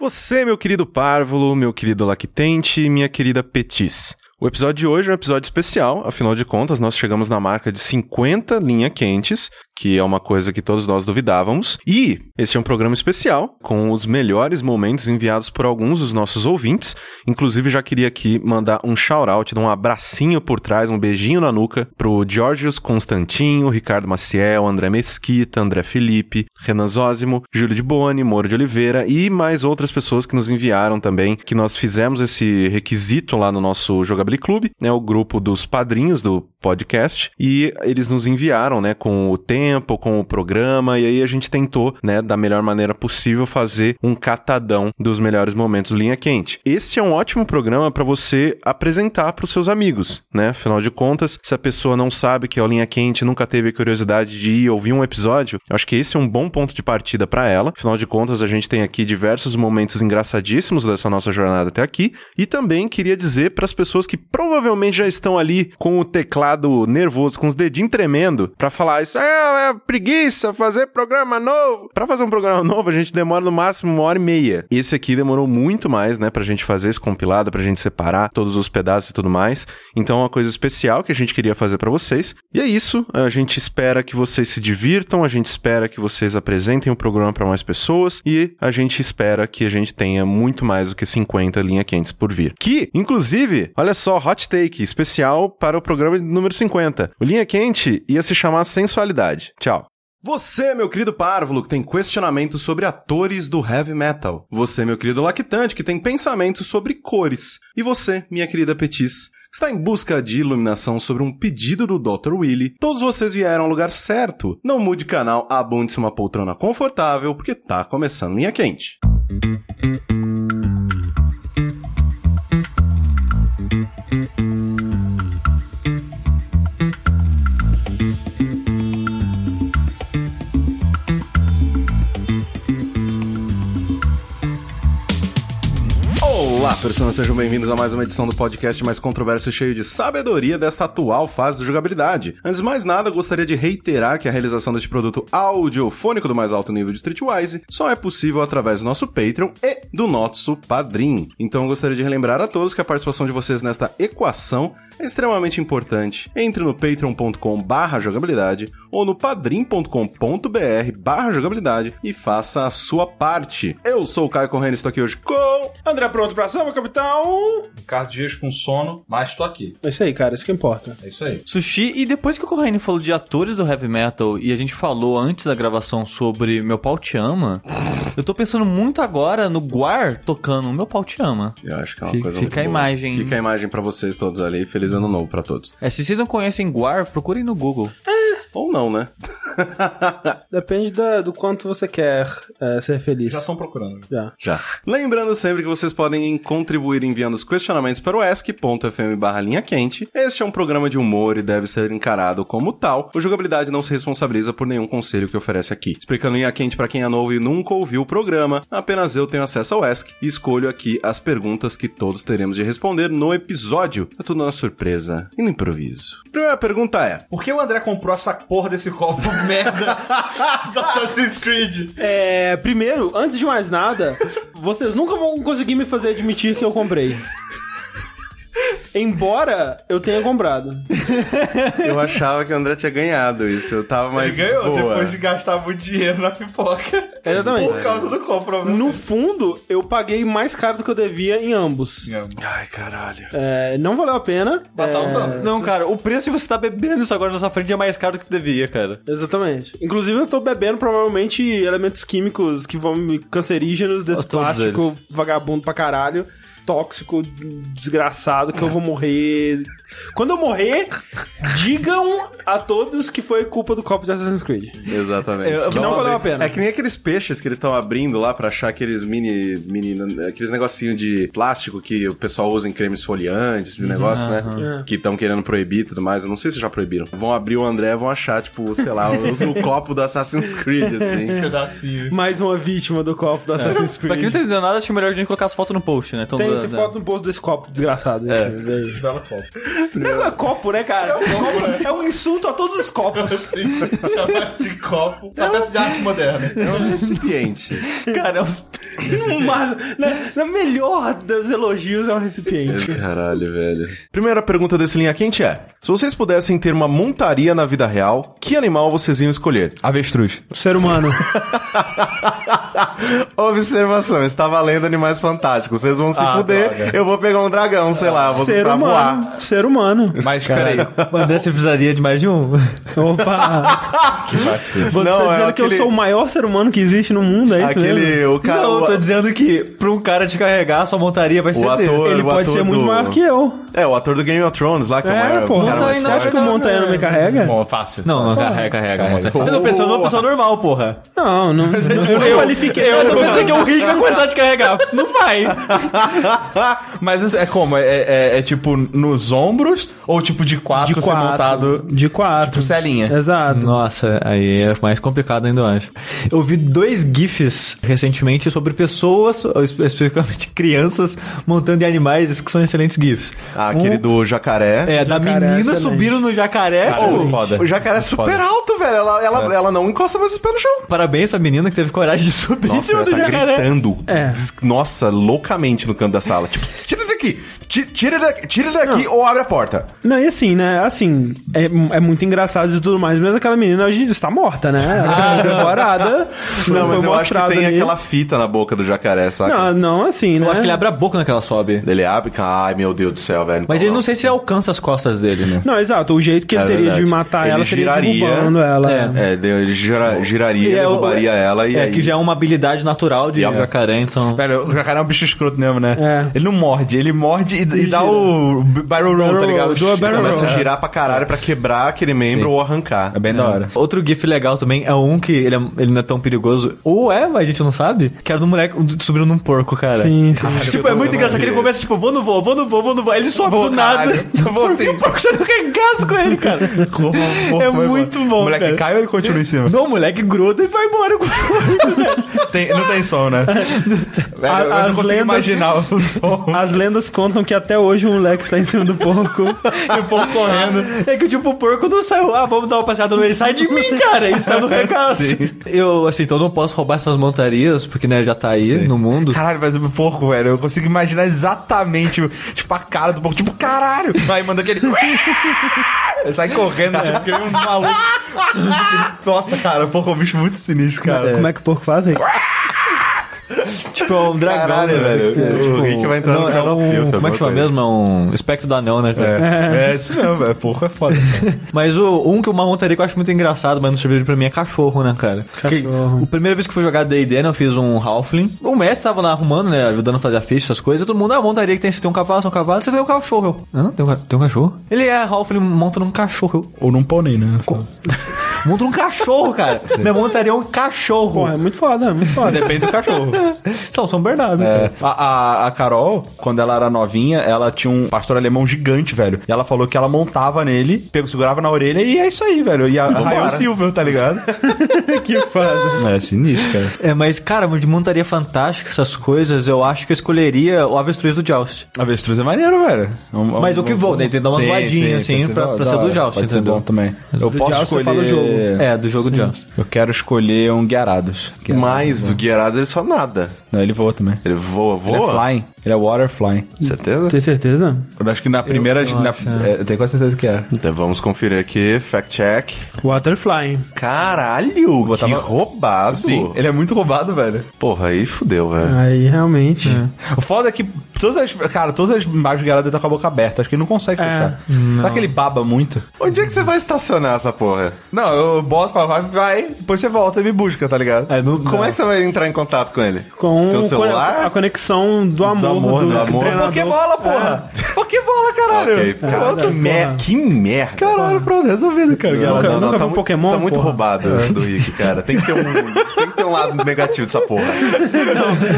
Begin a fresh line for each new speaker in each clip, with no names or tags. Você, meu querido párvulo, meu querido lactente, minha querida petis. O episódio de hoje é um episódio especial, afinal de contas, nós chegamos na marca de 50 linha quentes, que é uma coisa que todos nós duvidávamos. E esse é um programa especial, com os melhores momentos enviados por alguns dos nossos ouvintes. Inclusive, já queria aqui mandar um shout-out, dar um abracinho por trás, um beijinho na nuca, pro Georgios Constantinho, Ricardo Maciel, André Mesquita, André Felipe, Renan Zózimo, Júlio de Boni, Moro de Oliveira e mais outras pessoas que nos enviaram também, que nós fizemos esse requisito lá no nosso jogabilidade Clube, né, o grupo dos padrinhos do podcast, e eles nos enviaram, né, com o tempo, com o programa, e aí a gente tentou, né, da melhor maneira possível fazer um catadão dos melhores momentos do Linha Quente. Esse é um ótimo programa para você apresentar para os seus amigos, né? Afinal de contas, se a pessoa não sabe que é o Linha Quente, nunca teve a curiosidade de ir ouvir um episódio, eu acho que esse é um bom ponto de partida para ela. Afinal de contas, a gente tem aqui diversos momentos engraçadíssimos dessa nossa jornada até aqui, e também queria dizer para as pessoas que provavelmente já estão ali com o teclado nervoso, com os dedinhos tremendo, para falar isso é, é, preguiça, fazer programa novo. Para fazer um programa novo, a gente demora no máximo uma hora e meia. Esse aqui demorou muito mais, né, pra gente fazer esse compilado, pra gente separar todos os pedaços e tudo mais. Então é uma coisa especial que a gente queria fazer para vocês. E é isso, a gente espera que vocês se divirtam, a gente espera que vocês apresentem o programa para mais pessoas e a gente espera que a gente tenha muito mais do que 50 linha quentes por vir. Que, inclusive, olha só, hot take especial para o programa número 50. O Linha Quente ia se chamar Sensualidade. Tchau. Você, meu querido párvulo, que tem questionamentos sobre atores do heavy metal. Você, meu querido lactante, que tem pensamentos sobre cores. E você, minha querida Petis, que está em busca de iluminação sobre um pedido do Dr. Willy. Todos vocês vieram ao lugar certo. Não mude canal, abunde-se uma poltrona confortável, porque tá começando Linha Quente. Olá, pessoas, sejam bem-vindos a mais uma edição do podcast mais controverso e cheio de sabedoria desta atual fase de jogabilidade. Antes de mais nada, gostaria de reiterar que a realização deste produto audiofônico do mais alto nível de Streetwise só é possível através do nosso Patreon e do nosso Padrim. Então, gostaria de relembrar a todos que a participação de vocês nesta equação é extremamente importante. Entre no patreon.com barra jogabilidade ou no padrim.com.br barra jogabilidade e faça a sua parte. Eu sou o Caio Corrêa e estou aqui hoje com...
André Pronto pra samba, capitão?
Ricardo Dias com sono, mas tô aqui.
É isso aí, cara, isso que importa.
É isso aí.
Sushi, e depois que o Corraine falou de atores do heavy metal e a gente falou antes da gravação sobre Meu Pau Te Ama, eu tô pensando muito agora no Guar tocando Meu Pau Te Ama.
Eu acho que é uma
Fica,
coisa muito
fica a
boa.
imagem.
Fica a imagem pra vocês todos ali. Feliz ano novo pra todos.
É, se vocês não conhecem Guar, procurem no Google.
Ou não, né?
Depende da- do quanto você quer é, ser feliz.
Já estão procurando.
Já.
Já. Lembrando sempre que vocês podem contribuir enviando os questionamentos para o ESC.fm barra linha quente. Este é um programa de humor e deve ser encarado como tal. O Jogabilidade não se responsabiliza por nenhum conselho que oferece aqui. Explicando linha quente para quem é novo e nunca ouviu o programa, apenas eu tenho acesso ao ESC e escolho aqui as perguntas que todos teremos de responder no episódio. É tudo na surpresa e no improviso. Primeira pergunta é...
Por que o André comprou essa porra desse copo merda do Assassin's Creed?
É, primeiro, antes de mais nada, vocês nunca vão conseguir me fazer admitir que eu comprei. Embora eu tenha comprado.
Eu achava que o André tinha ganhado isso. Eu tava mais
Ele ganhou
boa.
depois de gastar muito dinheiro na pipoca.
Exatamente.
Por causa do copo, provavelmente.
No fundo, eu paguei mais caro do que eu devia em ambos.
é um
Ai, caralho.
É, não valeu a pena.
Mas tá
É,
usando.
Não, cara, o preço de você tá bebendo isso agora na sua frente é mais caro do que devia, cara.
Exatamente. Inclusive, eu tô bebendo provavelmente elementos químicos que vão me cancerígenos desse
Todos
plástico vagabundo pra caralho. Tóxico, desgraçado, que eu vou morrer. Quando eu morrer, digam a todos que foi culpa do copo de Assassin's Creed.
Exatamente.
Eu-
Que não
Vamos
valeu a
abrir.
pena.
É que nem aqueles peixes que eles estão abrindo lá pra achar aqueles mini, mini. aqueles negocinho de plástico que o pessoal usa em creme esfoliante, esse negócio, né? Que estão querendo proibir e tudo mais. Eu não sei se já proibiram. Vão abrir o André vão achar, tipo, sei lá, o, o copo do Assassin's Creed, assim.
Pedacinho.
Mais uma vítima do copo do Assassin's
É. Pra quem não
Creed.
é tá entendendo nada, acho melhor a gente colocar as fotos no post, né? Então
Tem
do-
tem
da-
foto no bolso desse copo, desgraçado. É.
Bela foto.
Não é copo, né, cara? Copo É, um insulto a todos os copos.
Sim, chamar de copo. Só peça de arte moderna.
É um recipiente.
Cara, é uns...
um Mas, né, na, na melhor dos elogios, é um recipiente.
Caralho, velho.
Primeira pergunta desse linha quente é: se vocês pudessem ter uma montaria na vida real, que animal vocês iam escolher?
Avestruz.
Ser humano.
Observação, está valendo animais fantásticos. Vocês vão se
Ah,
fuder,
droga.
eu vou pegar um dragão, sei lá, vou
Ser
pra voar.
humano. Ser humano.
Mas, peraí.
André, você precisaria de mais de um?
Opa! Você
Não,
tá
é
dizendo que eu
aquele-
sou o maior ser humano que existe no mundo, é isso mesmo?
Aquele, o cara.
Não, eu
o-
tô dizendo que pra um cara te carregar, sua montaria vai ser
ator-
dele.
Ele
o
pode
ator
ser muito
do-
maior que eu.
É, o ator do Game of Thrones lá, que é, o
É,
maior,
pô.
o cara mais
Você acha que o
forte.
Montanha não me carrega?
Bom, fácil.
é. Não, não, carrega, carrega. carrega. Eu tô pensando numa pessoa normal, porra.
Não, não. Eu nem qualifiquei.
Eu tô pensando que o Rick vai começar a te carregar. Não vai.
Mas é como? É, é- é, tipo nos ombros ou tipo de quatro,
De
assim,
é
ser montado
quatro. De quatro.
tipo celinha?
Exato.
Nossa, aí é mais complicado ainda, eu acho. Eu vi dois GIFs recentemente sobre pessoas, ou espe- especificamente crianças, montando em animais, que são excelentes GIFs.
Ah, aquele do jacaré.
É, da
Jacaré,
menina
excelente.
subindo no jacaré.
Cara,
pô.
muito foda.
O jacaré é super alto, velho. Ela,
É.
ela, ela não encosta mais os pés no chão.
Parabéns pra menina que teve coragem de subir em
Nossa,
cima
ela
do
tá
jacaré.
gritando.
É.
des- Nossa, loucamente no canto da sala. Tipo, tira daqui, ti- tira daqui, tira daqui ou abre a porta.
Não, e assim, né? Assim, é, é muito engraçado e tudo mais, mas aquela menina hoje está morta, né? Ela foi devorada.
Ah. Não, mas eu
foi
acho que
mostrado
tem
ali.
aquela fita na boca do jacaré, saca?
Não, não assim, né?
Eu acho
é
que ele abre a boca naquela sobe.
Ele abre, e cai. ai meu Deus do céu, velho.
Mas ele não sei se ele alcança as costas dele, né?
Não, exato. O jeito que ele
É
teria
verdade.
de matar
Ele
ela seria
giraria.
derrubando ela.
É.
É, deu- ele gira- giraria,
E é o-
derrubaria ela e
é,
aí...
que já é uma habilidade natural de
Yeah.
jacaré, então.
Velho, o jacaré é um bicho escroto mesmo, né?
É.
Ele não morde, ele morde e, e dá o barrel roll, tá ligado?
Do barrel roll.
Começa a girar pra caralho pra quebrar aquele membro ou arrancar.
É bem da hora.
Outro GIF legal também é um que ele, é- ele não é tão perigoso. Ou é, mas a gente não sabe. Que era do moleque do- subindo num porco, cara.
Sim, sim.
Tipo, é muito engraçado que ele começa, tipo, vou, não vou, vou, não vou, vou, não vou. Aí Ele sobe do nada.
caralho. Eu vou
E
assim.
o porco já deu regaço com ele, cara. é muito bom,
O moleque
cara.
cai ou ele continua em cima?
Não, o moleque gruda e vai embora.
Tem- não tem som, né? Velho, eu
As
não consigo
lendas-
imaginar o som.
As lendas contam que até hoje o moleque está em cima
É.
do porco.
E o povo correndo.
É que, tipo, o porco não saiu. Ah, vamos dar uma passeada no meio. Sai de mim, cara. E sai no regaço. Eu, assim, então não posso roubar essas montarias, porque, né, já tá aí no mundo.
Caralho, mas o porco, velho, eu consigo imaginar exatamente, tipo, a cara do porco, tipo, caralho! Aí manda aquele. Sai correndo, tipo, que nem um maluco. Nossa, cara, o porco é um bicho muito sinistro, cara.
Como é que o porco faz aí?
Tipo, é um dragão,
Caralho,
né,
velho.
assim,
o Rick vai entrar
Não,
no
é
canal
um,
tá
filtro,
como é que
alguma
chama
coisa.
mesmo? É um espectro do anel, né, cara?
É, é isso mesmo, velho. Porco é foda. cara.
Mas o, um que uma montaria que eu acho muito engraçado, mas não serviu pra mim, é cachorro, né, cara?
Cachorro.
Porque a primeira vez que eu fui jogar D&D, né, eu fiz um halfling. O mestre tava lá arrumando, né, ajudando a fazer a ficha, essas coisas. Todo mundo, ah, montaria que tem, você tem um cavalo, você tem um cavalo, você tem um cachorro. Eu, hã? Tem um, ca- tem um cachorro? Ele é halfling, monta num cachorro.
Ou num pônei, né?
Eu, monta num cachorro, cara. Minha montaria é um cachorro.
Porra, é muito foda, é muito foda.
Depende do cachorro.
São São Bernardo. né?
É, a, a- a Carol, quando ela era novinha, ela tinha um pastor alemão gigante, velho. E ela falou que ela montava nele, pegou, segurava na orelha e é isso aí, velho. E a Rayon Silver, tá ligado?
que foda.
é sinistro, cara.
É, mas, cara, de montaria fantástica, essas coisas, eu acho que eu escolheria o avestruz do Joust.
Avestruz é maneiro, velho. É um- é um-
Mas o que vou, né? Tem que dar umas
Sim,
voadinhas,
sim,
assim,
sim,
pra-
sim,
pra
da
ser do
hora.
Joust,
Pode ser
entendeu?
bom também. Eu
do
posso
Joust você fala o
escolher...
jogo.
É, do jogo do Joust.
Eu quero escolher um Guiarados.
Mas o Guiarados ele só nada.
Não, ele voa também.
Ele voa,
Ele é
voa.
flying. Ele é water flying.
Certeza?
Tem certeza?
Eu acho que na primeira... na- é, eu tenho quase certeza que é.
Então vamos conferir aqui, fact check.
Waterfly.
Caralho,
Botava-
que roubado.
Sim, ele é muito roubado, velho.
Porra, aí fudeu, velho.
Aí realmente.
O foda é que todas as, cara, todas as imagens do Geraldo tá com a boca aberta. Acho que ele não consegue
É.
fechar. Será que ele baba muito?
Onde é que você vai estacionar essa porra?
Não, eu boto, falo, vai, vai, depois você volta e me busca, tá ligado?
É, não-
Como é que você vai entrar em contato com ele?
Com
Teu
o-
celular?
a conexão do amor do,
amor, né?
do
Amor.
treinador.
É.
Pokébola, porra! Pokébola! Pokébola, caralho.
Ok, cara, que, mer- que merda.
Caralho, pronto, resolvido, cara.
Não,
nunca-
não, não,
nunca
tá
viu
muito-
Pokémon,
Tá muito
porra?
roubado do Rick, cara. Tem que ter um, tem que ter um lado negativo dessa porra.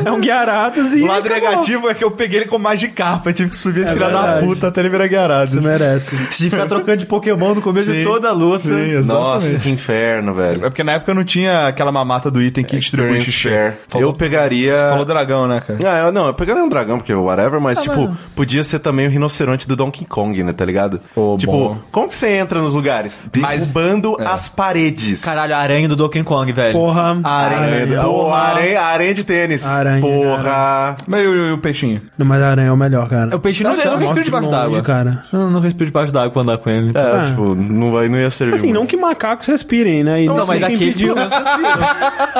É um Guiarados e. É
O lado negativo é que eu peguei ele com Magikarpa. Eu tive que subir esse filho da
verdade.
puta até ele virar Gyarados.
merece.
De ficar trocando de Pokémon no começo
Sim.
de toda a luta.
Sim, exatamente.
Nossa, que inferno, velho.
É porque na época eu não tinha aquela mamata do item que distribui
Experience
share.
share. Eu pegaria.
Falou dragão, né, cara?
Ah, eu não, eu pegaria um dragão, porque whatever, mas, tipo, podia ser também o rinoceronte do Donkey Kong, né, tá ligado? tipo,
bom.
como que você entra nos lugares?
Mas-
Derrubando as paredes.
Caralho, a aranha do Donkey Kong, velho.
Porra.
A aranha.
Aranha, porra, aranha, aranha de tênis.
Aranha,
porra.
Mas e o, e o peixinho?
Não, mas a aranha é o melhor, cara.
O peixe não, eu não
Morte
respiro debaixo
longe,
d'água.
cara.
Eu não respiro debaixo d'água quando andar com ele.
É, tipo, não, vai, não ia servir.
Assim, não
muito.
que macacos respirem, né? E
Não, mas
sei quem
aquele
pediu.
pelo menos respira.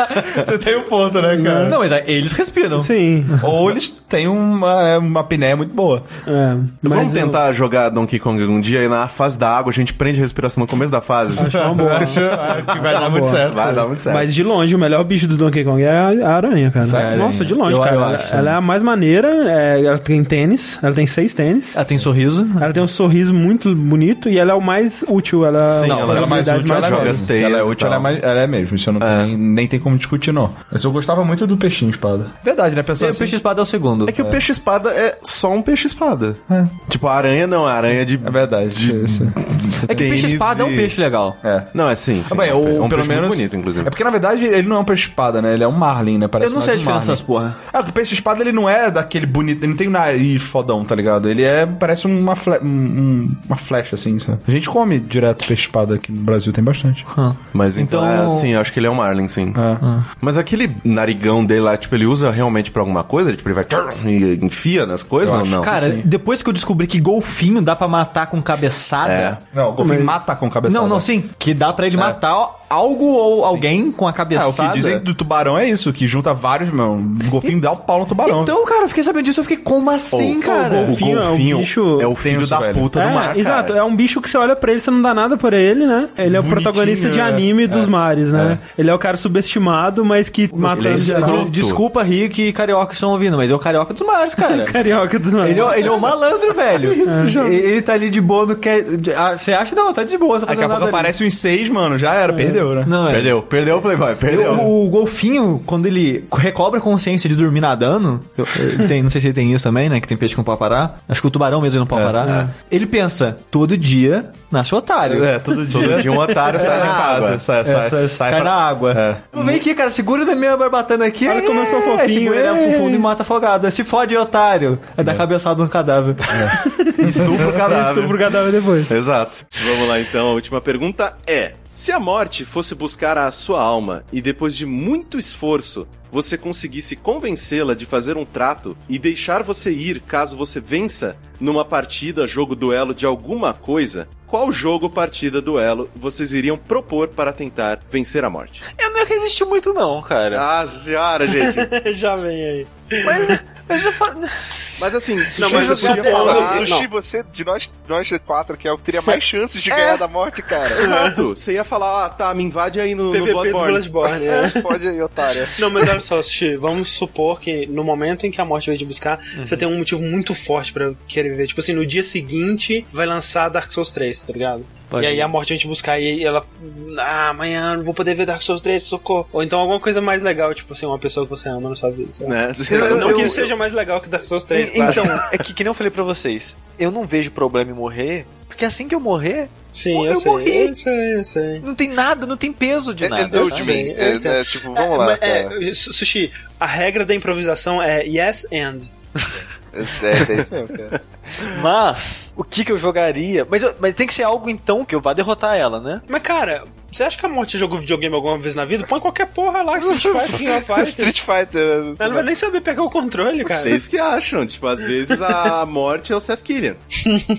Você tem um ponto, né, cara?
Não, mas aí eles respiram.
Sim.
Ou eles têm uma, é, uma apneia muito boa.
É,
Vamos
mas eu-
tentar jogar Donkey Kong um dia e na fase da água a gente prende a respiração no começo da fase.
Acho uma boa.
Acho que vai dar muito
boa.
certo.
Vai dar muito certo.
Mas de longe, o melhor bicho do Donkey Kong é a a aranha, cara.
Sério?
Nossa, de longe,
Eu-
cara.
eu
Ela-
acho,
ela é a mais maneira, é, ela tem tênis, ela tem seis tênis.
Ela Ah, tem sorriso.
Ela tem um sorriso muito bonito e ela é o mais útil. Ela,
Sim,
ela,
ela é
é a
mais
habilidade
útil,
mais
ela
foda.
joga
mesmo. Ela é útil, ela é, mais, ela é mesmo. Isso eu não tem- nem tem como discutir, não. Mas eu gostava muito do peixinho espada. Verdade, né,
E
pessoal?
o peixe espada é o segundo.
É que o peixe-espada é só um peixe-espada. Tipo, a aranha não, a aranha é de.
É verdade. isso.
É que o peixe espada é um peixe legal.
É.
Não, é sim. sim
Ah, bem,
é um
o,
peixe
pelo
muito
menos,
bonito, inclusive.
É porque, na verdade, ele não é um peixe-espada, né? Ele é um marlin, né? Parece
Eu não
mais
sei a
um
diferença
marlin.
dessas porra.
Ah, o peixe-espada, ele não é daquele bonito... Ele não tem um nariz fodão, tá ligado? Ele é... Parece uma, fle- um- um- uma flecha, assim, sabe? A gente come direto peixe-espada aqui no Brasil, tem bastante.
Mas então,
Então-
é, sim, eu acho que ele é um Marlin, sim. Mas aquele narigão dele lá, tipo, ele usa realmente pra alguma coisa? Tipo, ele vai tchurr e enfia nas coisas ou não?
Cara,
assim.
depois que eu descobri que golfinho dá pra matar com cabeçada.
É.
Não, o golfinho mata com cabeçada.
Não, não, sim. Que dá pra ele matar algo ou alguém com a
Ah,
cabeçada.
o que dizem do tubarão é isso, que junta vários, meu. O golfinho dá o pau no tubarão.
Então, cara, eu fiquei sabendo disso, eu fiquei, como assim, cara?
o golfinho, é,
um bicho-
o filho
Tenso,
da
velho.
puta
É,
do mar. cara.
exato. É um bicho que você olha pra ele, você não dá nada por ele, né? Ele é o
Bonitinho,
protagonista de
né?
anime dos mares, né? Ele é o cara subestimado, mas que mata
é
em geral.
escroto.
Desculpa, Rick e Carioca que estão ouvindo, mas é o Carioca dos Mares, cara.
Carioca dos mares.
Ele é, ele é um malandro, velho. Ele, ele tá ali de boa, não quer. de- ah, Você acha? Não, tá de boa, tá
Daqui
fazendo
a pouco
nada ali.
aparece uns seis, mano. Já era, perdeu, né?
Não, é.
Perdeu, perdeu o Playboy, perdeu.
O, o golfinho, quando ele recobra a consciência de dormir nadando, eu- ele tem, não sei se ele tem isso também, né? Que tem peixe com papará. Acho que o tubarão mesmo
É,
ele não papará. Ele pensa, todo dia nasce otário.
É, todo dia.
Todo dia um otário sai de casa.
Sai, É, sai, sai, sai
cai
pra-
na água.
É.
Não Vem aqui, cara, segura na minha barbatana aqui.
Olha como eu sou
Aí
fofinho,
Segura ele
é.
pro fundo e mata afogada. Se fode, otário. É dar cabeçada no cadáver.
Estupro cadáver.
Estupro cadáver depois.
Exato.
Vamos lá então, a última pergunta é: se a morte fosse buscar a sua alma e depois de muito esforço você conseguisse convencê-la de fazer um trato e deixar você ir caso você vença numa partida, jogo, duelo de alguma coisa, qual jogo, partida, duelo vocês iriam propor para tentar vencer a morte?
Eu não ia resistir muito, não, cara.
Ah, senhora, gente.
Já vem aí.
Mas eu falo.
Mas assim, sushi,
Não, mas eu
você
sushi,
podia falar.
sushi
não.
você, de nós, nós quatro, que é o que teria
Cê-
mais chances de
é.
ganhar da morte, cara.
Exato. Você ia falar, ah, tá, me invade aí no, no
PVP do
Bloodborne.
Bloodborne, é.
É, Pode aí, otário.
Não, mas olha só, Sushi, vamos supor que no momento em que a morte veio te buscar, você tem um motivo muito forte pra querer viver. Tipo assim, no dia seguinte vai lançar Dark Souls 3, tá ligado? E aí a morte vem te buscar e ela. Ah, amanhã não vou poder ver Dark Souls 3, socorro. Ou então alguma coisa mais legal, tipo assim, uma pessoa que você ama na sua vida. sei lá.
Né?
Não que isso seja mais legal que Dark Souls 3. tá?
Então, é que, que nem eu falei pra vocês. Eu não vejo problema em morrer. Porque assim que eu morrer,
Sim, eu,
eu
sei,
morri.
eu sei, eu sei.
não tem nada, não tem peso de
É,
nada.
é Deus de
Sim,
mim.
eu
É,
entendo.
né, tipo, vamos lá,
mas, é,
cara.
su- sushi, a regra da improvisação é yes and.
É, é isso mesmo, cara.
Mas, o que que eu jogaria? Mas, eu- mas tem que ser algo então que eu vá derrotar ela, né?
Mas, cara, você acha que a morte jogou videogame alguma vez na vida? Põe qualquer porra lá, Street Fighter, King of Fighters.
Street Fighter. né, sei
Ela não
lá.
vai nem saber pegar o controle, cara.
Vocês que acham, tipo, às vezes a morte é o Seth Killian.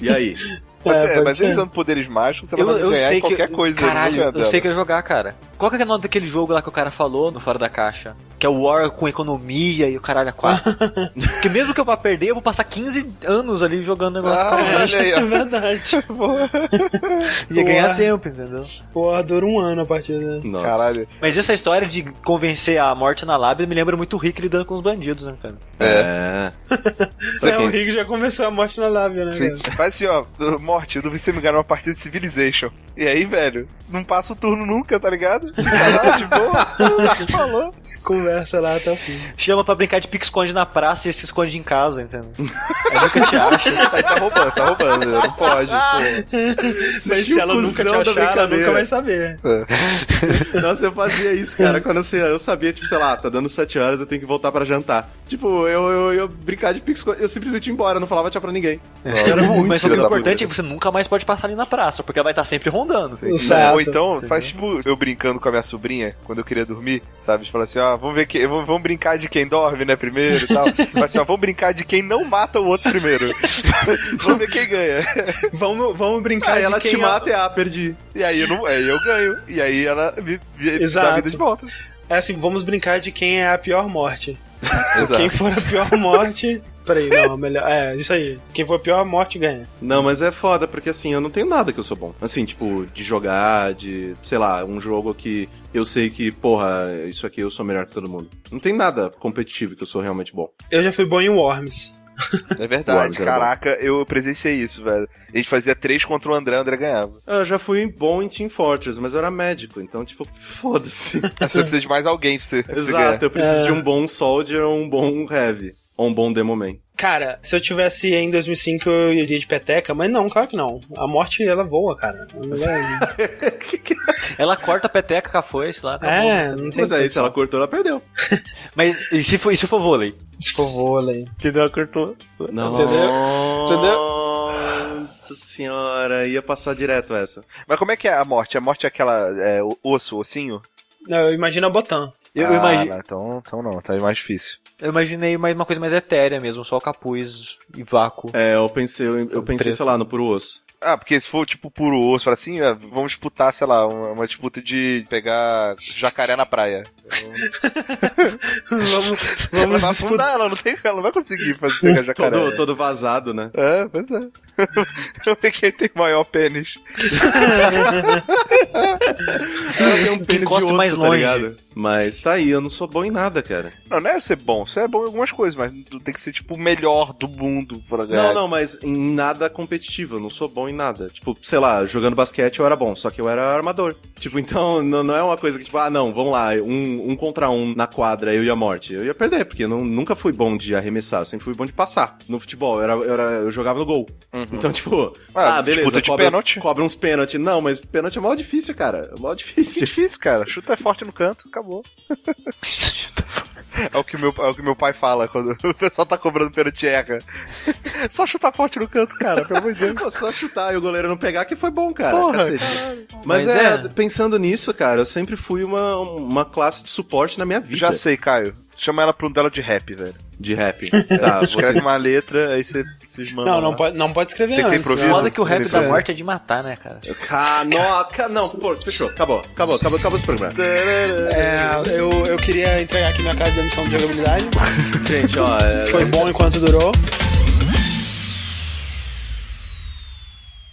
E aí?
Mas,
É,
é,
pode
mas
ser.
eles dando poderes mágicos, você vai ganhar em qualquer coisa.
Caralho,
nunca
eu sei
dela.
que eu ia jogar, cara.
Qual que é o nome daquele jogo lá que o cara falou no Fora da Caixa? Que é o War com economia e o caralho a quatro. Porque mesmo que eu vá perder, eu vou passar 15 anos ali jogando negócio.
Ah, olha aí,
É
ó.
verdade.
Ia ganhar
War.
tempo, entendeu?
Pô, dura um ano a partir da.
Nossa.
Caralho.
Mas essa história de convencer a morte na lábia me lembra muito o Rick lidando com os bandidos, né, cara?
É.
É, o Rick já começou a morte na lábia, né?
Sim.
cara?
Faz assim, ó, morte, eu duvido você me ganhar uma partida de Civilization. E aí, velho, não passa o turno nunca, tá ligado? Tá lá, de boa. Falou.
Conversa lá até o fim.
Chama pra brincar de pique-esconde na praça e se esconde em casa, entendeu?
Aí tá roubando, tá roubando, não pode. pô.
Mas se ela nunca te
cuzão da
achar, ela
brincadeira.
nunca vai saber.
Nossa, eu fazia isso, cara. Quando eu, eu sabia, tipo, sei lá, tá dando 7 horas, eu tenho que voltar pra jantar. Tipo, eu, eu, eu brincar de pix, eu simplesmente ia embora, não falava tchau pra ninguém.
Mas o
filho da
importante
puta.
é que você nunca mais pode passar ali na praça, porque ela vai estar sempre rondando.
Exato.
Ou então, faz tipo eu brincando com a minha sobrinha, quando eu queria dormir, sabe? Fala assim, ó, vamos ver que. Vamos, vamos brincar de quem dorme, né, primeiro e tal. Fala assim, ó, vamos brincar de quem não mata o outro primeiro. vamos ver quem ganha.
Vamos, vamos brincar
Aí
de
ela
quem
te
é-
mata e ah, perdi.
E aí eu não. Aí eu ganho. E aí ela me, me dá a
Exato.
vida de volta.
É assim, vamos brincar de quem é a pior morte.
Exato.
Quem for a pior morte. Peraí, não, melhor. É, isso aí. Quem for a pior morte ganha.
Não, mas é foda, porque assim, eu não tenho nada que eu sou bom. Assim, tipo, de jogar, de, sei lá, um jogo que eu sei que, porra, isso aqui eu sou melhor que todo mundo. Não tem nada competitivo que eu sou realmente bom.
Eu já fui bom em Worms.
É
Worms
verdade,
era
caraca, eu presenciei isso, velho. A gente fazia três contra o André, o André ganhava.
Ah, Eu já fui bom em Team Fortress, mas eu era médico, então, tipo, foda-se.
Aí Você precisa de mais alguém pra você, pra você ganhar.
Exato, eu preciso de um bom Soldier ou um bom Heavy. Ou um bom Demo Man.
Cara, se eu tivesse em 2005, eu iria de peteca, mas não, claro que não. A morte, ela voa, cara. Ela-
Ela corta a peteca com a foice lá. com a
É,
mão.
não tem
Mas aí, se ela cortou, ela perdeu.
Mas e se for, e se for vôlei?
Se for vôlei. Entendeu? Cortou.
Entendeu? Nossa senhora, ia passar direto essa.
Mas como é que é a morte? A morte é aquela é, o- osso, ossinho?
Não, eu imagino a Botan.
Eu,
Ah,
imagi-
não, então, então não, tá mais difícil.
eu imaginei mais uma coisa mais etérea mesmo, só capuz e vácuo.
É, eu pensei, eu, eu pensei,
Preto.
sei lá, no puro osso.
Ah, porque se for tipo puro osso, fala assim, ah, vamos disputar, sei lá, uma, uma disputa de pegar jacaré na praia.
Vamos,
Ela
vamos
vai
disputar.
afundar, ela não tem, ela não vai conseguir fazer pegar jacaré.
Todo, todo vazado, né?
É, pois é. Quem tem maior pênis?
Ela tem um pênis de
encosta
osso,
mais
tá
longe.
ligado? Mas tá aí, eu não sou bom em nada, cara.
Não, não é ser bom, você é bom em algumas coisas, mas tu tem que ser tipo o melhor do mundo pra ganhar.
Não, não, mas em nada competitivo, eu não sou bom em nada. Tipo, sei lá, jogando basquete eu era bom, só que eu era armador. Tipo, então não, não é uma coisa que, tipo, ah, não, vamos lá, um, um contra um na quadra, eu e a morte. Eu ia perder, porque eu não- nunca fui bom de arremessar, eu sempre fui bom de passar. No futebol, eu, era, eu, era- eu jogava no gol. Então, tipo,
Ah,
ah, beleza,
disputa de
cobra,
pênalti.
cobra uns pênalti. Não, mas pênalti é mó difícil, cara. É mó difícil.
Difícil, cara. Chuta é forte no canto, acabou. É o, que meu, é o que meu pai fala quando o pessoal tá cobrando pênalti e erra. Só chutar forte no canto, cara, pelo amor de Deus.
Pô, só chutar e o goleiro não pegar que foi bom, cara.
Porra,
Cacete. Mas,
Mas
é,
é.
pensando nisso, cara, eu sempre fui uma, uma classe de suporte na minha vida.
Já sei, Caio. Chama ela pra um duelo de rap, velho.
De rap. Tá, vou ter-
Escreve uma letra, aí você se manda.
Não, não
lá.
pode, não pode escrever
Tem que ser
antes. né?
improviso.
Foda que o rap da
Interessante.
morte é de matar, né, cara?
Canoca! Não, pô, fechou. Acabou, acabou, acabou, acabou esse programa.
É, eu, eu queria entregar aqui minha carta da missão de jogabilidade.
Gente, ó, é-
Foi bom enquanto durou.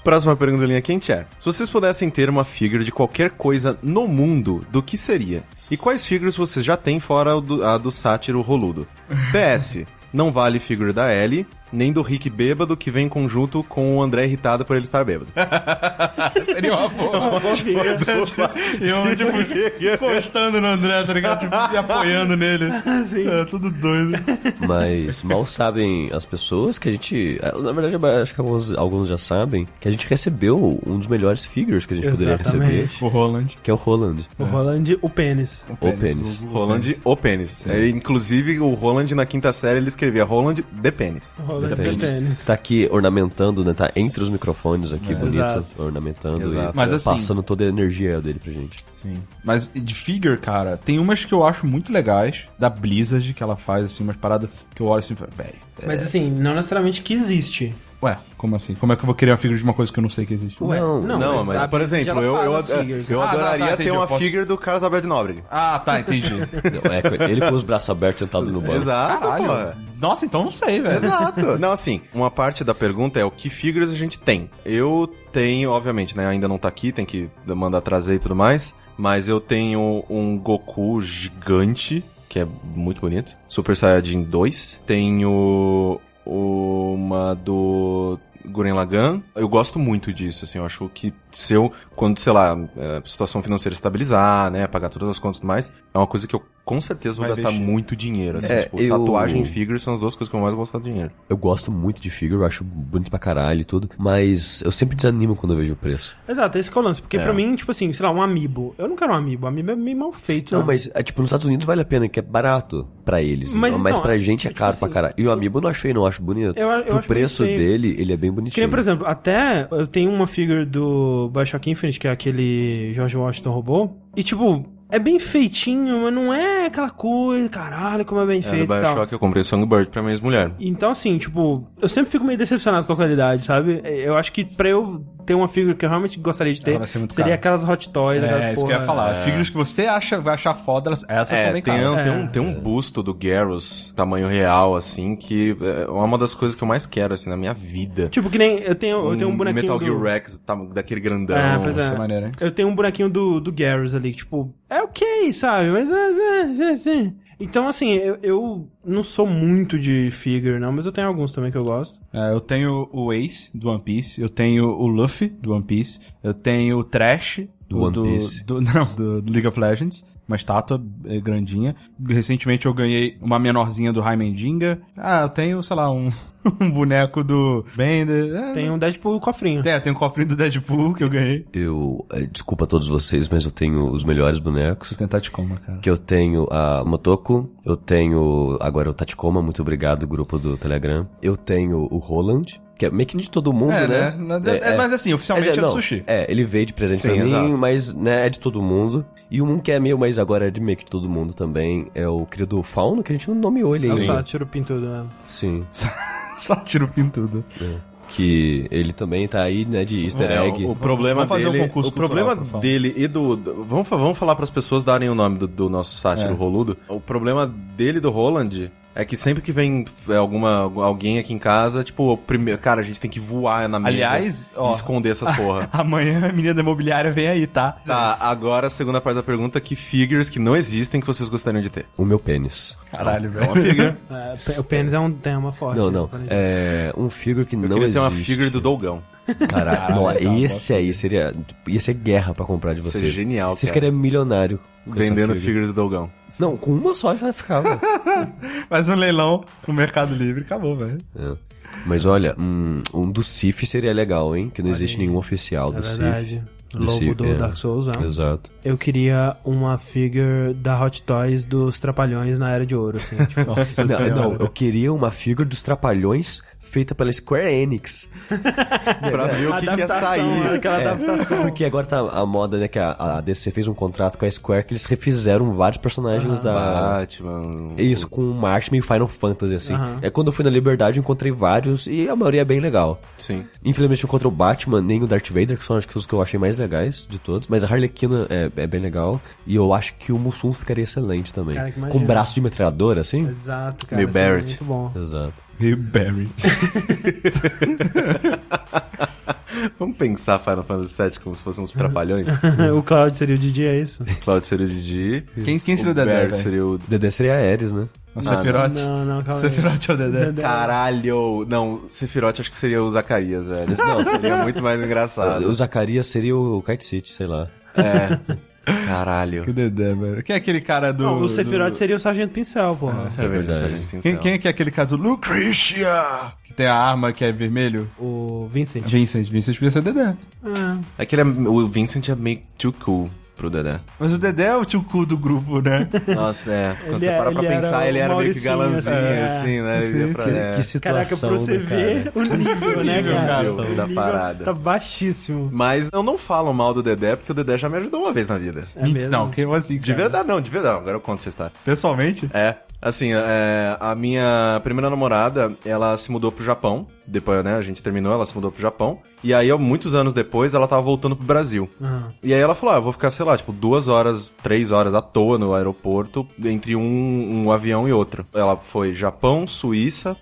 Próxima pergunta da linha quente é: Se vocês pudessem ter uma figure de qualquer coisa no mundo, do que seria? E quais figures vocês já têm fora o do- a do sátiro roludo? PS. Não vale figure da Ellie, nem do Rick bêbado que vem em conjunto com o André irritado por ele estar bêbado.
É,
Seria uma boa. E eu, tipo, encostando no André, tá ligado? Tipo, e apoiando nele. É, tudo doido.
Mas mal sabem as pessoas que a gente. eh, Na verdade, eu acho que alguns, alguns já sabem que a gente recebeu um dos melhores figures que a gente poderia receber,
O Roland.
que é o Roland.
O Roland, o pênis.
O pênis.
Roland o pênis. É, inclusive, o Roland na quinta série ele escrevia Roland de pênis.
O Roland, o
Pênis.
pênis.
Tá aqui ornamentando, né? Tá entre os microfones aqui, bonito.
Exato.
Ornamentando
Exato.
e
Mas assim-
passando toda a energia dele pra gente.
Sim. Mas de figure, cara, tem umas que eu acho muito legais, da Blizzard, que ela faz, assim, umas paradas que eu olho assim e falo, velho.
Mas assim, não necessariamente que existe.
Ué, como assim? Como é que eu vou querer uma figura de uma coisa que eu não sei que existe?
não,
não,
não,
mas
mas,
a
por
Blizzard,
exemplo,
ela
eu,
faz
eu,
as
ad-
figures.
eu
Ah, tá,
adoraria
tá,
ter
entendi,
uma
eu posso-
figure do Carlos Alberto Nobre.
Ah, tá, entendi.
Não, é, ele com os braços abertos sentado no banco.
Exato, porra.
Caralho. Nossa, então não sei, velho.
Exato. Não, assim, uma parte da pergunta é o que figures a gente tem. Eu tenho, obviamente, né? Ainda não tá aqui, tem que mandar trazer e tudo mais. Mas eu tenho um Goku gigante, que é muito bonito. Super Saiyajin 2. Tenho uma do Guren Lagan. Eu gosto muito disso, assim. Eu acho que se eu, quando, sei lá, a situação financeira estabilizar, né? Pagar todas as contas e tudo mais, é uma coisa que eu com certeza vou
Vai
gastar
investir.
muito dinheiro. Assim,
É,
tipo,
eu-
tatuagem e figures são as duas coisas que eu mais gosto de dinheiro.
Eu gosto muito de figure, eu acho bonito pra caralho e tudo, mas eu sempre desanimo quando eu vejo o preço.
Exato, esse que é o lance. Porque pra mim, tipo assim, sei lá, um amiibo. Eu não quero um amiibo. Amiibo é meio mal feito.
Não,
né?
mas, é, tipo, nos Estados Unidos vale a pena, que é barato pra eles.
Mas
Mas, mas
então,
pra gente é
tipo
caro pra
assim,
caralho. E o Amiibo eu não acho feio, não, eu acho bonito.
Eu a- eu
Pro
acho
preço
bonito feio.
dele, ele é bem
Que nem,
bonitinho.
por exemplo, até eu tenho uma figure do Bioshock Infinite, que é aquele George Washington roubou. E, tipo, é bem feitinho, mas não é aquela coisa, caralho, como é bem
É, do
feito e tal.
Bioshock eu comprei o Songbird pra minha ex-mulher.
Então, assim, tipo, eu sempre fico meio decepcionado com a qualidade, sabe? Eu acho que pra eu ter uma figure que eu realmente gostaria de ter,
Ela vai ser muito
seria
cara.
aquelas Hot Toys, aquelas
É, isso que eu ia
porra-
falar. Figuras que você acha, vai achar foda, elas- essas são
É,
bem
tem,
caras.
um,
É.
tem, um, tem um busto do Garrus, tamanho real, assim, que é uma das coisas que eu mais quero, assim, na minha vida.
Tipo, que nem eu tenho, eu tenho um bonequinho
Metal
do...
Gear Rex, tá- daquele grandão.
É, pois
Isso
é.
é maneiro, hein?
Eu tenho um bonequinho do, do Garrus ali, que, tipo, é ok, sabe? Mas é, é, é, é. Então, assim, eu, eu não sou muito de figure, não, mas eu tenho alguns também que eu gosto.
É, eu tenho o Ace do One Piece, eu tenho o Luffy do One Piece, eu tenho o Trash
Do
o
One Piece.
do- não, do, do League of Legends, uma estátua eh, grandinha. Recentemente eu ganhei uma menorzinha do Raimendinga. Ah, eu tenho, sei lá, um, um boneco do Bender. É,
Tem um Deadpool cofrinho.
tem, tem um cofrinho do Deadpool que eu ganhei.
Eu, eh, desculpa a todos vocês, mas eu tenho os melhores bonecos.
Vou tentar te coma, cara.
Que eu tenho a Motoko, eu tenho agora o Taticoma, muito obrigado, grupo do Telegram. Eu tenho o Roland, que é meio que de todo mundo,
É,
né?
né? É, é, Mas assim, oficialmente é,
Quer dizer,
do
não,
sushi.
É, ele veio de presente pra mim,
exato.
mas né, é de todo mundo. E um que é meu, mas agora é de meio que todo mundo também, é o querido Fauno, que a gente não nomeou ele
É o
ainda.
sátiro pintudo, né?
Sim.
Só tiro pintudo.
Que ele também tá aí, né, de easter
É,
egg.
o, o problema
Vamos fazer um
dele,
concurso
o problema
cultural, por favor.
dele e do, do- vamos, fa- vamos falar para as pessoas darem o nome do, do nosso sátiro
É.
roludo. O problema dele e do Roland é que sempre que vem é, alguma alguém aqui em casa, tipo, o primeiro, cara, a gente tem que voar na mesa.
Aliás,
e
ó,
esconder essas porra.
amanhã a menina da imobiliária vem aí, tá?
Tá, agora a segunda parte da pergunta, que figures que não existem que vocês gostariam de ter?
O meu pênis.
Caralho, velho.
É, pe- o pênis é um tema forte.
Não, não.
Né?
É um figure que
Eu
não
queria
existe.
ter uma tá, figure do Dolgão.
Caralho, não,
legal,
esse aí seria. Ia ser guerra pra comprar de
Isso é
vocês.
genial,
Você
cara.
ficaria milionário. com essa
Vendendo
figure.
figures do Dolgão.
Não, com uma só já ficava.
Faz um leilão no Mercado Livre, acabou, velho.
Mas olha, um, um do Cif seria legal, hein? Que não existe nenhum oficial
É
do Cif.
verdade.
Do
Lobo
Sif,
do
é.
Dark Souls, né?
Exato.
Eu queria uma figure da Hot Toys dos Trapalhões na Era de Ouro, assim. tipo,
Nossa
Não, não, eu queria uma figura dos Trapalhões feita pela Square Enix.
Pra ver o que, que ia
adaptação, né?
sair. É.
Aquela adaptação.
Porque agora tá a moda, né? Que a, a DC fez um contrato com a Square que eles refizeram vários personagens da.
Batman.
Isso, com um Marte meio Final Fantasy, assim.
Aham.
É quando eu fui na Liberdade, eu encontrei vários e a maioria é bem legal.
Sim.
Infelizmente, eu encontrei o Batman, nem o Darth Vader, que são acho que os que eu achei mais legais de todos. Mas a Harlequina é, é bem legal. E eu acho que o Mussum ficaria excelente também.
Cara, que
com
imagina.
braço de metralhadora, assim?
Exato, cara.
Meio
isso é
Barrett.
Muito bom.
Exato.
Meio Barry.
Vamos pensar Final Fantasy VII como se fossem uns trapalhões?
o Cloud seria o Didi, é isso?
Cláudio seria o Didi.
Quem- quem seria o Dedé,
Bert
velho?
seria o...
Dedé seria a Ares, né?
O Sephiroth.
Não, não, calma aí.
Sephiroth é o Dedé.
Caralho! Não, Sephiroth acho que seria o Zacarias, velho. Não, seria muito mais
O
engraçado.
Zacarias seria o Kite City, sei lá.
É. Caralho.
Que Dedé, velho. Quem é aquele cara do.
Não, o
do-
Sephiroth seria o Sargento Pincel, porra.
É verdade.
Quem, quem é que é aquele cara do Lucretia? Que tem a arma que é vermelho?
O Vincent.
é-
Vincent, Vincent podia ser o Dedé.
É que ele é- o Vincent é meio too cool pro Dedé.
Mas o Dedé é o tio cu do grupo, né?
Nossa, é. Quando
Ele
você
é-
para pra
ele era
pensar,
o
ele era meio que
Mauricinho,
galanzinho,
é.
assim, né? Ele ia pra... é.
Que situação,
Caraca, pra você
né, cara?
ver o nível, né,
nível,
cara?
cara,
O
da
nível
parada.
Tá baixíssimo.
Mas eu não falo mal do Dedé, porque o Dedé já me ajudou uma vez na vida.
É mesmo.
Não, que eu assim,
De
cara.
verdade, não, de verdade. Agora eu conto essa história.
Pessoalmente?
É. Assim, é, a minha primeira namorada, ela se mudou pro Japão. Depois, né, a gente terminou, ela se mudou pro Japão. E aí, ó, muitos anos depois, ela tava voltando pro Brasil. E aí ela falou, ah, eu vou ficar, sei lá, tipo, duas horas, três horas à toa no aeroporto, entre um, um avião e outro. Ela foi Japão, Suíça,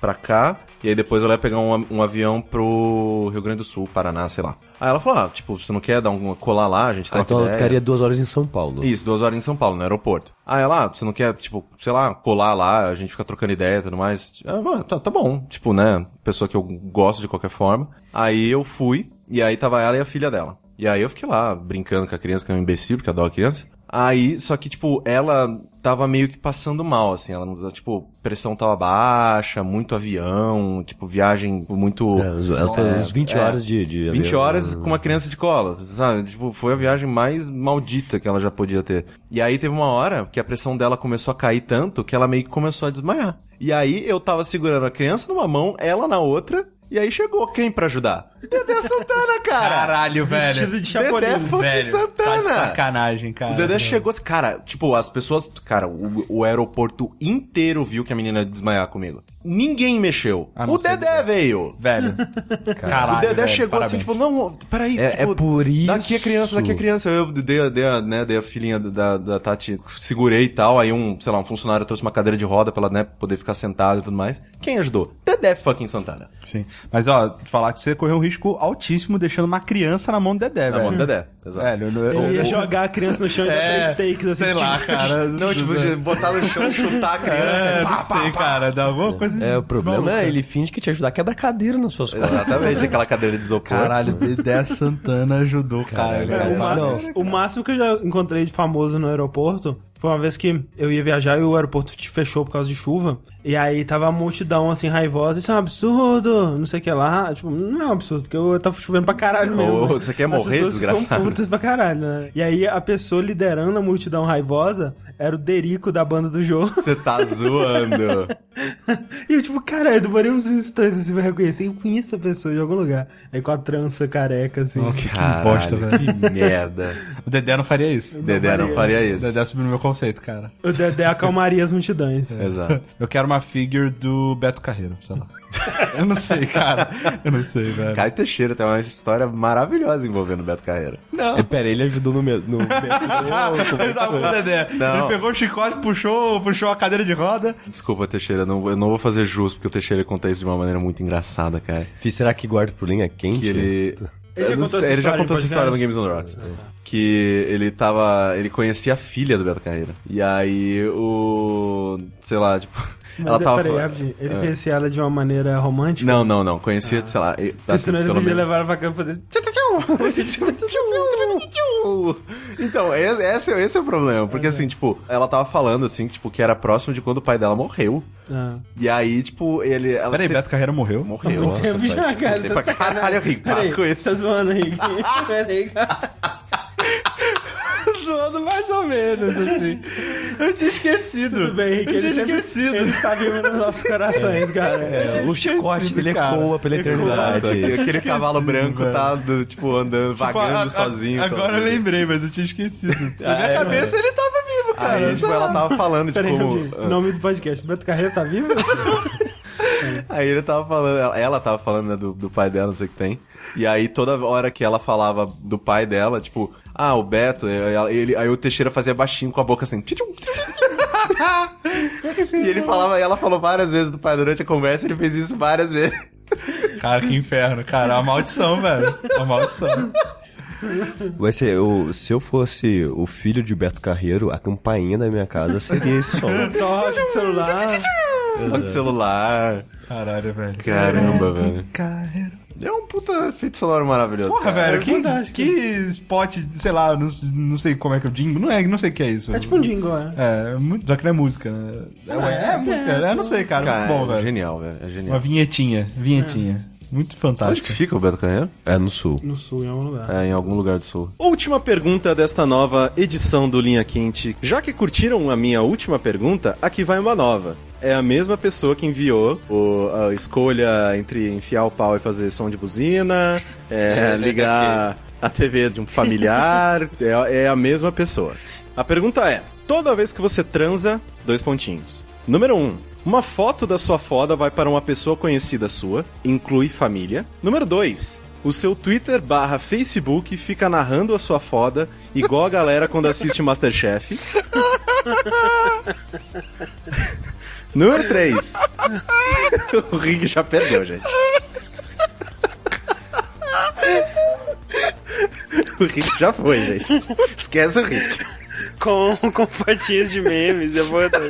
pra cá, e aí depois ela ia pegar um, a- um avião pro Rio Grande do Sul, Paraná, sei lá. Aí ela falou, ah, tipo, você não quer dar uma colar lá, a gente
Ah,
troca
então ela
ideia.
ficaria duas horas em São Paulo.
Isso, duas horas em São Paulo, no aeroporto. Aí ela, ah, você não quer, tipo, sei lá, colar lá, a gente fica trocando ideia e tudo mais. Eu falei, ah, tá, tá bom, tipo, né, pessoa que eu gosto de qualquer forma. Aí eu fui, e aí tava ela e a filha dela. E aí eu fiquei lá brincando com a criança, que é um imbecil, porque eu adoro criança. Aí, só que, tipo, ela tava meio que passando mal, assim, ela, não- tipo, pressão tava baixa, muito avião, tipo, viagem muito...
É, ela fez uns 20 horas de- de
20
avião.
horas com uma criança de cola, sabe? Tipo, foi a viagem mais maldita que ela já podia ter. E aí teve uma hora que a pressão dela começou a cair tanto que ela meio que começou a desmaiar. E aí eu tava segurando a criança numa mão, ela na outra, e aí chegou quem pra ajudar? Dedé Santana, cara!
Caralho, velho.
Vestido de Chapolin. Dedé fucking
Tá
Santana.
de sacanagem, cara.
O Dedé chegou, cara, tipo, as pessoas, cara, o, o aeroporto inteiro viu que a menina ia desmaiar comigo. Ninguém mexeu.
não
o
ser
Dedé veio.
Velho. Caralho.
o Dedé
velho,
chegou
parabéns.
assim, tipo, não, peraí,
É,
tipo,
é por isso.
Daqui é criança, daqui é criança. Eu dei, a- dei, a, né, dei a filhinha da, da Tati, segurei e tal. Aí um, sei lá, um funcionário trouxe uma cadeira de roda pra ela, né, poder ficar sentada e tudo mais. Quem ajudou? Dedé fucking Santana.
Sim. Mas, ó, falar que você correu um risco altíssimo deixando uma criança na mão do Dedé,
Na
velho.
mão do Tá Dedé, exato.
Velho, eu- eu-
Ele ia
eu-
jogar a criança no chão e
É,
dar três takes, assim.
sei lá, cara.
Não, tipo, de botar no chão, chutar a criança.
É, não sei, cara. Dá alguma coisa.
É, o problema
maluco.
é ele finge que te ajudar a quebrar cadeira nas suas costas.
Exatamente, aquela cadeira de isopor.
Caralho, Dedé Santana ajudou, cara.
É,
O,
Mas
ma-
não.
o máximo que eu já encontrei de famoso no aeroporto foi uma vez que eu ia viajar e o aeroporto te fechou por causa de chuva. E aí tava a multidão assim raivosa, isso é um absurdo, não sei o que lá. Tipo, não é um absurdo, porque eu tava chovendo pra caralho mesmo.
Ô,
né?
você quer morrer,
As pessoas ficam
desgraçado?
putas pra caralho, né? E aí a pessoa liderando a multidão raivosa era o Derico da banda do jogo.
Você tá zoando.
E eu, tipo, caralho, eu demorei uns instantes assim pra reconhecer. Eu conheço a pessoa de algum lugar. Aí com a trança careca, assim.
Caralho,
bosta, velho.
Que merda.
O Dedé não faria isso.
Dedé não faria
O
isso.
Dedé subiu no meu conceito, cara.
O Dedé acalmaria as multidões.
Exato.
Eu quero uma figure do Beto Carreiro, sei lá. Eu não sei, cara. Eu não sei, velho.
Caio Teixeira tem uma história maravilhosa envolvendo o Beto Carreira.
É, Pera, ele ajudou no meu. No...
Ele tava com o Dedé.
Não.
Ele pegou o chicote, puxou, puxou a cadeira de roda.
Desculpa, Teixeira, eu não, eu não vou fazer jus, porque o Teixeira conta isso de uma maneira muito engraçada, cara.
Fiz, será que guarda por linha quente?
que ele.
Ele já
Eu não
contou
sei,
essa
ele já
história
contou
no
essa história no
podcast?
Games on Rocks.
É.
Que ele tava. Ele conhecia a filha do Beto Carreira. E aí o. Sei lá, tipo.
Mas
ela
é,
tava.
peraí,
falando-
rapidinho, ele
Ah.
conhecia ela de uma maneira romântica?
Não, não, não. Conhecia, sei lá. e-
Ah. Porque
assim,
senão ele
pelo
podia
menos-
levar ela pra cama e fazer...
Então, esse, esse é- esse é o problema. Porque assim, tipo, ela tava falando assim, tipo, que era próximo de quando o pai dela morreu.
Ah.
E aí, tipo, ele. Ela
Peraí,
se-
Beto Carreira morreu?
morreu.
Muito tempo já,
pai,
cara,
tem
tá
pra caralho, é Rick. Para
Peraí,
com isso.
tá zoando, Rick. Peraí, cara.
Zoando mais ou menos, assim. Eu tinha esquecido.
Tudo bem, Rick.
Eu tinha
Ele, sempre-
esquecido.
ele está vivo nos nossos corações, cara.
É,
O chicote dele ecoa pela
Exato.
eternidade.
Aquele
é
cavalo
assim,
branco
velho.
tá, do- tipo, andando, vagando sozinho.
Agora
pela
eu
vida.
lembrei, mas eu tinha esquecido. Na minha
é,
cabeça ele tava vivo, cara.
Aí, tipo, ela tava falando, tipo.
Peraí, rapidinho.
ah,
Nome do podcast. Beto Carreiro tá vivo?
Aí ele tava falando, ela- ela tava falando né, do, do pai dela, não sei o que tem. E aí toda hora que ela falava do pai dela, tipo, ah, o Beto, eh, ele, aí o Teixeira fazia baixinho com a boca assim. e ele falava, ela falou várias vezes do pai durante a conversa, ele fez isso várias vezes.
Cara, que inferno, cara. É uma maldição, velho. É uma maldição.
Vai ser, eu, se eu fosse o filho de Beto Carreiro, a campainha da minha casa seria esse som.
Toque de celular.
Toca o celular.
Caralho, velho.
Caramba, velho.
Carreiro.
É um puta efeito sonoro maravilhoso.
Porra,
cara.
velho, que, que spot, sei lá, não, não sei como é que é o jingle. Não, é, não sei o que é isso.
É tipo um jingle, né?
É, muito, já que não é música, né? É, é, é música, é, não sei, cara.
Cara,
muito bom,
é
velho.
genial, velho. É
Uma
genial.
vinhetinha, vinhetinha. Muito
Onde que
fantástico.
fica o Beto Carreiro?
É no sul.
No sul, em algum lugar.
É, em algum lugar do sul.
Última pergunta desta nova edição do Linha Quente. Já que curtiram a minha última pergunta, aqui vai uma nova. É a mesma pessoa que enviou o- a escolha entre enfiar o pau e fazer som de buzina, é, ligar a TV de um
é,
familiar. É, é a mesma pessoa. A pergunta é: toda vez que você transa,
Dois pontinhos. Número 1. Um, uma foto da sua foda vai para uma pessoa conhecida sua, inclui família. Número 2. O seu Twitter barra Facebook fica narrando a sua foda, igual a galera quando assiste Masterchef. Número 3. o Rick já perdeu, gente. O Rick já foi, gente. Esquece o Rick.
Com, com fatias de memes, eu vou.
Exato.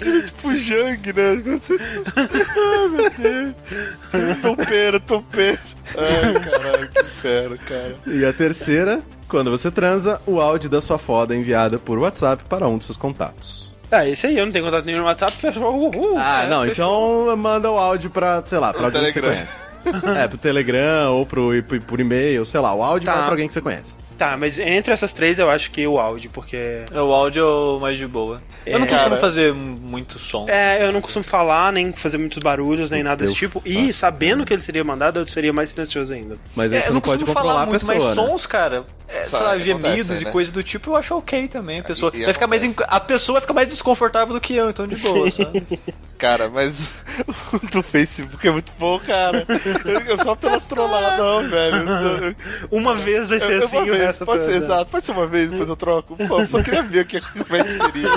Imagina, tipo, Jang, né? Você... Ai, meu Deus. Topeira, topeira. Ai, caralho, que pera, cara.
E a terceira, quando você transa, o áudio da sua foda é enviada por WhatsApp para um de seus contatos.
Ah, esse aí, eu não tenho contato nenhum no WhatsApp, fechou. Uhul.
Ah,
É,
não,
fechou.
então manda o áudio pra, sei lá, pra alguém que você
Telegram.
conhece. É, pro Telegram ou pro, por, por e-mail, sei lá, o áudio
Tá.
vai é pra alguém que você conhece.
Tá, mas entre essas três eu acho que o áudio, porque.
É, O áudio é o mais de boa.
É,
eu não costumo
cara.
fazer muito som.
É, eu não costumo falar, nem fazer muitos barulhos, nem nada desse
Eu
tipo. E sabendo que ele seria mandado, eu seria mais silencioso ainda.
Mas aí
É,
você
eu
não
não
pode
costumo
controlar
falar
a
muito,
pessoa,
mas
né?
sons, cara, é,
Sabe,
sei lá,
acontece,
gemidos e
né? É,
coisa do tipo, eu acho ok também. A pessoa,
e
vai ficar mais inc- a pessoa vai ficar mais desconfortável do que eu, então de boa,
Sim.
sabe?
Cara, mas o do Facebook é muito bom, cara. Eu- Eu só pela trolladão, velho.
Uma vez vai ser
Eu- eu-
assim,
uma
o
vez,
resto
pode ser,
toda.
Exato, pode ser uma vez, depois eu troco. Pô, eu só queria ver o que como é que seria.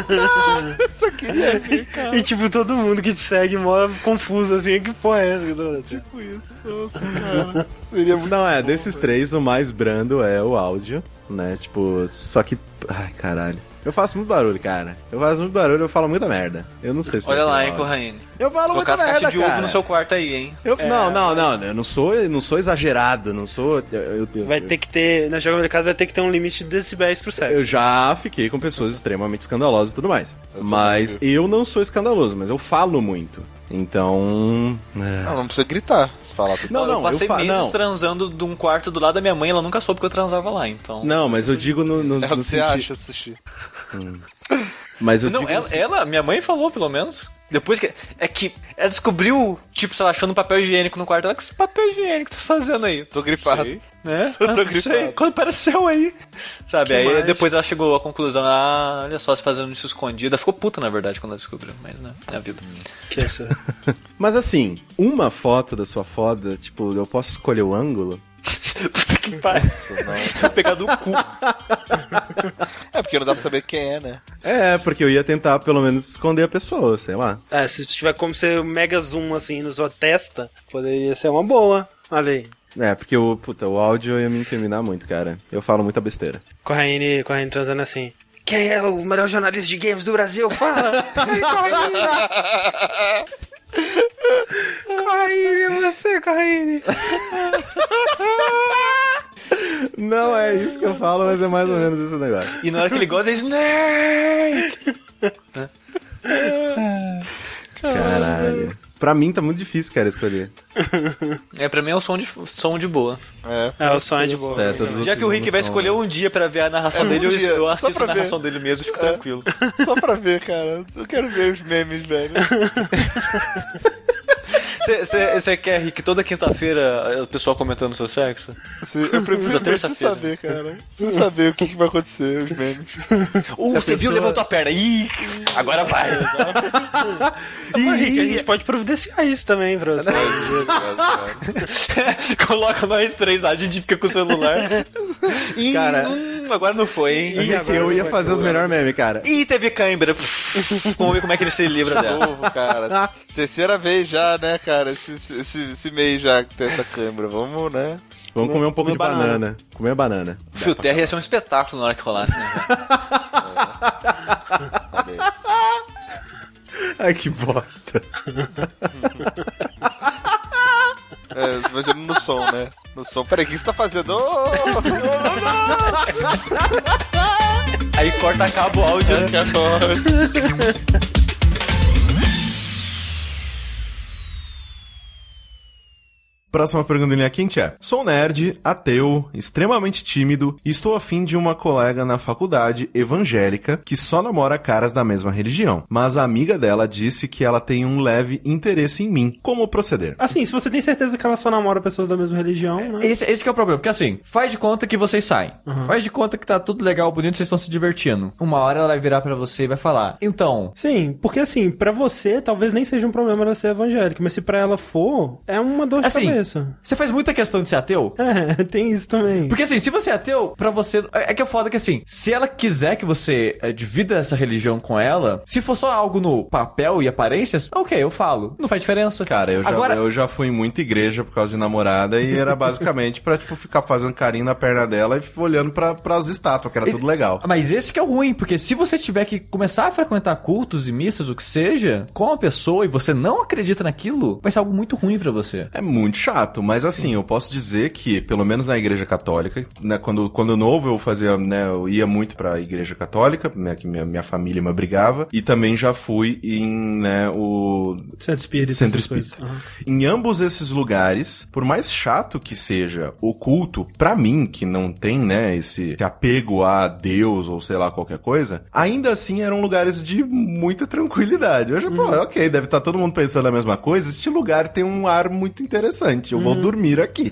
Eu só queria ver, cara.
E tipo, todo mundo que te segue mó confuso assim, que porra é essa? que eu tô fazendo?
Tipo isso, nossa, cara. Seria muito
Não, é, desses três, o mais brando é o áudio, né? Tipo, só que. Ai, caralho. Eu faço muito barulho, cara. Eu faço muito barulho, eu falo muita merda. Eu não sei se.
Olha
eu
lá,
tenho
hein,
áudio.
Corraine.
Eu falo
Colocar
muita
as caixas
merda,
de ovo
cara.
no seu quarto aí, hein?
Eu- Não, não, não. Eu não sou, eu não sou exagerado, não sou. Eu, eu- eu-
Vai ter que ter, na jogada de casa vai ter que ter um limite de decibéis pro sexo.
Eu já fiquei com pessoas extremamente escandalosas e tudo mais. mas eu não sou escandaloso, mas eu falo muito. Então. é.
Não, não precisa gritar. Se falar tudo.
Não,
Olha,
não,
eu passei
eu fa-
meses
não.
transando de um quarto do lado da minha mãe, ela nunca soube que eu transava lá, então.
Não, mas eu digo no, no,
É o
no
que você
sentido.
acha, Sushi?
Mas eu
Não, é-
digo
ela,
assim-
ela- minha mãe falou, pelo menos. Depois que. É que ela descobriu, tipo, sei lá, achando papel higiênico no quarto. Ela, que esse papel higiênico tá fazendo aí?
Tô gripado.
Sei, né?
Eu tô
Ah, não sei,
gripado.
Quando apareceu aí. Sabe, aí
mais?
depois ela chegou à conclusão, ah, olha só, se fazendo isso escondido. Ela ficou puta, na verdade, quando ela descobriu, mas né, é a vida.
Que isso?
Mas assim, uma foto da sua foda, tipo, eu posso escolher o ângulo?
Pegar do um cu.
É porque não dá pra saber quem é, né?
É, porque eu ia tentar pelo menos esconder a pessoa, sei lá.
É, se tiver como ser um mega zoom assim na sua testa, poderia ser uma boa. Olha aí.
É, porque o, puta, o áudio ia me incriminar muito, cara. Eu falo muita besteira.
Corraine, Corraine transando assim. Quem é o melhor jornalista de games do Brasil? Fala! Corraine, você, Corraine!
Não é isso que eu falo, mas é mais ou menos esse negócio.
E na hora que ele gosta, é Snake!
Caralho. Pra mim tá muito difícil, cara, escolher.
É, pra mim é um som de, som de boa.
É, o som é de boa.
É, todos os
Já que o
outros
Rick
não
vai
são,
escolher
né?
um dia pra ver a narração
É, um
dele, eu,
dia,
eu
só
assisto
pra
a
ver.
narração dele mesmo, fico tranquilo.
Só pra ver, cara. Eu quero ver os memes, velho.
Você quer, Rick, toda quinta-feira eh, o pessoal comentando seu sexo?
Assim, Eu prefiro
Da
ver sem
terça-feira.
saber, cara. Sem saber o que, que vai acontecer, os memes.
Uh, você viu?
pessoa-
Levantou a perna. Ih, agora vai.
Mas, Rick, a gente pode providenciar isso também pra você.
Coloca nós três lá, a gente fica com o celular. Ih,
Cara-
hum, agora não foi, hein?
Rick, eu ia fazer os melhores memes, cara.
Ih, teve cãibra. Vamos ver como é que ele se livra
De
dela.
novo, cara. Terceira vez já, né, cara? Esse, esse- esse, esse mês já que tem essa câmera. Vamos, né?
Vamos comer um pouco de
comer
banana.
banana.
Comer banana.
Fio Terra ia ser um espetáculo na hora que rolasse, né?
Ai, que bosta.
É, imagina no som, né? No som. Peraí, o que você tá fazendo? Ô,
Aí corta, acaba o áudio.
né?
que agora?
Próxima pergunta em linha quente é: Sou nerd, ateu, extremamente tímido e estou afim de uma colega na faculdade evangélica que só namora caras da mesma religião, mas a amiga dela disse que ela tem um leve interesse em mim. Como proceder?
Assim, se você tem certeza que ela só namora pessoas da mesma religião, né?
Esse, esse que é o problema, porque assim, faz de conta que vocês saem.
Uhum.
Faz de conta que tá tudo legal, bonito, vocês estão se divertindo. Uma hora ela vai virar pra você e vai falar: Então,
Sim, porque assim, pra você talvez nem seja um problema ela ser evangélica, mas se pra ela for, é uma dor de
Assim.
cabeça.
você faz muita questão de ser ateu?
É, tem isso também.
Porque assim, se você é ateu, pra você. É é que é foda que assim, se ela quiser que você eh, divida essa religião com ela, se for só algo no papel e aparências, ok, eu falo. Não faz diferença.
Cara, eu já,
Agora-
eu já fui em muita igreja por causa de namorada e era basicamente pra, tipo, ficar fazendo carinho na perna dela e olhando pra, pras estátuas, que era tudo legal.
Mas esse que é o ruim, porque se você tiver que começar a frequentar cultos e missas, o que seja, com uma pessoa e você não acredita naquilo, vai ser algo muito ruim pra você.
É muito chato, mas assim, eu posso dizer que, pelo menos na igreja católica, né, quando, quando novo eu fazia, né, eu ia muito pra igreja católica, né, que minha, minha família me obrigava, e também já fui em, né, o
Centro espírita.
Centro
essas coisas.
espírita.
Uhum.
Em ambos esses lugares, por mais chato que seja o culto, pra mim, que não tem, né, esse apego a Deus ou sei lá qualquer coisa, ainda assim eram lugares de muita tranquilidade. Hoje,
Uhum.
pô, ok, deve estar todo mundo pensando a mesma coisa. Este lugar tem um ar muito interessante. Eu
Uhum.
vou dormir aqui.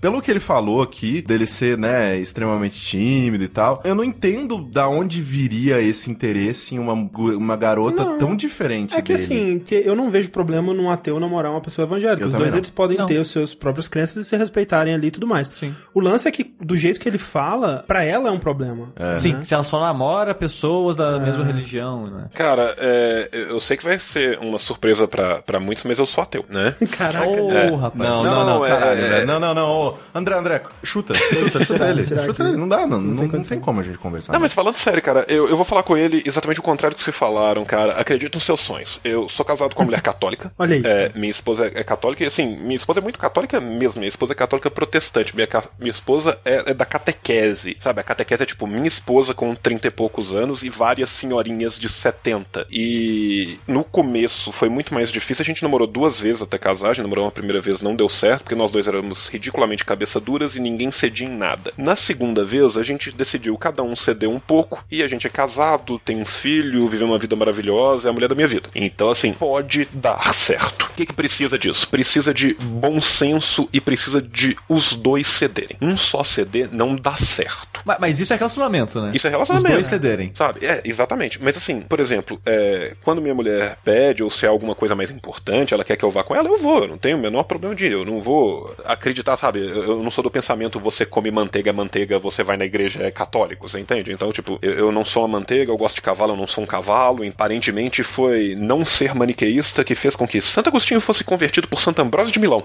Pelo que ele falou aqui, dele ser, né, extremamente tímido e tal, eu não entendo da onde viria esse interesse em uma, uma garota tão diferente
É que
dele.
assim, que eu não vejo problema num ateu namorar uma pessoa evangélica.
Eu
Os
também
dois
não.
eles podem
Não.
ter os seus próprias crenças e se respeitarem ali e tudo mais.
Sim.
O lance é que, do jeito que ele fala, pra ela é um problema.
Sim, se ela só namora pessoas da
Ah.
mesma religião, né?
Cara, é, eu sei que vai ser uma surpresa pra, pra muitos, mas eu sou ateu, né?
É.
Caraca.
Ô, rapaz.
Não, não, não,
Não, é-
caralho,
é-
velho. Não, não, não. ô, André, André, chuta. Chuta, chuta ele.
tirar
Chuta
aqui.
ele. Não dá, não. Não, não tem como a gente conversar. né?
Não, mas falando sério, cara, eu, eu vou falar com ele exatamente o contrário do que vocês falaram, cara. Acredito nos seus sonhos. Eu sou casado com uma mulher católica.
Olha aí.
É, minha esposa é católica, e assim, minha esposa é muito católica mesmo. Minha esposa é católica protestante. Minha, ca- minha esposa é, é da catequese, sabe? A catequese é tipo minha esposa com 30 e poucos anos e várias senhorinhas de 70. E no começo foi muito mais difícil. A gente namorou duas vezes até casar. A gente namorou uma primeira vez, não deu certo, porque nós dois éramos ridiculamente cabeça duras e ninguém cedia em nada. Na segunda vez, a gente decidiu cada um ceder um pouco e a gente é casado, tem um filho, vive uma vida maravilhosa, é a mulher da minha vida. Então, assim, pode dar certo. O que, que precisa disso? Precisa de bom senso e precisa de os dois cederem. Um só ceder não dá certo.
Ma- Mas, isso é relacionamento, né?
Isso é relacionamento.
Os dois cederem.
Sabe? É, exatamente. Mas assim, por exemplo, é, quando minha mulher pede, ou se é alguma coisa mais importante, ela quer que eu vá com ela, eu vou. Eu não tenho o menor problema de ir. Eu não vou acreditar, sabe? Eu eu não sou do pensamento você come manteiga, manteiga, você vai na igreja é católico, você entende? Então, tipo, eu, eu não sou uma manteiga, eu gosto de cavalo, eu não sou um cavalo. E, aparentemente foi não ser maniqueísta que fez com que Santo Agostinho fosse convertido por Santo Ambrósio de Milão.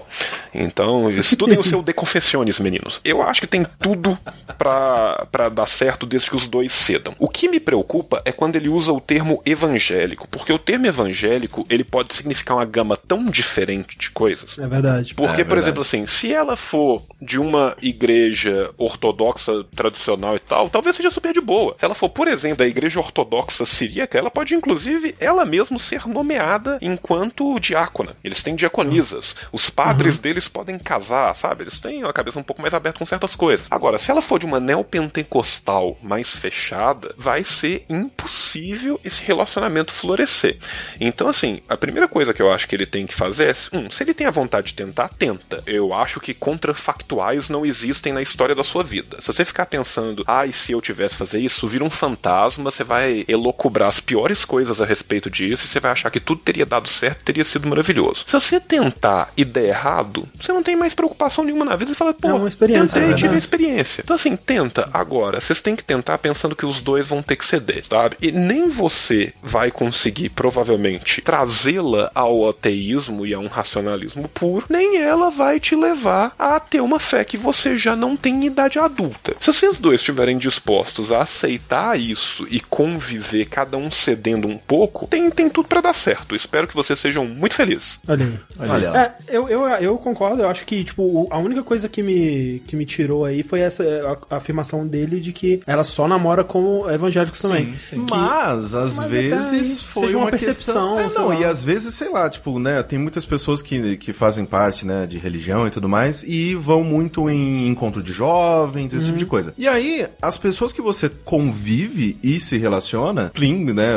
Então, estudem o seu De Confessiones, meninos. Eu acho que tem tudo pra, pra dar certo desde que os dois cedam. O que me preocupa é quando ele usa o termo evangélico, porque o termo evangélico ele pode significar uma gama tão diferente de coisas.
É verdade.
Porque, por exemplo, assim, se ela for de uma igreja ortodoxa tradicional e tal, talvez seja super de boa. Se ela for, por exemplo, da igreja ortodoxa siríaca, ela pode, inclusive, ela mesma ser nomeada enquanto diácona. Eles têm diaconisas. Os padres deles podem casar, sabe? Eles têm a cabeça um pouco mais aberta com certas coisas. Agora, se ela for de uma neopentecostal mais fechada, vai ser impossível esse relacionamento florescer. Então, assim, a primeira coisa que eu acho que ele tem que fazer é, um, se ele tem a vontade de tentar, tenta. Eu acho que contrafactuais não existem na história da sua vida. Se você ficar pensando, ah, e se eu tivesse fazer isso, vira um fantasma, você vai elocubrar as piores coisas a respeito disso e você vai achar que tudo teria dado certo, teria sido maravilhoso. Se você tentar e der errado, você não tem mais preocupação nenhuma na vida, você fala, pô,
É uma experiência,
tentei,
é
tive a
verdade.
experiência. Então, assim, tenta agora. Vocês têm que tentar pensando que os dois vão ter que ceder, sabe? E nem você vai conseguir, provavelmente, trazê-la ao ateísmo e a um racionalismo puro, nem ela vai te levar a ter uma fé que você já não tem em idade adulta. Se vocês dois estiverem dispostos a aceitar isso e conviver, cada um cedendo um pouco, tem, tem tudo pra dar certo. Espero que vocês sejam muito felizes.
Olha aí.
Olha,
É, eu, eu, eu concordo, eu acho que, tipo, o- a única coisa que me, que me tirou aí foi essa é, a, a afirmação dele de que ela só namora com evangélicos também. Que-
Mas, às
Mas até aí,
vezes, foi
seja uma
questão-
percepção,
É,
sei
não,
lá.
e às vezes, sei lá, tipo, né, tem muitas pessoas que, que fazem parte debate, né, de religião e tudo mais, e vão muito em encontro de jovens, esse tipo
Uhum.
de coisa. E aí, as pessoas que você convive e se relaciona, plim, né,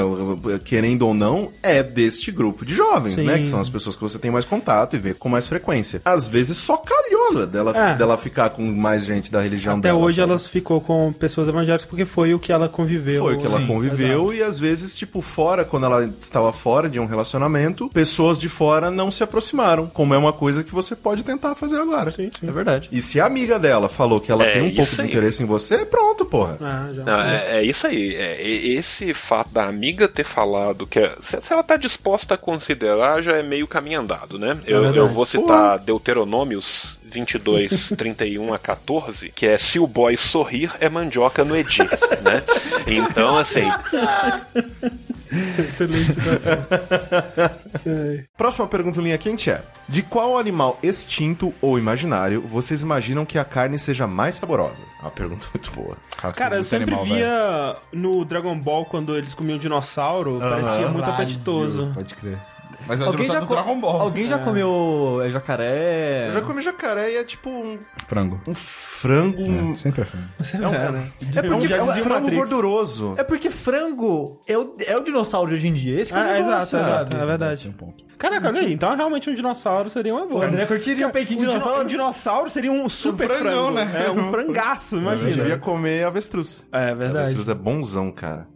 querendo ou não, é deste grupo de jovens,
Sim.
né, que são as pessoas que você tem mais contato e vê com mais frequência. Às vezes só calhola dela,
É.
dela ficar com mais gente da religião
Até
dela.
hoje ela ficou com pessoas evangélicas porque foi o que ela conviveu.
Foi o que ela
Sim,
conviveu e às vezes, tipo, fora, quando ela estava fora de um relacionamento, pessoas de fora não se aproximaram, como é uma coisa que você pode tentar fazer agora. Sim,
sim. É
verdade. E se a amiga dela falou que ela
É
tem um pouco
isso
de
aí.
interesse em você, pronto, porra.
Ah,
Não, é, é isso aí. É, e- esse fato da amiga ter falado que. é- Se, se ela tá disposta a considerar, já é meio caminho andado, né?
É
Eu,
verdade.
eu vou citar
Porra.
Deuteronômios 22, 31 a 14, que é: Se o boy sorrir, é mandioca no Edi, né? Então, assim.
Excelente situação.
Próxima pergunta linha quente é: De qual animal extinto ou imaginário vocês imaginam que a carne seja mais saborosa? É Uma pergunta muito boa.
Cara, eu sempre via no Dragon Ball quando eles comiam dinossauro, parecia muito apetitoso.
Pode crer. Mas
é o dinossauro
um
do
co-
Dragon Ball.
Alguém já
É.
comeu é, jacaré?
Eu já comi jacaré e é tipo um
Frango.
Um frango.
É, sempre é frango.
É um-
É porque
já
é um
dizia o
frango
Matrix.
gorduroso. É porque frango é o, é o dinossauro de hoje em dia. Esse
um
que é o
Ah,
negócio,
exato,
sabe?
exato, é
um
verdade. Caraca, olha aí, então realmente um dinossauro seria uma boa. né?
O
é
André curtiria um peitinho de
dino-
dinossauro?
Um dinossauro seria um super
frangão,
frango.
né?
É, um frangaço,
Mas eu devia
imagina.
comer avestruz.
É verdade.
Avestruz é bonzão, cara.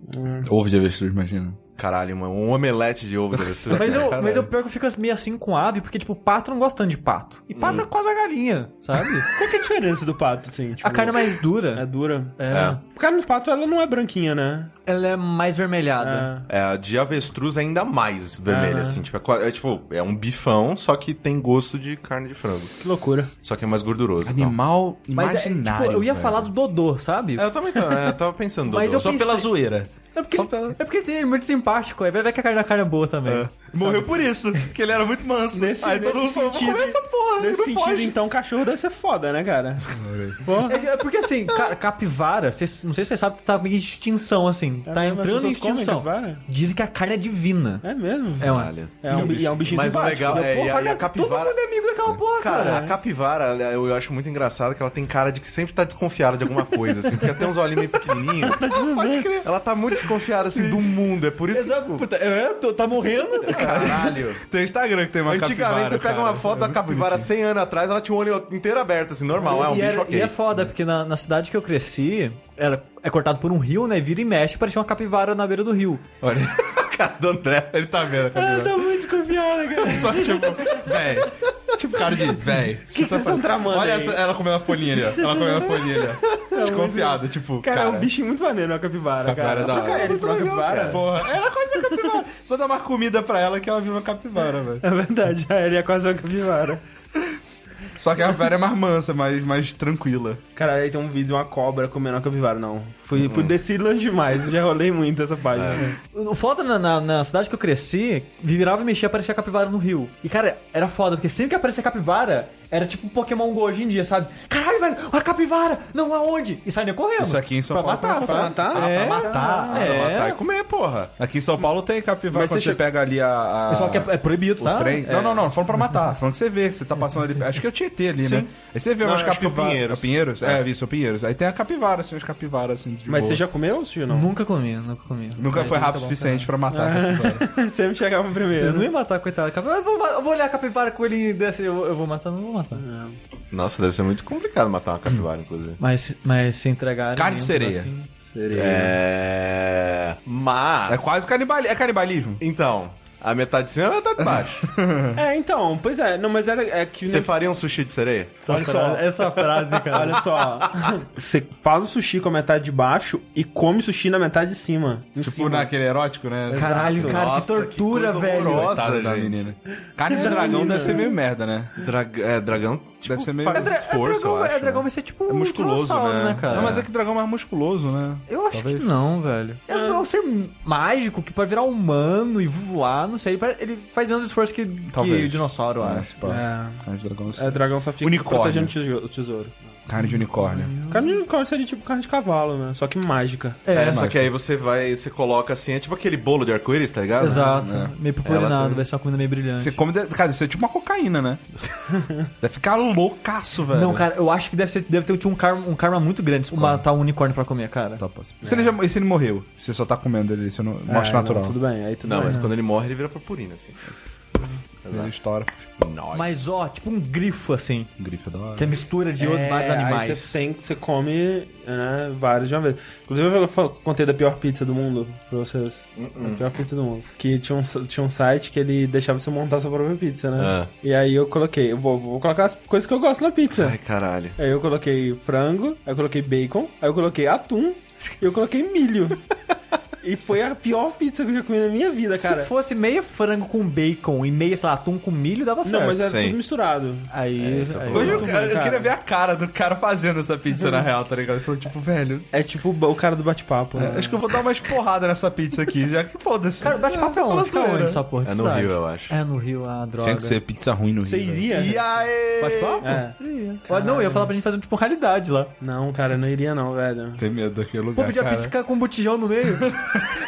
Ovo de avestruz, imagina.
Caralho, mano, um omelete de ovo assim. de avestruz.
Mas
cara.
Caralho.
Mas eu pior que eu fico meio assim com ave, porque, tipo, pato eu não gosta tanto de pato. E pato é quase a galinha, sabe?
Qual que é a diferença do pato, assim?
A carne é mais dura.
É dura.
É.
A carne do pato, ela não é branquinha, né?
Ela é mais vermelhada.
É, a de avestruz é ainda mais vermelha,
Ah.
assim. Tipo é, qua- é tipo, é um bifão, só que tem gosto de carne de frango.
Que loucura.
Só que é mais gorduroso.
Animal
Mas é, tipo, eu ia falar do Dodô, sabe?
eu também tava, é, eu tava pensando.
Mas eu
Dodô.
pensei-
zoeira.
É porque, é porque ele é muito simpático, aí vai ver que a carne da carne é boa também.
Morreu por isso, que ele era muito manso.
Nesse,
Aí todo
nesse
mundo falou, "Vou
sentido,
comer essa porra,
Nesse
não
sentido,
foge."
então, cachorro deve ser foda, né, cara?
É, que- é porque assim, cara, capivara, cês- não sei se vocês sabem que tá meio em extinção, assim.
mesmo?
tá
É, As
entrando em
pessoas comem
extinção.
capivara?
Dizem que a carne é divina.
É mesmo?
É, uma,
Caralho.
É um, e é um bichinho
Mas o
simpático.
legal é,
Pô,
e a, e a capivara.
Todo mundo é amigo daquela porra,
Cara,
cara.
a capivara, ela- eu, eu acho muito engraçado que ela tem cara de que sempre tá desconfiada de alguma coisa, assim. Porque ela tem uns olhinhos meio pequenininhos.
Pode
crer. Ela tá muito desconfiada, assim, do mundo. É por isso
Exato, puta, é, tô- tá morrendo.
que... Caralho.
Tem um Instagram que tem uma
Antigamente
capivara,
você pega
cara. É
uma
é
foto da capivara
assim,
100 anos atrás, ela tinha o olho inteiro aberto, assim, normal. é um
e,
bicho
era-
ok.
e é foda, porque na, na cidade que eu cresci, era, é cortado por um rio, né? Vira e mexe, parecia uma capivara na beira do rio.
Olha,
cara do André,
ele tá vendo a
Ela
capivara.
tá muito desconfiada, cara.
Só que, tipo, véi. Tipo, cara de véi. O
que vocês tão tramando
Olha
aí?
essa- ela comendo a folhinha ali, ó. Ela comendo a folhinha ali, ó. Desconfiada, tipo.
Cara, é um bichinho muito maneiro, uma capivara,
Capivara
cara.
da
Trocar
hora.
ele pra uma capivara.
Porra, É, ela coisa capivara. Só dá mais comida pra ela que ela vira uma capivara, velho.
É verdade, já ele é quase uma capivara.
Só que a capivara é mais mansa, mais, mais tranquila.
Cara, aí tem um vídeo de uma cobra comendo uma capivara, não. Fui, fui desci longe demais, já rolei muito essa página.
O foda na, na- na cidade que eu cresci, virava e mexia, aparecia capivara no rio. E, cara, era foda, porque sempre que aparecia capivara, era tipo um Pokémon Go hoje em dia, sabe? Caralho, velho, a capivara! Não, aonde? E saia correndo.
Isso aqui em São
pra
Paulo
Matar,
tem
sabe?
capivara. Ah, pra
É,
matar.
É.
Pra matar e comer, porra.
Aqui em São Paulo tem capivara
Mas
quando
você
você,
che-
pega ali a. a-
Pessoal que é- é proibido,
o
tá?
trem.
É.
Não, não, não. Falando pra matar. Falando que você vê, que você tá passando ali. Acho que é o Tietê ali, né? Aí você vê
Não,
umas
acho que é o
capivaras.
Pinheiros.
É Pinheiros? É, vi, são Pinheiros. Aí tem a capivara, assim, umas capivaras, assim. de
Mas
boa.
você já comeu, Silvio, não?
Nunca comi, nunca comi.
Nunca
Mas
foi
tá
rápido o
bom.
suficiente pra matar a capivara.
Sempre chegava primeiro.
Eu não ia matar, coitado da capivara. Eu vou, ma- eu vou olhar a capivara com ele desse. Eu, eu vou matar, não vou matar.
Hum.
Nossa, deve ser muito complicado matar uma capivara, inclusive.
Mas, mas se entregar.
Carne de sereia.
assim.
Sereia.
É. Mas.
É quase canibali... é canibalismo.
Então, a metade de cima e a metade de baixo.
É, então, pois é, não, mas era é que.
Você faria um sushi de sereia?
Olha só,
Essa frase, cara.
olha só. Você faz o sushi com a metade de baixo e come sushi na metade de cima. Em
Tipo
cima.
naquele erótico, né?
Caralho, cara, que tortura, velho.
Coitada
Nossa,
da
gente.
menina. Carne de dragão deve ser meio merda, né?
Drag- é, dragão tipo,
Deve ser meio-
faz
É dra- é
esforço,
dragão,
eu acho.
é, dragão
né?
vai ser tipo
É
um
musculoso,
dinossauro,
né?
né, cara?
Não, mas é que dragão é mais musculoso, né?
Eu acho
Talvez.
que não, velho. É um ser mágico que pode virar humano e voar, não sei. Ele, pare- ele faz menos esforço que, que
Talvez.
o dinossauro, eu
Ah,
acho.
se pá.
É.
Carne de dragão,
É, o dragão só fica
Unicórnio.
protegendo o tesouro. o tesouro.
É.
Carne de unicórnio.
Carne de unicórnio seria tipo carne de cavalo, né? Só que mágica.
É, só que aí você vai, você coloca assim, é tipo aquele bolo de arco-íris, tá ligado?
Exato.
É. Ela-
Meio purpurinado, vai ser uma comida meio brilhante.
Você come. de- Cara, isso é tipo uma cocaína, né? Deve ficar loucaço, velho.
Não, cara, eu acho que deve, ser, deve ter tido um karma, um karma muito grande se matar um unicórnio pra comer, cara.
É.
Tá,
E se, ele já- e se ele morreu? Você só tá comendo ele, você não. morte natural.
Não, mas quando ele morre, ele vira purpurina, assim.
Ele estoura.
Mas ó, tipo um grifo assim.
Grifo da hora.
Que é mistura de outros vários
aí
animais.
Você tem, você come né, vários de uma vez. Inclusive eu fa- contei da pior pizza do mundo pra vocês.
Uh-uh.
A pior pizza do mundo. Que tinha um, s- tinha um site que ele deixava você montar sua própria pizza, né?
Ah.
E aí eu coloquei, eu vou, vou colocar as coisas que eu gosto na pizza.
Ai, caralho.
Aí eu coloquei frango, aí eu coloquei bacon, aí eu coloquei atum e eu coloquei milho. e foi a pior pizza que eu já comi na minha vida, cara.
Se fosse meia frango com bacon e meia, sei lá, atum com milho, dava certo.
Não, mas era tudo misturado.
Aí. aí-
Hoje eu,
Tudo
eu
bem, cara.
queria ver a cara do cara fazendo essa pizza na real, tá ligado? Ele falou, tipo, velho.
É tipo o cara do bate-papo. né?
É, acho que eu vou dar uma esporrada nessa pizza aqui, já que foda-se.
Cara, bate papo é onde? Fica onde essa porra? Que
É no
cidade?
Rio, eu acho.
É no Rio, a droga.
Tinha que ser pizza ruim no Rio. né?
Você
velho.
iria?
E aí?
Bate papo?
É.
Olha, Não, eu ia falar pra gente fazer tipo realidade lá.
Não, cara, eu não iria não, velho.
Tem medo daquele
Pô,
lugar.
podia
cara.
piscar com um botijão no meio?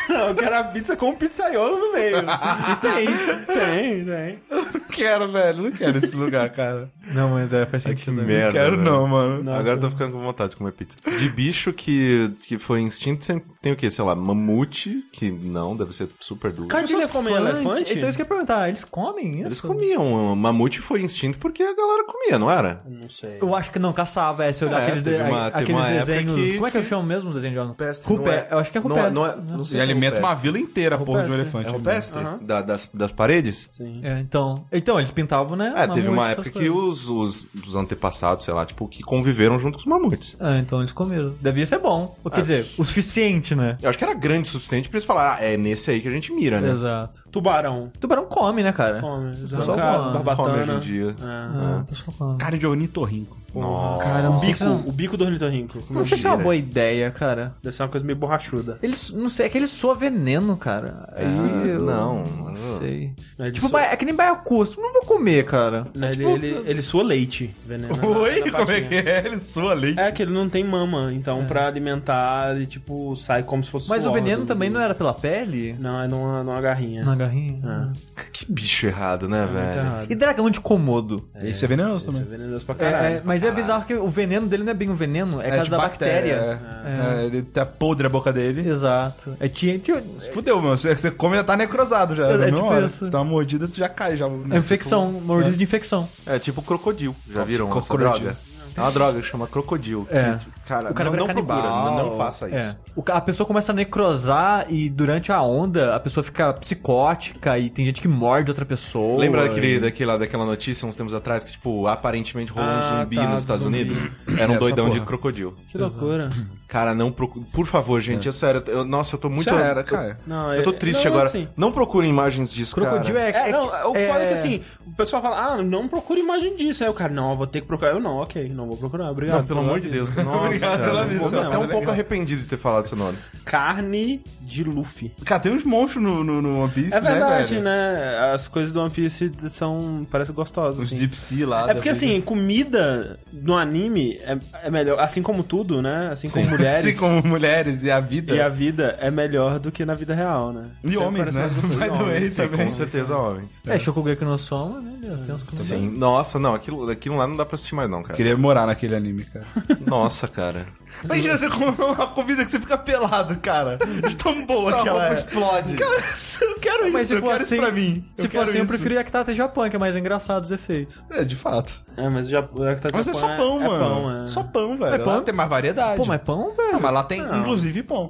Não, eu quero a pizza com o pizzaiolo no meio. tem, tem, tem.
Não quero, velho. Não quero esse lugar, cara.
Não, mas é, faz sentido.
Não
Merda,
quero,
velho.
não, mano.
Agora eu tô ficando com vontade de comer pizza. De bicho que, que foi instinto, você tem o quê? Sei lá, mamute, que não, deve ser super duro.
Cara, de
Pessoas
elefante.
comem elefante?
Então isso que eu ia perguntar, eles comem isso?
Eles comiam. Mamute foi instinto porque a galera comia, não era?
Não sei.
Eu acho que não, caçava, é, se eu olhar
É,
aqueles, de,
teve uma-
a-
teve
aqueles
uma época
desenhos...
que-
como é que eu chamo mesmo os desenhos de
Rupestre, não
Rupé,
é-
eu acho que é
não é-
rupestre.
não é- não sei
E
se é
alimenta uma
rupestre.
vila inteira, a porra de um
Rupestre.
elefante.
É
ali.
rupestre?
Aham.
Da- das, das paredes?
Sim.
É, então, então, eles pintavam, né?
É, teve
mamute,
uma
essas
época que
coisas.
os, os, os antepassados, sei lá, tipo, que conviveram junto com os mamutes.
Ah, então eles comeram. Devia ser bom. Ou, Quer
Ah,
dizer, o suficiente, né?
Eu acho que era grande o suficiente pra eles falar, ah, é nesse aí que a gente mira, né?
Exato.
Tubarão.
Tubarão come, né, cara?
Come.
Só
Zancaso,
come,
Come
barbatana.
hoje em dia.
Ah, pessoal come.
Cara de ornitorrinco.
Nossa.
Cara, eu não sei se- é
Bico, o bico do ornitorrinco.
Não sei se é uma boa ideia, cara.
Deve ser uma coisa meio borrachuda.
Ele, su- não sei, é que ele soa veneno, cara. Aí
Ah,
eu...
não.
Não sei.
Ele
Tipo, é
soa-
ba- é que nem baiacu. eu Não vou comer, cara.
Né, ele, ele, ele sua leite, veneno. na-
Oi?
na
Como é
patinha.
que é? Ele sua leite.
É que ele não tem mama, então pra alimentar ele, tipo, sai como se fosse
Mas o
suor
veneno
né?
do-
também não era pela pele? Ah.
Não, é numa, numa garrinha. Tá
Na garrinha?
Que bicho errado,
É
né, velho?
E dragão de Komodo?
Esse é venenoso
É
também.
venenoso pra
É,
caralho.
é, mas é bizarro que o veneno dele não é bem um veneno, é, causa
de
da bactéria.
É. É, ele tá podre a boca dele.
Exato. É, tinha, tinha-
Se Fudeu, meu. Você, você come e já tá necrosado já.
É,
na
é
mesma
tipo
hora.
isso.
Você dá uma mordida, tu já cai já. né?
é infecção, mordida de infecção.
É tipo crocodil. Já viram essa
crocodilo.
droga? É uma droga que chama crocodil.
É.
Que, cara,
O cara
não,
vira
não
canibal.
procura, não, não faça isso.
É. O ca- a pessoa começa a necrosar e durante a onda a pessoa fica psicótica e tem gente que morde outra pessoa.
Lembra daquele,
E-
daquela, daquela notícia uns tempos atrás que, tipo, aparentemente rolou
Ah,
um zumbi
tá,
nos Estados
zumbi.
Unidos? Era um
Essa
doidão de
porra.
crocodil.
Que loucura.
Cara, não procura. Por favor, gente,
É.
eu sério. eu- nossa, eu tô muito.
Já era,
eu-
cara.
Não,
Eu,
é-
tô triste
não,
agora.
assim,
Não procurem imagens né? disso,
Crocodilo
cara.
é,
É,
é-
não, o foda é que assim, o pessoal fala, ah, não procura imagem disso. Aí o cara, não, eu vou ter que procurar. Eu não, ok, não vou procurar, obrigado.
Não, pelo amor de Deus. cara. Nossa,
Obrigado pela
eu tô
visão,
até
tá
um pouco
legal.
arrependido de ter falado esse nome.
Carne de Luffy.
Tipo, Cara, tem uns monstros no, no, no One Piece,
é verdade,
né, velho?
né, As coisas do One Piece são, parece gostosas,
Os
assim.
Deep Sea lá.
É porque assim, comida no anime é, é melhor, assim como tudo, né? Assim como mulheres
Mulheres. Sim, como mulheres e a vida.
e a vida é melhor do que na vida real, né?
E homens, né? Vai doer também.
Com certeza, homens.
é Shokugeki no Soma, né? Tem uns que não
Sim. Nossa, não, aquilo, aquilo lá não dá pra assistir mais, não, cara.
Queria morar naquele anime, cara.
Nossa, cara.
Imagina você comer uma comida que você fica pelado, cara. De tão boa que ela é.
explode.
Cara, eu quero
Mas
isso,
se
eu
for
quero
assim,
isso pra mim.
Se for assim, eu prefiro Yaktata Japão, que é mais engraçado os efeitos.
É, de fato.
É, mas já, já que tá
Mas é só pão,
é
mano.
Pão, é.
Só pão, velho.
É pão?
Lá tem mais variedade.
Pô, mas é pão, velho?
Não, mas lá tem, inclusive, pão.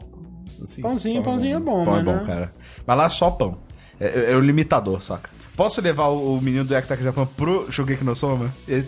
Assim,
Pãozinho,
pão
pãozinho é bom,
Pão é
mas,
bom,
né?
cara. Mas lá é só pão. É, é- é o limitador, saca? Posso levar o, o menino do Yakutaka Japan pro Shogeki no Soma? Ele-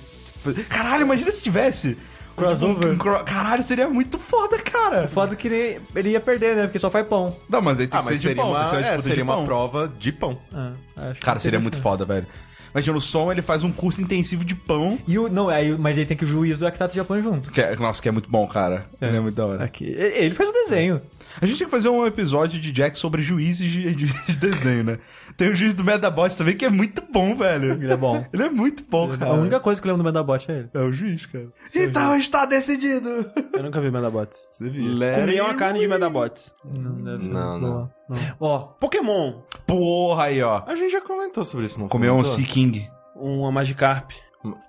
Caralho, imagina se tivesse.
Crossover.
Um cro- Caralho, seria muito foda, cara.
Foda que ele, ele ia perder, né? Porque só faz pão.
Não, mas aí tem
Ah,
que ser
mas
de
seria
pão.
uma,
tem que ser uma
é,
disputa
seria
de
uma
pão.
prova de pão.
Ah, acho que
Cara, seria
interessante.
muito foda, velho. Imagina, o som ele faz um curso intensivo de pão.
E o, não, aí, mas aí tem que o juiz do Akitato Japão junto.
Que é- nossa, que é muito bom, cara. É, é muito da hora.
Ele faz o desenho.
A gente tem que fazer um episódio de Jack sobre juízes de, de- de desenho, né? Tem o juiz do Medabots também, que é muito bom, velho. Ele
é bom.
Ele é muito bom, cara.
A única coisa que eu lembro do Medabot é ele.
É o juiz, É cara.
Então está decidido.
Eu nunca vi Medabots.
Você
viu? Comi uma carne de Medabots.
Não, deve
ser.
Não, não.
Ó,
Pokémon.
Porra aí, ó.
A gente já comentou sobre isso, não
Comeu um
comentou?
Sea King.
Uma Magikarp.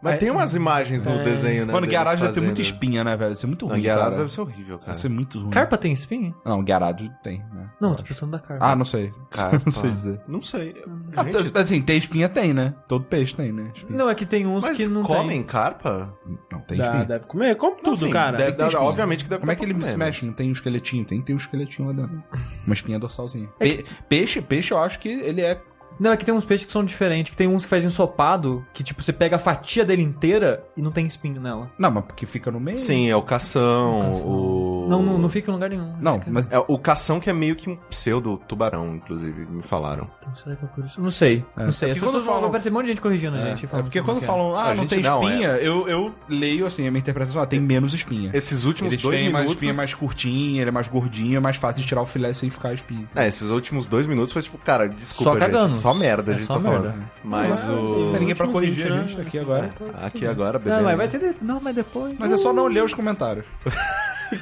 Mas tem umas imagens no desenho, né?
Mano,
deles
Garage deve ter muita
fazendo.
espinha, né, velho? Deve ser muito
Não,
ruim,
Gyarados
cara. Assim,
deve ser horrível, cara.
Deve ser muito ruim.
Carpa tem espinha?
Não, Garage tem, né?
Não, tô pensando da carpa.
Ah, não sei.
Carpa.
Não sei dizer.
Não sei.
Ah,
Gente,
t- Assim, tem espinha, tem, né? Todo peixe tem, né? Espinha.
Não, é que tem uns
Mas
que não
comem
tem.
carpa?
Não, tem
Dá,
espinha.
deve comer. Come
Não,
tudo,
sim,
cara.
deve dar-
Tem espinha.
obviamente que deve
Como
dar
é que ele
pra
se
comer,
mexe? Não tem um esqueletinho? Tem que ter um esqueletinho lá dentro. Uma espinha dorsalzinha.
É
Pe- Peixe, peixe, eu acho que ele é.
Não, é que tem uns peixes que são diferentes, que tem uns que faz ensopado, que tipo, você pega a fatia dele inteira e não tem espinho nela.
Não, mas porque fica no meio.
Sim, é o cação, o...
Não, não, não fica em lugar nenhum.
Não, mas...
É o cação que é meio que um pseudo-tubarão, inclusive, me falaram.
Então, será que eu curo isso? Não sei,
É.
não sei. As
Porque quando
pessoas falam,
falam-
vai aparecer um monte de gente corrigindo a
É,
gente.
é porque quando falam, ah,
A
não
gente
tem
não, é.
espinha, eu, eu leio assim, a minha interpretação, ah, tem menos espinha.
Esses últimos
Eles
dois
têm mais
minutos-
espinha mais curtinha, ele é mais gordinho, é mais fácil de tirar o filé sem ficar a espinha.
É, esses últimos dois minutos foi tipo, cara, desculpa,
Só cagando.
gente, só merda,
É
a gente
só
tá falando.
merda.
Mas
Não,
o...
tá
né? É,
não tem ninguém pra corrigir a gente aqui agora.
Aqui agora, beleza.
Não, mas vai ter. de- Não, mas depois.
Mas é só não ler os comentários.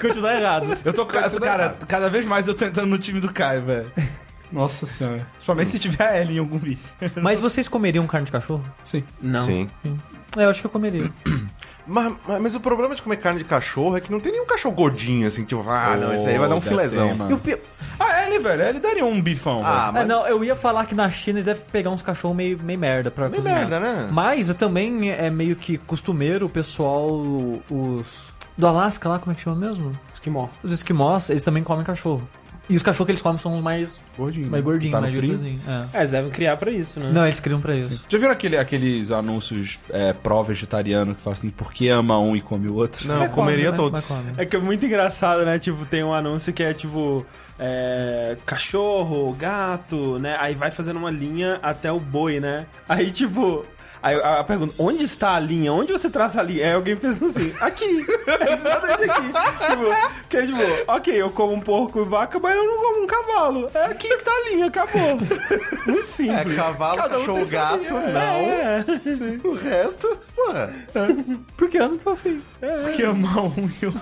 Continuar errado.
Tá
Eu tô, ca- cara, cada vez mais eu tô entrando no time do Caio, velho. Nossa senhora. Principalmente se tiver a Ellie em algum vídeo.
Mas vocês comeriam carne de cachorro?
Sim.
Não. Sim.
É, eu acho que eu comeria.
Mas, mas- mas o problema de comer carne de cachorro é que não tem nenhum cachorro gordinho, assim, tipo, ah, não, esse aí vai dar um
deve
filézão.
ter, mano.
E o pi-
A Ellie, Ah, velho, a Ellie daria um bifão.
Ah,
velho.
É, não, eu ia falar que na China eles devem pegar uns cachorros meio, meio merda pra
Meio
cozinhar.
merda, né?
Mas também é meio que costumeiro o pessoal, os... Do Alasca lá, como é que chama mesmo?
Esquimó.
Os esquimós, eles também comem cachorro. E os cachorros que eles comem são os mais...
Gordinho,
Mais
né? Que
gordinhos,
tá no
mais
frio.
jeitosinho, é.
É, eles devem criar pra isso, né?
Não, eles criam pra isso.
Já viram aquele- aqueles anúncios é, pró-vegetariano que falam assim, por que ama um e come o outro?
Não, Mas comeria come, né? todos. Mas come. É que é muito engraçado, né? Tipo, tem um anúncio que é tipo. é, cachorro, gato, né? Aí vai fazendo uma linha até o boi, né? Aí, tipo. Aí a a pergunta, onde está a linha? Onde você traça a linha? Aí alguém pensa assim, aqui! É Exatamente aqui! tipo, que é tipo, ok, eu como um porco e vaca, mas eu não como um cavalo. É aqui que tá a linha, acabou. Muito simples.
É, cavalo,
um
cachorro,
tem sua
gato,
né?
linha.
não.
É.
O resto, porra.
Porque eu não tô afim.
Porque ama um e, o-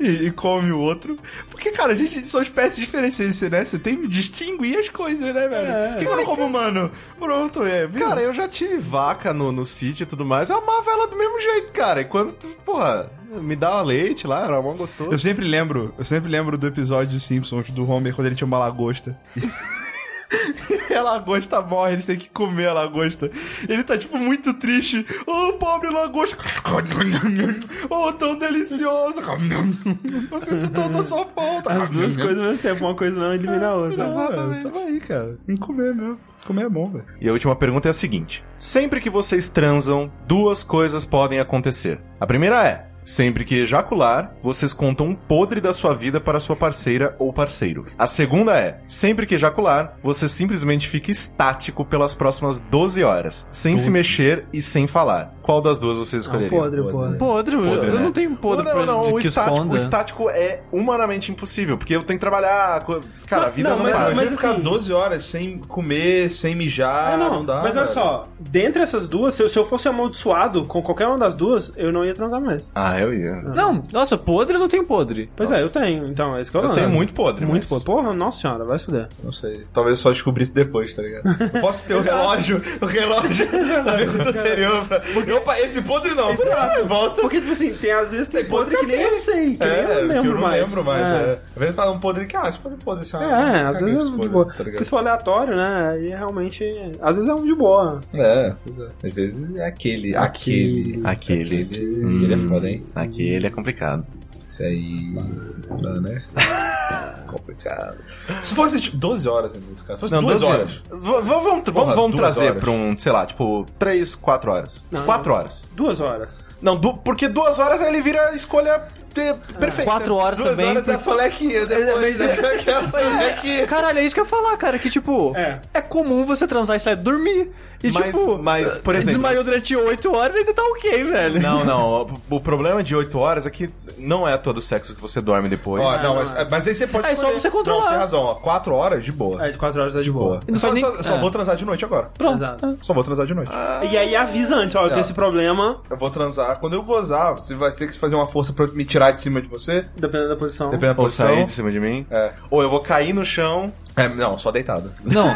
e- e come o outro. Porque, cara, a gente são espécies diferentes, né? Você tem que distinguir as coisas, né, velho?
É.
Por que eu não como humano? Pronto, é. viu?
Cara, eu já tive vaca no, no sítio e tudo mais, eu amava ela do mesmo jeito, cara. E quando, tu, porra, me dava leite lá, era mó gostoso.
Eu sempre lembro, eu sempre lembro do episódio dos Simpsons do Homer quando ele tinha uma lagosta. E a lagosta morre, eles têm que comer a lagosta. Ele tá, tipo, muito triste. Oh, pobre lagosta. Oh, tão deliciosa. Eu sinto tanta sua falta.
As duas coisas ao mesmo tempo, uma coisa não elimina a outra.
Exatamente. Tava aí, cara. Em comer mesmo. Comer é bom, velho.
E a última pergunta é a seguinte: sempre que vocês transam, duas coisas podem acontecer. A primeira é: sempre que ejacular, vocês contam um podre da sua vida para sua parceira ou parceiro. A segunda é: sempre que ejacular, você simplesmente fica estático pelas próximas 12 horas, sem se mexer e sem falar. Qual das duas vocês escolheriam?
É um podre, podre.
Podre,
Podre, né?
tenho
não, não, não, o, estático,
esconda.
o estático é humanamente impossível, porque eu tenho que trabalhar. co- Cara, a vida
Não,
não,
mas-
para.
Imagina
mas
ficar
assim-
12 horas sem comer, sem mijar,
É,
não,
não,
dá.
mas olha
velho.
só, dentre essas duas, se eu, se eu fosse amaldiçoado com qualquer uma das duas, eu não ia transar mais.
Ah, eu ia.
Não, nossa, podre eu não tenho podre.
Pois é, eu tenho, então, é isso que eu
Eu
lembro.
tenho muito podre,
Muito
mas-
podre. Porra, nossa senhora, vai se fuder.
Não sei. Talvez eu só descobrisse depois, tá ligado? Eu posso ter o relógio, o relógio da pergunta anterior. Pra... Opa, esse podre não.
Exato.
Volta.
Porque, tipo assim, tem às vezes tem podre que nem eu sei, que
É,
nem eu
que
lembro
não
mais.
lembro mais.
É.
É. Às vezes fala um podre que, ah, esse podre foda-se.
É, às vezes é um de boa.
tá
Porque se for aleatório, né? E realmente. Às vezes é um de boa.
É, pois é. às vezes é aquele, aquele,
Ah. Aquele.
aquele,
Hum.
aquele é foda, hein?
Aqui ele é complicado.
Isso aí, dá, né? complicado. Se fosse tipo 12 horas é muito, cara. Se fosse
Não,
2
12
horas.
V- v- vamos
Porra,
vamos, vamos
duas
trazer
horas.
pra um, sei lá, tipo, 3, 4 horas.
Não.
4 horas.
Duas horas.
Não, du- porque duas horas ele vira a escolha de- perfeita.
Quatro horas
duas
também.
Horas é
folequinha, depois é
né?
aquela folequinha.
Caralho, é isso que eu ia falar, cara. Que tipo, é, comum você transar e sair dormir. E
Mas-
tipo,
mas, por exemplo-
desmaiou durante oito horas e ainda tá ok, velho.
Não, não. O, o problema de 8 horas é que não é todo sexo que você dorme depois.
Ó, não, mas, mas aí você pode.
É só
escolher.
você controlar.
Não, você tem razão, ó. 4 horas de boa.
É, de 4 horas é de
boa.
E não
Só,
faz nem-
só- só
é.
vou transar de noite agora.
Pronto. Exato.
Só vou transar de noite.
E aí avisa antes, ó, eu
É.
tenho esse problema,
Eu vou transar. Quando eu gozar, você vai ter que fazer uma força pra eu me tirar de cima de você.
dependendo da posição.
Dependendo da
Ou
posição.
sair de cima de mim. Ou eu vou cair no chão.
É, não, só deitado.
Não,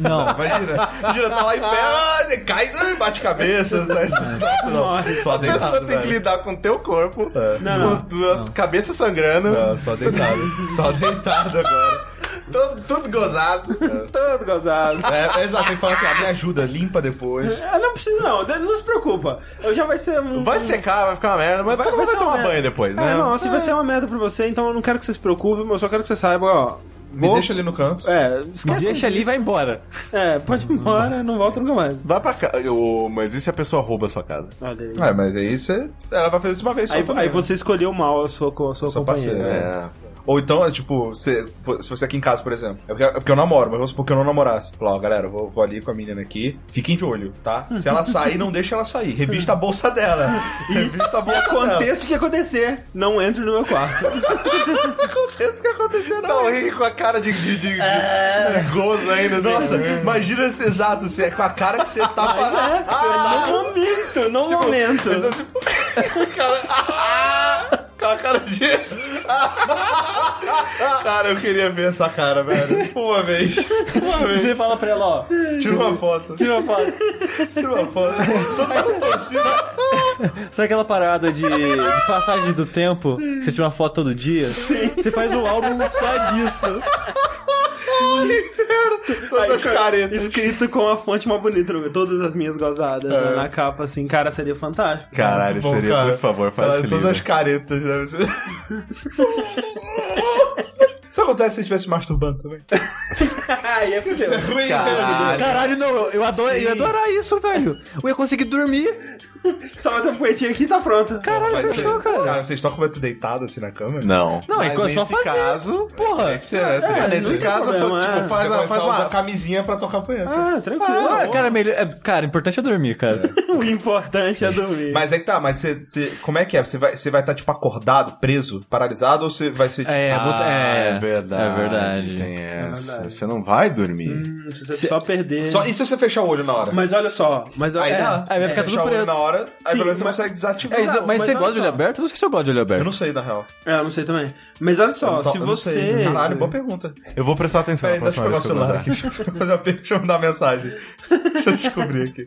não.
Imagina. Imagina, tá lá em pé, ah, você cai, ah, bate cabeça. sai- Não,
Nossa,
só
a
deitado.
pessoa tem que
velho.
lidar com o teu corpo,
Não,
com
não,
tua cabeça sangrando.
Não, só deitado. só deitado agora.
Todo, tudo gozado. Todo gozado.
É, é exato, tem que falar assim, ah, me ajuda, limpa depois.
Ah, não precisa não, não se preocupa. Eu já vai ser um...
Vai secar, vai ficar uma merda, mas todo mundo vai
ser uma
tomar
merda.
banho depois,
É,
né?
não, assim, vai ser uma merda pra você, então eu não quero que você se preocupe, mas eu só quero que você saiba, ó... vou-
ali no canto.
É, esquece.
Me deixa ali e vai embora.
É, pode ir embora, não volta nunca mais.
Vai pra casa. Mas e se a pessoa rouba a sua casa?
Olha
Ah,
aí.
É, mas aí você. Ela vai fazer isso uma vez só.
Aí,
também,
aí
né?
você escolheu mal a sua, co- a sua
Sua
companheira.
parceira, né? Ou então, é tipo, você, se você aqui em casa, por exemplo, é porque, é porque eu namoro, mas vamos supor que eu não namorasse. Falar, ó, galera, eu vou, vou ali com a menina aqui, fiquem de olho, tá? Se ela sair, não deixa ela sair. Revista a bolsa dela. Revista a bolsa dela.
Aconteça o que acontecer, não entre no meu quarto.
Acontece o que aconteceu, não.
Tá rindo com a cara de, de, de- de- de gozo ainda, assim.
Nossa, imagina esse exato, você é com a cara que você tá parado.
É, no momento, no
Tipo,
momento.
Com a cara de. cara, eu queria ver essa cara, velho. Uma vez. Uma vez.
Você fala pra ela, ó.
Tira uma foto.
Tira uma foto.
Tira uma foto.
Sabe aquela parada de, de passagem do tempo? Você tira uma foto todo dia? Sim. Você faz um álbum só disso.
Todas
Aí,
as
cara,
caretas.
Escrito com a fonte mais bonita, no- todas as minhas gozadas
É.
né, na capa, assim, cara, seria fantástico.
Caralho,
Bom,
seria,
cara,
por favor, faz
cara,
esse
Todas
livro.
as caretas, né? Você... Isso acontece se você estivesse masturbando também.
Aí é fudeu.
né? Ah,
Caralho, não, eu, eu adoro, eu ia adorar isso, velho. Eu ia conseguir dormir.
Só vai ter um poetinho aqui e tá pronto.
Caralho,
Mas
fechou,
é.
você-
cara.
é Cara, vocês tocam muito deitado assim na cama?
Não.
Não, é
Mas
coisa só
nesse
fazer.
caso,
Porra.
Você, né,
É,
Tri?
nesse
não tem
caso,
problema,
tipo,
é.
faz, a,
Você começa
faz
a usar
uma.
camisinha pra tocar punheta.
Ah, tranquilo.
Ah, cara, melhor, é- cara, o importante é dormir, cara.
o importante é dormir.
Mas é que tá, mas você, você- como é que é? Você vai estar, vai tá, tipo, acordado, preso, paralisado, ou você vai ser, tipo...
É, vou-
Ah,
é,
é verdade.
É verdade.
Tem essa. Você não vai dormir.
Hum, se você só perder.
Só, e se você fechar o olho na hora?
Mas olha só, mas olha.
Aí
é,
dá.
aí vai ficar
Se
tudo
fechar o olho
preto.
na hora, aí
Sim,
pelo menos você
mas-
consegue desativar.
É, mas,
mas
você
olha
gosta de olho
só.
aberto? Eu não sei se eu gosto de olho aberto.
Eu não sei, na real.
É, eu não sei também. Mas olha só,
Eu não to-
se
eu não
você.
sei. né? Caralho, boa pergunta.
Eu vou prestar atenção
Peraí,
na
deixa eu
próxima
pegar o
vez que eu
celular
gozar.
aqui. Deixa eu fazer uma per- deixa eu mandar uma mensagem. Deixa eu descobrir aqui.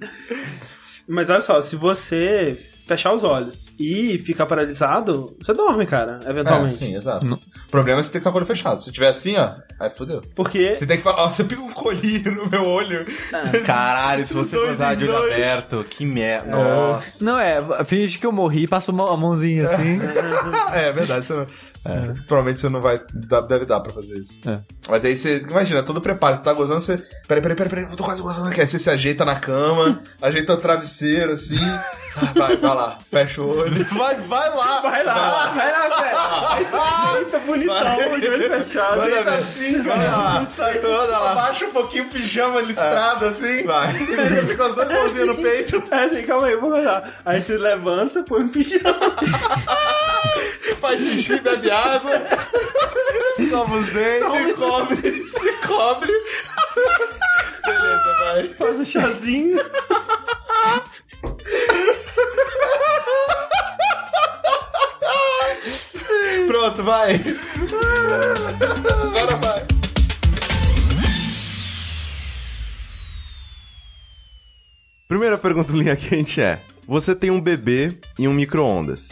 Mas olha só, se você fechar os olhos e ficar paralisado, você dorme, cara,
É,
eventualmente.
sim, exato. O problema é que você tem que estar com o olho fechado. Se tiver assim, ó, aí fodeu.
Porque.
Você tem que falar, ó, você pica um colírio no meu olho. Um,
Caralho, se você
Dois
gozar
em
de olho
dois.
aberto, que merda. Nossa.
Não, é, finge que eu morri e passo uma- a mãozinha assim.
é, é verdade. Você não, você- Provavelmente você não vai. dá- Deve dar pra fazer isso.
É.
Mas aí você. Imagina, todo preparo. Você tá gozando, você. Peraí, peraí, peraí, peraí, eu tô quase gozando aqui. Aí você se ajeita na cama, ajeita o travesseiro assim. Ah, Vai, vai lá, fecha o olho. Vai, vai lá,
Ah,
vai lá, vai lá,
Eita, bonitão, de olho fechado.
Vai lá, assim, vai lá. Anda lá. Abaixa um pouquinho o pijama listrado assim. Vai. E fica assim com as duas mãozinhas no peito.
É assim, calma aí, eu vou gozar. Aí você levanta, põe um pijama.
faz xixi, bebe água, escova os dentes, se cobre, se cobre. Beleza, vai.
Faz um chazinho.
Pronto, vai. Agora vai.
Primeira pergunta do Linha Quente é: Você tem um bebê e um micro-ondas.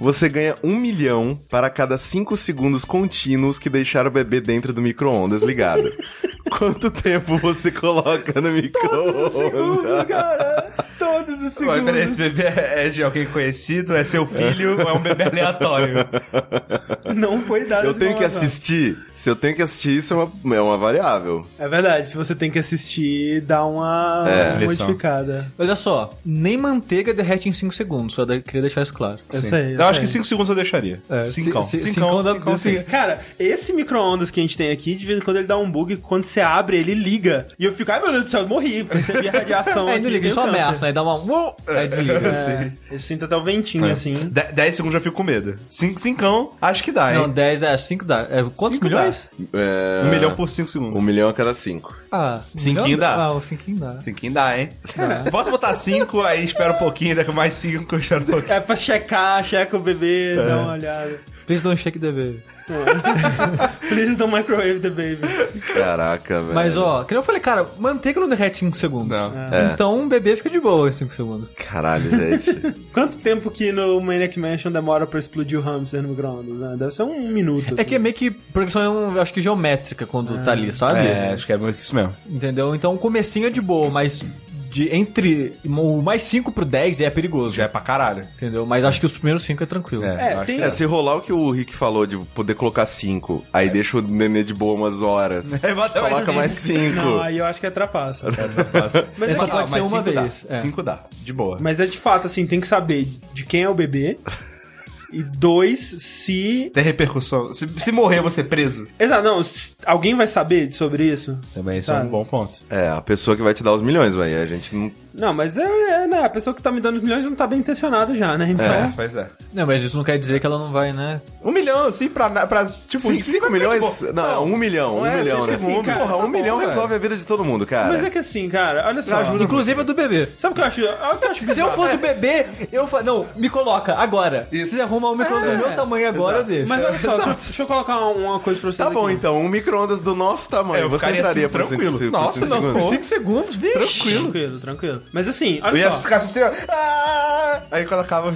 Você ganha um milhão para cada cinco segundos contínuos que deixar o bebê dentro do micro-ondas ligado. Quanto tempo você coloca no micro-ondas?
Todos os
Ué,
segundos.
peraí, esse bebê é de alguém conhecido? É seu filho ou é um bebê aleatório?
Não foi dado
Eu
essa
tenho que
informação.
assistir. Se eu tenho que assistir, isso é uma, é uma variável.
É verdade, se você tem que assistir, dá uma
É.
uma modificada.
Olha só, nem manteiga derrete em 5 segundos, só de- queria deixar isso claro.
Eu Sim. sei, eu Eu acho sei. que
5 segundos eu deixaria.
É,
Cinco,
se- se-
cinco,
cincão dá-
cinco,
sim.
cinco. Cara, esse micro-ondas que a gente tem aqui, de vez em quando ele dá um bug, quando você abre, ele liga. E eu fico, ai meu Deus do céu, eu morri, porque você via radiação.
É,
aqui,
não liga,
tenho
só
câncer.
ameaça, aí dá uma. "Uou", Aí desliga.
É, eu sinto até o ventinho, assim.
10 segundos eu fico com medo. 5 cincão, acho que dá, hein?
Não, 10 é 5 dá. É, quantos
Cinco
milhões?
É...
Um milhão por 5 segundos.
Um milhão a cada cinco.
Ah,
Cinquinho
milhão?
dá.
Ah, o cinquinho dá.
5 dá, hein? Posso botar 5, aí espero um pouquinho, daqui mais 5 eu espero um pouquinho.
É pra checar, checa o bebê, dá uma olhada.
Please don't um shake the baby.
Please don't microwave the baby.
Caraca, velho.
Mas ó, que nem eu falei, cara, manteiga não derrete em 5 segundos.
É.
Então um bebê fica de boa em 5 segundos.
Caralho, gente.
Quanto tempo que no Maniac Mansion demora pra explodir o hamster no micro-ondas? né? Deve ser um minuto.
É que é meio que progressão, eu acho que geométrica quando tá ali, sabe?
É, acho que é muito isso mesmo.
Entendeu? Então o comecinho é de boa, mas de, entre o mais 5 pro 10 é perigoso. Já é
pra caralho.
Entendeu? Mas acho que os primeiros 5 é tranquilo.
É, se rolar o que o Rick falou de poder colocar cinco, aí deixa o nenê de boa umas horas. Coloca mais cinco.
Não, aí eu acho que é trapaça. Mas
Essa
assim,
pode
ah,
ser
mas
uma
cinco dá.
vez. É.
Cinco dá, de boa.
Mas é de fato, assim, tem que saber de quem é o bebê. E dois, se.
Tem repercussão. Se, se morrer, você é preso.
Exato, não. s- Alguém vai saber sobre isso?
Também
isso é um Sabe?
bom ponto.
É, a pessoa que vai te dar os milhões, velho. A gente não.
Não, mas é, é, né? A pessoa que tá me dando os milhões não tá bem intencionada já, né? Então.
É.
Pois é.
Não, mas isso não quer dizer que ela não vai, né?
Um milhão, assim, pra. pra tipo,
Cinco, cinco milhões? Não, um milhão. Um
é,
milhão,
assim,
cinco
né?
segundos,
Porra,
cara,
um
tá
milhão
bom,
resolve a vida de todo mundo, cara.
Mas é que assim, cara, olha só.
Ajuda Inclusive a do bebê.
Sabe o que eu acho? olha o que eu acho
Se eu
bizarro. É,
fosse o bebê, eu fa... Não, me coloca agora. Se você arruma um micro do meu tamanho agora, eu deixo.
Mas olha só,
Exato.
deixa eu- deixa eu colocar um, uma coisa pra vocês.
Tá bom,
aqui.
então. Um micro-ondas do nosso tamanho.
Eu
Você
ficaria
entraria
assim,
por cinco-
tranquilo.
cinco-
Nossa,
cinco
não,
segundos?
pô.
5 segundos, vixe.
então,
Tranquilo. Tranquilo, tranquilo. Mas assim,
Eu
olha
ia
só.
ficar assim, ó. Ah! Aí quando acaba.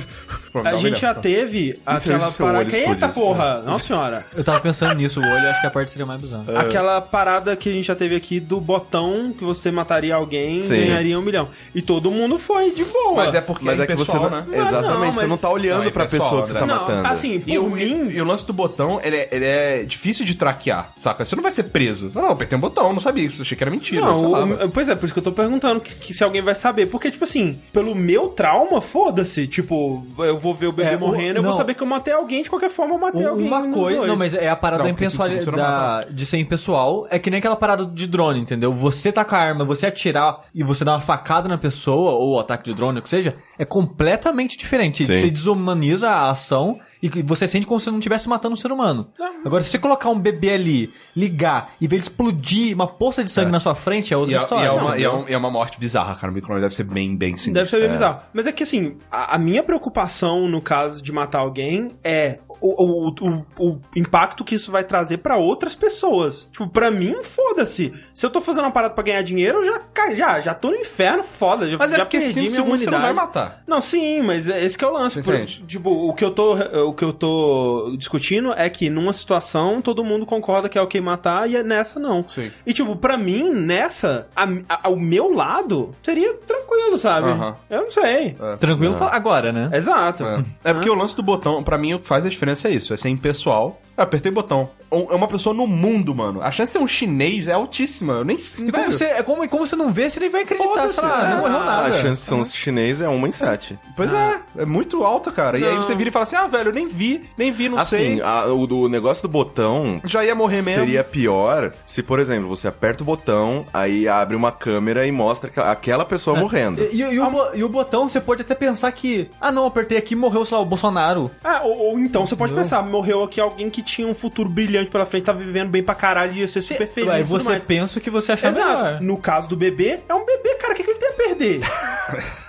Pronto, dá
A
um
gente
milhão.
já teve
se
aquela
hoje seu olho
parada. Eita
explodisse?
porra! Nossa senhora.
Eu tava pensando nisso, o olho, acho que a parte seria mais bizarra.
Aquela parada que a gente já teve aqui do botão que você mataria alguém e
Sim.
ganharia um milhão. E todo mundo foi de boa.
Mas é porque
Mas
é
é que você
impessoal,
não-
né?
Mas
Exatamente,
não,
você
mas-
não tá olhando
Não, é
pra pessoa que você tá
impessoal,
matando.
Assim, por
E o,
mim.
e, e o lance do botão, ele é, ele é difícil de traquear, saca? Você não vai ser preso. Não, não, eu apertei um botão, não sabia isso, achei que era mentira.
Não,
sei
o-
lá, mas-
pois é, por isso que eu tô perguntando que, que se alguém vai saber. Porque, tipo assim, pelo meu trauma, foda-se. Tipo, eu vou ver o bebê
É, o-
morrendo, eu vou
não.
saber que eu matei alguém, de qualquer forma eu matei alguém.
Uma
nos
coisa.
dois.
Não, mas é a parada
Não,
da
porque isso
impessoal,
funciona
da,
mais
de ser impessoal. É que nem aquela parada de drone, entendeu? Você tá com a arma, você atirar e você dar uma facada na pessoa, ou um ataque de drone, o que seja, é completamente diferente.
Sim.
Você desumaniza a ação e que você sente como se você não estivesse matando um ser humano. Agora, se você colocar um bebê ali, ligar e ver ele explodir uma poça de sangue na sua frente, é outra
E é,
história.
e é uma, e é
entendeu?
um- e é uma morte bizarra, cara. O micro deve ser bem, bem sinistro.
Deve ser bem bizarro. Mas é que assim, a, a minha preocupação no caso de matar alguém é o, o, o, o impacto que isso vai trazer pra outras pessoas. Tipo, pra mim, foda-se. Se eu tô fazendo uma parada pra ganhar dinheiro, eu já, ca- já, já tô no inferno, foda. Já,
Mas é
já
porque
perdi
5
minha
segundos
humanidade.
você não vai matar.
Não, sim, mas é- esse que é o lance. Por-
entende?
tipo, o que, eu tô, o que eu tô discutindo é que numa situação todo mundo concorda que é ok matar e é nessa não.
Sim.
E tipo, pra mim, nessa, a, a- ao meu lado, seria tranquilo, sabe?
Aham.
Eu não sei.
Tranquilo fala agora, né?
Exato.
É. É porque o lance do botão, pra mim, o que faz a diferença é isso. É ser impessoal. Eu apertei botão. Um- É uma pessoa no mundo, mano. A chance de ser um chinês é altíssima. Eu nem
E
sinto.
como você, é como, como você não vê, você nem vai acreditar.
Foda-se,
Sei lá,
é.
Ah,
não morreu nada.
A chance Ah, são os chinês é uma em sete.
Pois é, é muito alta, cara. E aí você vira e fala assim: ah, velho, eu nem vi, nem vi, não
Assim,
sei.
a- o, do- o negócio do botão
Já ia morrer mesmo.
seria pior se, por exemplo, você aperta o botão, aí abre uma câmera e mostra aqua- aquela pessoa morrendo.
E, e- e o, bo- e o botão, você pode até pensar que, ah não, apertei aqui e morreu, sei lá, o Bolsonaro.
Ah, ou, ou então você pode pensar, morreu aqui alguém que tinha um futuro brilhante pela frente, tá vivendo bem pra caralho, ia ser super feliz.
Aí
e tudo
você
mais.
pensa o que você achar
Exato.
melhor.
No caso do bebê, é um bebê, cara, o que, que ele tem a perder?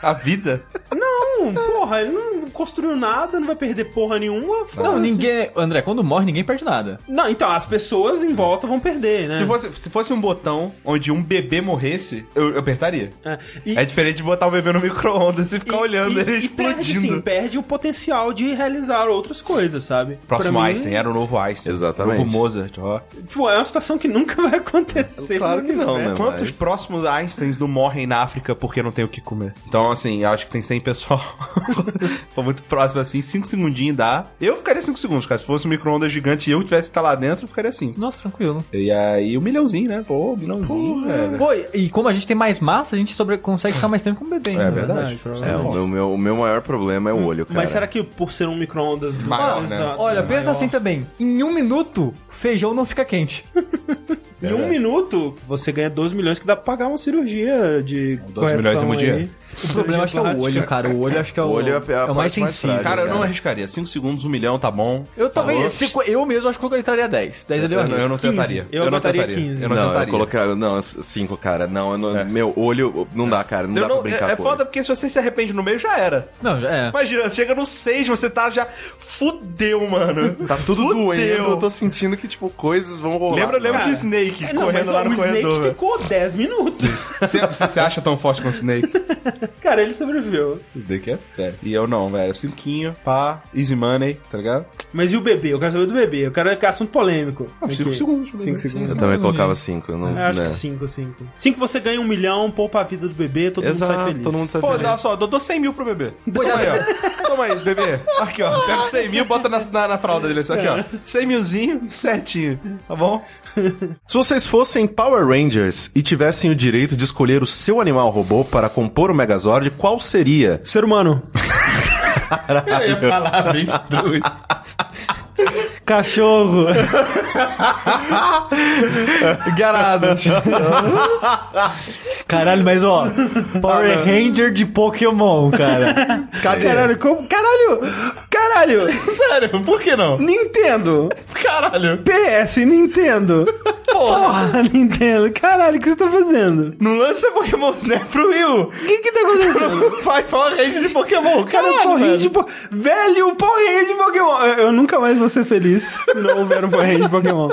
A vida.
não, porra, ele não, construiu nada, não vai perder porra nenhuma.
Não,
foda-se.
ninguém. André, quando morre, ninguém perde nada.
Não, então, as pessoas em volta vão perder, né?
Se fosse, se fosse um botão onde um bebê morresse, eu, eu apertaria. É, diferente de botar o bebê no micro-ondas e assim, ficar olhando ele
Perde,
explodindo.
sim, perde o potencial de realizar outras coisas, sabe?
Próximo
Pra mim,
Einstein, era o novo Einstein.
Exatamente.
Novo Mozart, ó.
Tipo, é uma situação que nunca vai acontecer.
Claro que não, né? Quantos
Quantos...
próximos Einsteins não morrem na África porque não tem o que comer? Então, assim, eu acho que tem 100 pessoal. Foi muito próximo, assim, 5 segundinhos dá. Eu ficaria 5 segundos, cara. Se fosse um micro-ondas gigante e eu tivesse que estar lá dentro, eu ficaria assim.
Nossa, tranquilo.
E aí, um milhãozinho, né? Pô, um milhãozinho,
É.
velho.
Pô, e como a gente tem mais massa, a gente sobre- consegue ficar mais tempo com o
é
bebê. ainda.
É, o, meu, meu- o meu maior problema é o olho, cara.
Mas será que por ser um micro-ondas do-
Maior,
do-
né?
da-
Olha,
da-
pensa
maior.
assim também. Em um minuto, feijão não fica quente.
Em um minuto, você ganha 12 milhões que dá pra pagar uma cirurgia de.
12 milhões em um dia?
O problema acho que é o olho, cara. O olho acho que é o, é o mais sensível.
Cara, eu não arriscaria. 5 segundos, 1 milhão, tá bom.
Eu talvez.
Alô?
se- eu mesmo acho que eu entraria 10. 10 ali eu
Eu não-
arrisco.
eu não
15.
tentaria. Eu não tentaria.
Eu não,
Eu não
não eu
tentaria.
colocaria. Não, c- cinco, cara. Não, eu não- meu olho. Não dá, cara. Não
Eu
dá
não-
pra brincar
é, é
com
foda porque se você se arrepende no meio, já era.
Não, já é.
Imagina, chega no 6, você tá já. Fudeu, mano.
Tá tudo
Fudeu.
doendo, eu tô sentindo que, tipo, coisas vão rolar.
Lembra, lembra
cara.
do Snake
É, não, mas
correndo lá
o
no
Snake
corredor. né? velho.
ficou 10 minutos.
Você, você se acha tão forte quanto o Snake?
Cara, ele sobreviveu.
Snake é fé. E eu não, velho. Cinquinho, pá, easy money, tá ligado?
Mas e o bebê? Eu quero saber do bebê. Eu quero que é assunto polêmico.
Ah,
Aqui.
cinco segundos, né?
Cinco segundos.
Eu também colocava cinco. eu Não,
Eu acho
né.
que 5, 5. 5 você ganha um milhão, poupa a vida do bebê, todo
Exato,
mundo sai feliz.
todo mundo sai
Pô,
feliz.
dá só, eu dou 100 mil pro bebê. Toma aí, ó. Toma aí, bebê. Aqui, ó. Pega os 100 mil, bota na, na, na fralda dele. Aqui, ó. 100 milzinho, certinho. Tá bom?
Se vocês fossem Power Rangers e tivessem o direito de escolher o seu animal robô para compor o Megazord, qual seria?
Ser humano.
Eu ia falar avestruz.
Cachorro.
Garados. Caralho, mas ó, Power Ranger de Pokémon, cara.
Cadê?
Caralho, como? Caralho! Caralho!
Sério, por que não?
Nintendo!
Caralho!
PS, Nintendo! Porra. Nintendo! Caralho, o que você tá fazendo?
Não lança Pokémon Snap pro Will! O
que que tá acontecendo?
Vai falar rede de
Cara,
Pokémon,
o
caralho!
Power
velho.
Ranger de po... Velho, o Power Ranger de Pokémon! Eu, eu nunca mais vou ser feliz se não houver um Power Ranger de Pokémon.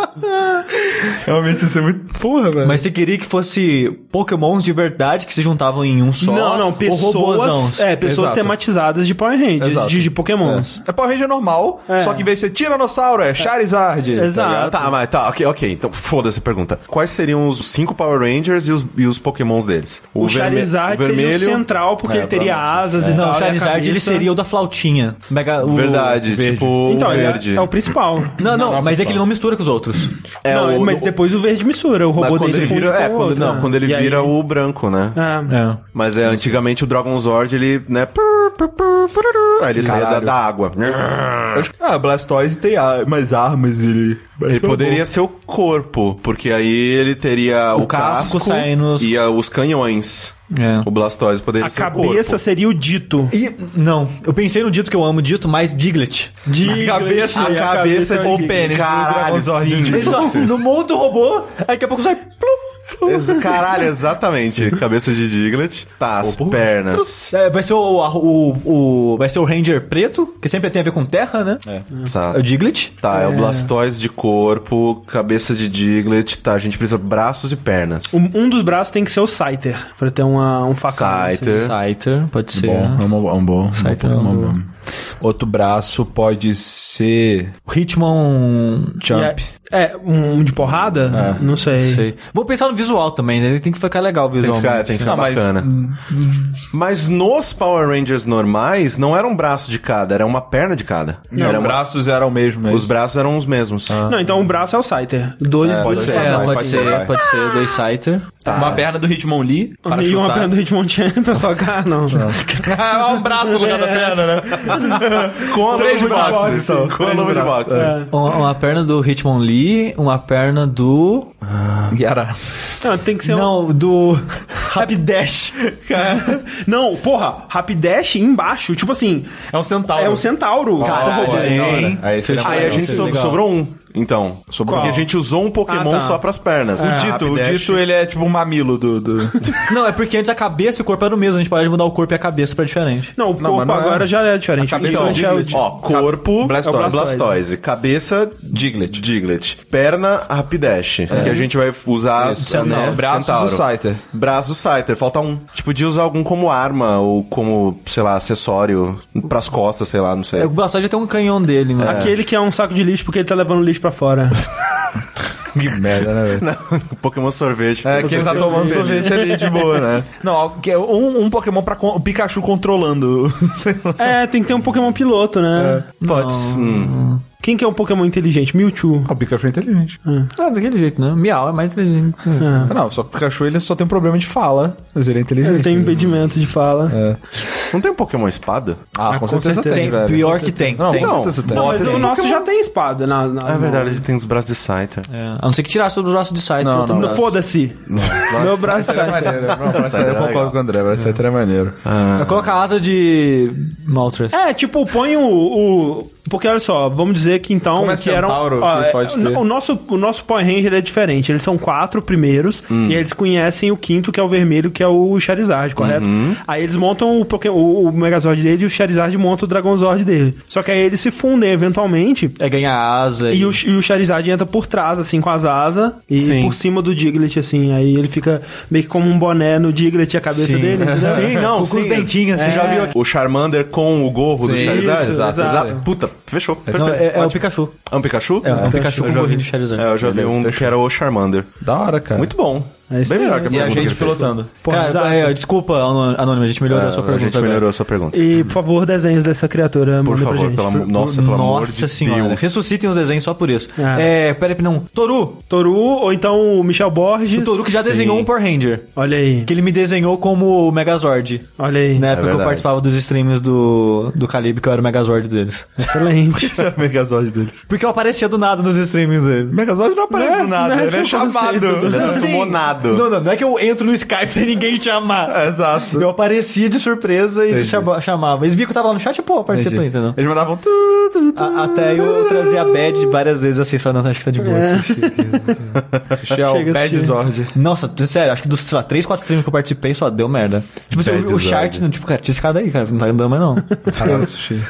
Realmente isso é muito. Porra, velho.
Mas você queria que fosse Pokémons de verdade que se juntavam em um só?
não, não,
ou
pessoas.
robozãos?
É, pessoas
Exato.
tematizadas de Power Ranger,
Exato.
de, de Pokémons.
É Power Ranger normal,
É.
só que em vez de ser Tiranossauro, é Charizard. tá
Exato.
ligado?
Tá, mas tá, ok, ok. Então foda-se a pergunta. Quais seriam os cinco Power Rangers e os, e os Pokémons deles?
O,
verme-
Charizard
o
seria o central, porque
É,
ele teria
provavelmente.
asas e tal.
Não,
e
o
a
Charizard ele
cabeça.
seria o da flautinha. Mega, o
Verdade,
verde.
tipo
Então,
o
ele é-
verde.
É, o principal.
Não, não, mas é que ele não mistura com os outros.
É,
não,
o-
mas
o-
depois o verde mistura, o
Mas
robô
quando
dele
ele
funde
vira,
com
é,
o
quando,
outro,
não,
né?
quando ele
E aí-
vira o branco, né?
Ah,
Mas é, antigamente o Dragon Zord, ele, né? pur, pur, pur, pur, pur, Aí ele saia da,
Caralho.
da água.
Ah, Blastoise tem ar- mais armas, ele.
é
um
Ele poderia ser o corpo, porque aí ele teria o,
casco saindo os-
e a- os canhões.
É.
O Blastoise poderia
a
ser o corpo.
cabeça seria o dito.
E, não, eu pensei no dito que eu amo dito, mas Diglett.
De
Cabeça, a cabeça,
é
ou pênis
Caralho,
do Dragonzord.
sim.
Ele só, no mundo do robô, aí daqui a pouco sai. plum, plum.
Exa- Caralho, exatamente. Cabeça de Diglett. Tá, as pernas.
É, vai ser o, a- o, o- Vai ser o Ranger preto, que sempre tem a ver com terra, né? É.
Tá.
o Diglett.
Tá, é o Blastoise de corpo, cabeça de Diglett, tá, a gente precisa braços e pernas.
Um, um dos braços tem que ser o Scyther, pra ter uma, um facão.
Scyther.
Scyther, pode ser.
É um bom. É um bom.
tá
Scyther é um bom.
Outro braço pode ser.
Hitmon.
assim.
Jump.
E É, é, um de porrada? Não sei.
Sei. Vou pensar no visual também, né? Ele tem que ficar legal o
Tem
visual.
que ficar, tem que ficar
Não, mas- hum,
bacana. Mas... nos Power Rangers normais, não era um braço de cada, era uma perna de cada.
Não, um
Era
os
uma-
braços eram o mesmo,
Os braços eram os mesmos.
Ah.
Não, então um braço é o Scyther. Dois,
É,
dois
pode ser,
É,
braços.
pode,
pode
ser,
ser.
pode ser dois Scyther.
Uma perna do Hitmonlee para
E Um uma
chutar.
perna do Hitmon pra socar, não.
Tá,
Ah, um braço no lugar da perna, né?
Com a
Três
luva Tipo de
braços,
boxe,
então.
Com a
Três
luva de
braços,
boxe.
É.
Uma, uma perna do Hitmonlee, uma perna do.
Guiara.
Não, tem que ser um.
Não, do. Rapidash.
Não, porra, Rapidash embaixo, tipo assim,
É um centauro.
é um centauro.
Caralho,
Porra,
hein? Aí, você
Aí a gente so-
soube.
sobrou um. Então, sobre
Qual?
porque a gente usou um Pokémon
Ah, tá.
só pras pernas.
O dito, o dito, ele é tipo um mamilo do. do...
Não, é porque antes a cabeça e o corpo eram o mesmo. A gente pode mudar o corpo e a cabeça pra diferente.
Não, o
mas não é. A
A
cabeça é o Diglett. Ó, corpo Blastoise. é o Blastoise. Cabeça, Diglett. Diglett. É. Perna, Rapidash. Que a gente vai usar...
Isso, não, braços, o Scyther.
Braço, Scyther. Falta um. Tipo, podia usar algum como arma ou como, sei lá, acessório pras costas, sei lá, não sei.
O Blastoise já tem um canhão dele, mano.
Aquele que é um saco de lixo porque ele tá levando lixo pra fora.
que merda, né, velho? Pokémon sorvete.
É, quem tá tomando sorvete ali de boa, né? Não, que é um, um Pokémon pra con- o Pikachu controlando. Sei lá.
É, tem que ter um Pokémon piloto, né?
Pode.
Quem que é um Pokémon inteligente? Mewtwo.
o Pikachu é inteligente. É.
Ah, daquele jeito, né? Miau é mais inteligente.
Não, só que o Pikachu ele só tem um problema de fala, mas ele é inteligente.
Ele tem impedimento de fala.
É.
Não tem um Pokémon espada?
Ah, com, certeza, tem, Então, velho.
Pior que tem.
Não,
Tem.
com certeza tem.
Não, mas o nosso já tem espada. Na,
Ah, é verdade, ele tem os braços de Scyther.
A não ser que tirasse o braço de site.
Não, não,
Foda-se.
Meu braço
Scyther é maneiro, meu braço Scyther, Eu concordo com o André, mas Scyther é maneiro.
Coloca a asa de Maltress.
É, tipo, põe o, o- Porque olha só, vamos dizer que então.
Como é
que eram,
centauro
ó,
que
é,
pode
o-
ter?
O nosso, o nosso Power Ranger é diferente. Eles são quatro primeiros
Hum.
e eles conhecem o quinto, que é o vermelho, que é o Charizard, correto?
Uhum.
Aí eles montam o, Poké- o, o Megazord dele e o Charizard monta o Dragonzord dele. Só que aí eles se fundem eventualmente.
É ganhar asa.
E o, e o Charizard entra por trás, assim, com as asas e
Sim.
por cima do Diglett, assim. Aí ele fica meio que como um boné no Diglett e a cabeça
Sim.
dele. entendeu?
Sim, não,
Com- Com os
sim. É.
dentinhos, assim,
Você já viu aqui? o Charmander com o gorro do
Sim,
Charizard?
isso,
exato,
exato.
exato. Puta, fechou. perfeito.
Não, é, é o
Ótimo.
Pikachu.
É um Pikachu?
É, é um Pikachu com
Eu já
gorrinho
vi.
de Charizard.
É, eu já vi
Beleza, É.
um que era o Charmander.
Da hora, cara.
Muito bom.
isso
Bem
aí.
melhor que a
E
pergunta que
a gente
ele fez.
pilotando.
Cara,
exato.
é, desculpa, Anô- Anônimo, a gente melhorou a sua
É, A
pergunta.
gente
agora.
melhorou a sua pergunta.
E, por favor, desenhos dessa criatura.
Por
manda pra
favor,
gente.
pelo amor... Nossa, pelo amor de
Nossa senhora,
Deus.
ressuscitem os desenhos só por isso.
É.
É, peraí, não. Toru!
Toru, ou então o Michel Borges.
O Toru que já desenhou um Power Ranger.
Olha aí.
Que ele me desenhou como o Megazord.
Olha aí.
Na época que eu
verdade.
participava dos streams do, do Calibre, que eu era o Megazord deles.
Excelente.
é,
Esse era o Megazord dele.
Porque eu aparecia do nada nos streams deles.
Megazord não aparece
Né?
Não é-
do nada,
não é
ele é
esse o
chamado.
conceito,
Ele
né?
é
Sim.
summonado.
Não, não, não é que eu entro no Skype sem ninguém chamar.
Exato.
Eu aparecia de surpresa e chama- chamava. Eles viam que eu tava lá no chat, pô, participei,
Entendi.
entendeu?
Eles mandavam tu, tu, tu.
A- até eu trazia a bad várias vezes assim, falando, não, acho que tá de boa. isso aqui.
Sushi é o
Chega a
Bad
assistir.
Zord.
Nossa, t- sério, acho que dos, sei lá, 3, 4 streams que eu participei só deu merda. Tipo assim,
Bad
o, o
design.
chart, não, tipo, cara, tira esse cara daí, cara, não tá andando mais não.
Caralho, sushi.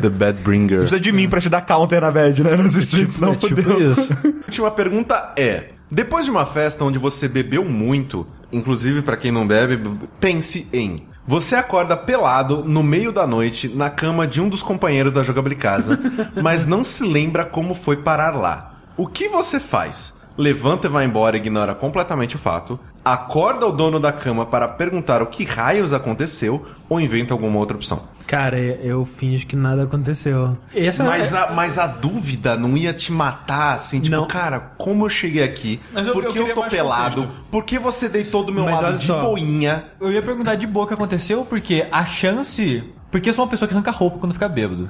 The Bad Bringer.
Precisa de mim pra te dar counter na bad, né? Nos streams, não
é
Então,
tipo
fudeu.
isso.
A última pergunta é: depois de uma festa onde você bebeu muito, inclusive pra quem não bebe, b- pense em. Você acorda pelado no meio da noite na cama de um dos companheiros da Jogabilicasa, mas não se lembra como foi parar lá. O que você faz? Levanta e vai embora, ignora completamente o fato, acorda o dono da cama para perguntar o que raios aconteceu ou inventa alguma outra opção.
Cara, eu finjo que nada aconteceu. Essa
Então,
é
Mas a, mas a dúvida não ia te matar, assim, tipo,
Não.
cara, como eu cheguei aqui?
Mas eu-
Por
eu
que eu,
queria
tô
mais
pelado? Por que você deitou do meu
Mas
lado
olha
de
só.
boinha?
Eu ia perguntar de boa o que aconteceu, porque a chance. Porque eu sou uma pessoa que arranca roupa quando fica bêbado.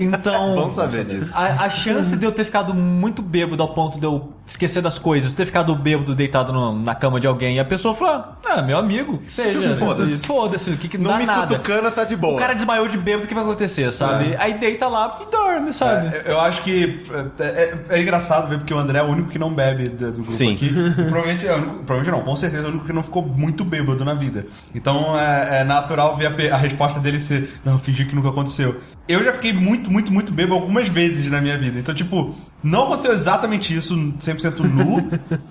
Então.
É Bom saber disso.
A, a chance de eu ter ficado muito bêbado ao ponto de eu esquecer das coisas, ter ficado bêbado deitado no- na cama de alguém e a pessoa falar, ah, meu amigo, que seja.
Então, Foda-se.
Foda-se, o que que
Não
dá
me
nada.
cutucana, tá de boa. É.
O cara desmaiou de bêbado, o que vai acontecer, sabe? Aí deita lá e dorme, sabe?
Eu acho que é, é- é engraçado ver porque o André é o único que não bebe de- do grupo
Sim.
aqui. Provavelmente, é o único- provavelmente não, com certeza é o único que não ficou muito bêbado na vida. Então é, é natural ver a pe- a, resposta dele ser: não, fingir que nunca aconteceu. Eu já fiquei muito, muito, muito bêbado algumas vezes na minha vida. Então, tipo, não aconteceu exatamente isso 100% nu,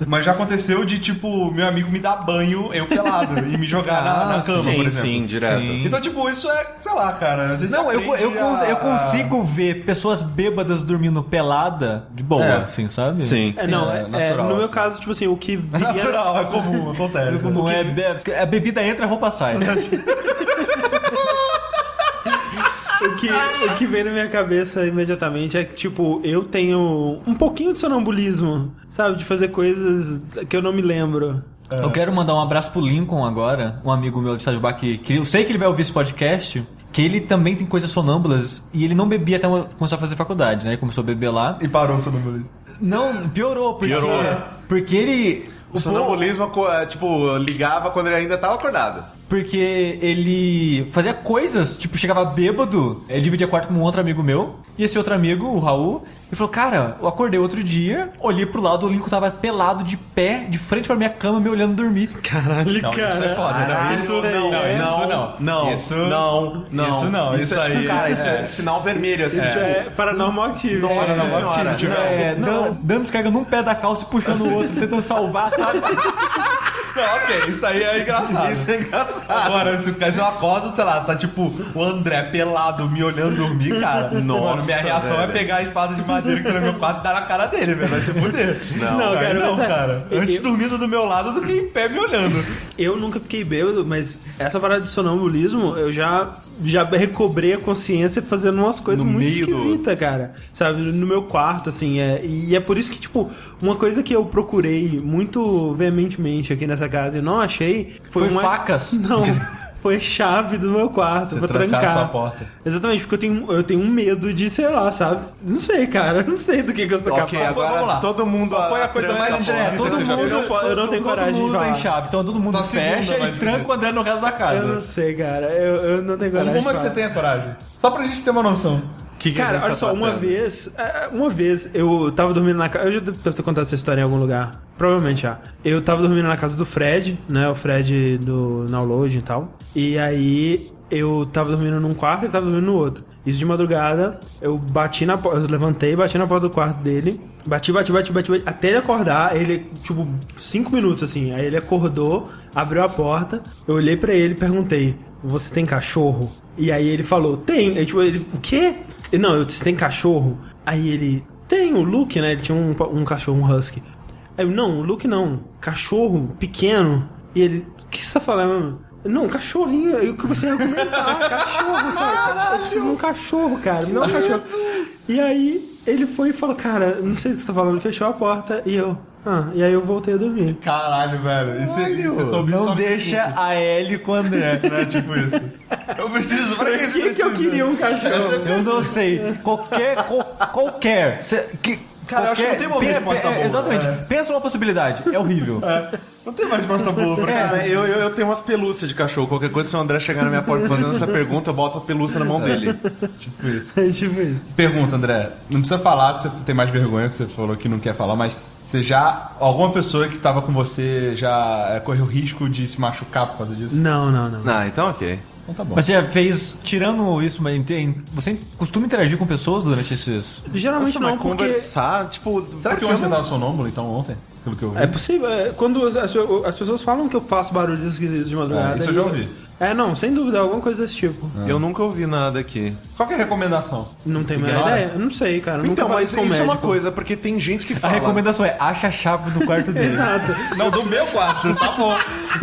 mas já aconteceu de, tipo, meu amigo me dar banho, eu pelado, e me jogar na- na,
Ah,
cama, por exemplo.
direto.
Então, tipo, isso é, sei lá, cara. a gente
Não, eu,
aprende
eu, cons-
a-
eu consigo ver pessoas bêbadas dormindo pelada de boa, assim, sabe?
Sim.
É, não, é,
natural,
no meu
assim.
caso, tipo assim, o que
É
viria...
natural, é comum, acontece.
Não é be- a bebida entra, a roupa sai.
É.
O que, o que vem na minha cabeça imediatamente é que, tipo, eu tenho um pouquinho de sonambulismo, sabe? De fazer coisas que eu não me lembro.
É.
Eu quero mandar um abraço pro Lincoln agora, um amigo meu de Itajubá que, que eu sei que ele vai ouvir esse podcast, que ele também tem coisas sonâmbulas e ele não bebia até uma- começar a fazer faculdade, né? Ele começou a beber lá.
E parou o sonambulismo.
Não, piorou, porque,
Piorou, né?
porque ele...
O sonambulismo, co- é, tipo, ligava quando ele ainda tava acordado.
Porque ele fazia coisas, tipo, chegava bêbado, ele dividia quarto com um outro amigo meu, e esse outro amigo, o Raul, ele falou: Cara, eu acordei outro dia, olhei pro lado, o Lincoln tava pelado de pé, de frente pra minha cama, me olhando dormir. Caralho,
Não, isso é foda.
Ah,
Não, isso não, não, isso não.
não,
Isso
não,
não.
isso não,
Isso,
isso
tipo,
aí.
aí
cara,
é-
isso é sinal vermelho, assim.
Isso é, paranormal activity.
Nossa Paranormal
Senhora,
Activity,
é,
velho.
dan- dando descarga num pé da calça e puxando o outro, tentando salvar, sabe?
Não, ok, isso aí é engraçado.
Isso
é engraçado. Agora, se o cara se eu acordo, sei lá, tá tipo o André pelado me olhando dormir, cara.
Nossa,
mano, minha reação
velho.
é pegar a espada de madeira que tá no meu quarto e dar na cara dele, velho. Vai se fuder.
Não,
não,
cara,
cara. Não,
mas é-
cara. Antes dormindo do meu lado do que em pé me olhando.
Eu nunca fiquei bêbado, mas essa parada de sonambulismo, eu já, já recobrei a consciência fazendo umas coisas muito
meio do-
esquisitas, cara. Sabe, no meu quarto, assim. É, e é por isso que, tipo, uma coisa que eu procurei muito veementemente aqui nessa casa e não achei...
Foi
uma-
facas?
Não, foi chave do meu quarto pra
trancaram
trancar.
sua porta.
Exatamente, porque eu tenho, eu tenho um medo de, sei lá, sabe? Não sei, cara. Eu não sei do que, que eu sou
Ok,
capaz.
agora todo mundo...
Qual foi a coisa mais estranha? Todo mundo,
eu não tenho
todo
coragem de
mundo tem
falar.
chave, então todo mundo
Na
fecha
é
segunda,
e
mas-
tranca o André no resto da
Eu
casa.
não sei, cara. Eu, eu não tenho coragem.
Como é que
de
você
falar.
tem a coragem? Só pra gente ter uma noção.
Que tá cara, olha só, uma vez, é, uma vez eu tava dormindo na casa. Eu já devo ter contado essa história em algum lugar. Provavelmente já. Eu tava dormindo na casa do Fred, né? O Fred do download e tal. E aí eu tava dormindo num quarto e ele tava dormindo no outro. Isso de madrugada, eu bati na porta, eu levantei, bati na porta do quarto dele, bati, bati, bati, bati, bati, até ele acordar, ele, tipo, cinco minutos assim. Aí ele acordou, abriu a porta, eu olhei pra ele e perguntei: Você tem cachorro? E aí ele falou: Tem. Eu, tipo, ele, o quê? E, Não, eu disse: Tem cachorro? Aí ele: Tem, o Luke, né? Ele tinha um, um cachorro, um husky. Aí eu: Não, o Luke não. Cachorro, pequeno. E ele: O que você tá falando? Não, cachorrinho. Aí Eu comecei a argumentar: "Ah, Cachorro, sabe? Eu preciso de um cachorro, cara. Me dá um cachorro. E aí ele foi e falou: Cara, não sei o que você tá falando. Fechou a porta e eu. Ah, e aí eu voltei a dormir.
Caralho, velho. E você- e você soube
Não
só que
deixa a L com o André.
É tipo isso. Eu preciso, pra que
que, eu queria um cachorro?
Eu não sei. Qualquer. co- qualquer. Cê- que,
Cara, eu acho que não tem momento de resposta
é,
boa.
Exatamente.
É.
Pensa uma possibilidade. É horrível.
Não tem mais resposta boa pra
É,
cara.
né, eu, eu, eu tenho umas pelúcias de cachorro. Qualquer coisa, se o André chegar na minha porta fazendo essa pergunta, bota a pelúcia na mão dele.
É. Tipo isso.
É tipo isso.
Pergunta, André. Não precisa falar que você tem mais vergonha que você falou que não quer falar, mas você já. Alguma pessoa que tava com você já eh, correu risco de se machucar por causa disso?
Não, não, não.
Ah, então ok.
Então tá bom.
Mas você já fez. Tirando isso, mas tem- você costuma interagir com pessoas durante esses.
Geralmente não, porque...
conversar, tipo...
Será que
porque
ontem você
eu
tava sonâmbulo, então, ontem? Pelo que eu vi.
É possível. é, quando as, as- as pessoas falam que eu faço barulhos esquisitos de
Ah,
madrugada.
É, isso eu
e-
já ouvi.
É, não, sem dúvida, alguma coisa desse tipo.
não- Eu nunca ouvi nada aqui.
Qual que é a recomendação?
Não tenho a menor
Ignora?
ideia. Eu Não sei, cara. eu nunca
Então,
falei
mas isso
com
é uma
médico.
coisa, porque tem gente que
A
fala...
recomendação é acha a chave do quarto dele.
Exato.
Não, do meu quarto, tá bom.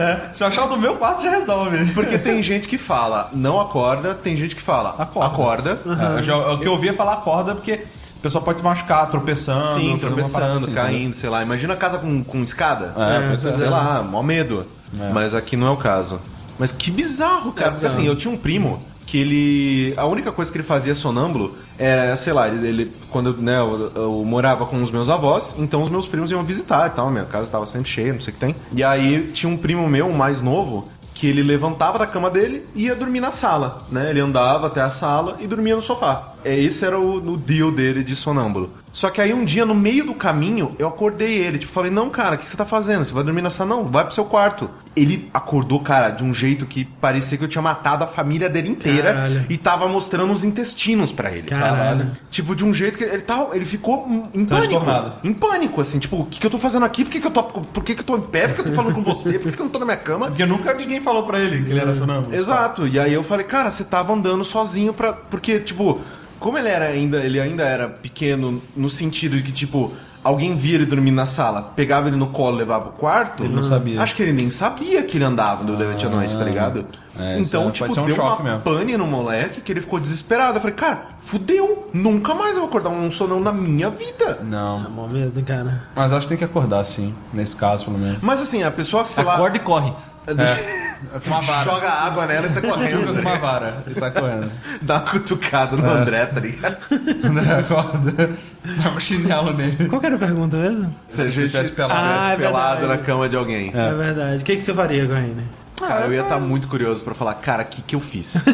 É, se eu achar o do meu quarto, já resolve.
Porque tem gente que fala, não acorda, tem gente que fala, acorda.
É, eu já- o que eu ouvi é falar corda, porque o pessoal pode se machucar, tropeçando.
Sim,
fazendo uma parada
tropeçando,
assim,
caindo, sei lá. Imagina a casa com, com escada.
É, pois é.
sei lá, mó medo. Mas aqui não é o caso. Mas que bizarro, cara.
É,
porque assim, eu tinha um primo que ele. A única coisa que ele fazia sonâmbulo era, sei lá, ele. ele- quando né, eu, eu morava com os meus avós, então os meus primos iam visitar e tal. Minha casa tava sempre cheia, não sei o que tem. E aí tinha um primo meu, um mais novo, que ele levantava da cama dele e ia dormir na sala, né? Ele andava até a sala e dormia no sofá. É, Esse era o, o deal dele de sonâmbulo. Só que aí um dia, no meio do caminho, eu acordei ele. Tipo, falei, não, cara, o que você tá fazendo? Você vai dormir na sala? Não, vai pro seu quarto. Ele acordou, cara, de um jeito que parecia que eu tinha matado a família dele inteira
Caralho.
e tava mostrando os intestinos pra ele.
Caralho.
Tipo, de um jeito que ele tava, ele ficou em- em pânico.
Transtornado.
Em pânico, assim, tipo, o que, que eu tô fazendo aqui? Por que, que eu tô. Por que, que eu tô em pé? Por que eu tô falando com você? Por que, que eu não tô na minha cama?
Porque nunca ninguém falou pra ele que ele era sonâmbulo.
Exato. E aí eu falei, cara, você tava andando sozinho pra. Porque, tipo, como ele era ainda. Ele ainda era pequeno no sentido de que, tipo, alguém via ele dormir na sala, pegava ele no colo e levava pro quarto.
Ele não sabia. Ah,
Acho que ele nem sabia que ele andava durante a noite, tá ligado?
É, isso
então,
é-
tipo,
pode ser um
deu uma
choque mesmo.
pane no moleque que ele ficou desesperado. Eu falei, cara, fudeu! Nunca mais eu vou acordar um sonão na minha vida.
Não.
Mó medo, cara.
Mas acho que tem que acordar, sim. Nesse caso, pelo menos.
Mas assim, a pessoa, sei lá.
Acorda e corre.
Com uma vara.
É. Joga água nela e sai correndo.
com
André.
uma vara e sai correndo. É.
Dá uma cutucada no André, tá ligado?
André acorda, dá um chinelo nele.
Qual que era a pergunta mesmo? É
Se a
Se
gente
tivesse pelado.
Ah, é
pelado
verdade.
na cama de alguém.
É, verdade. O que, que você faria com a Aine?
Cara, eu ia estar muito curioso pra falar, cara, o que, que eu fiz?
É.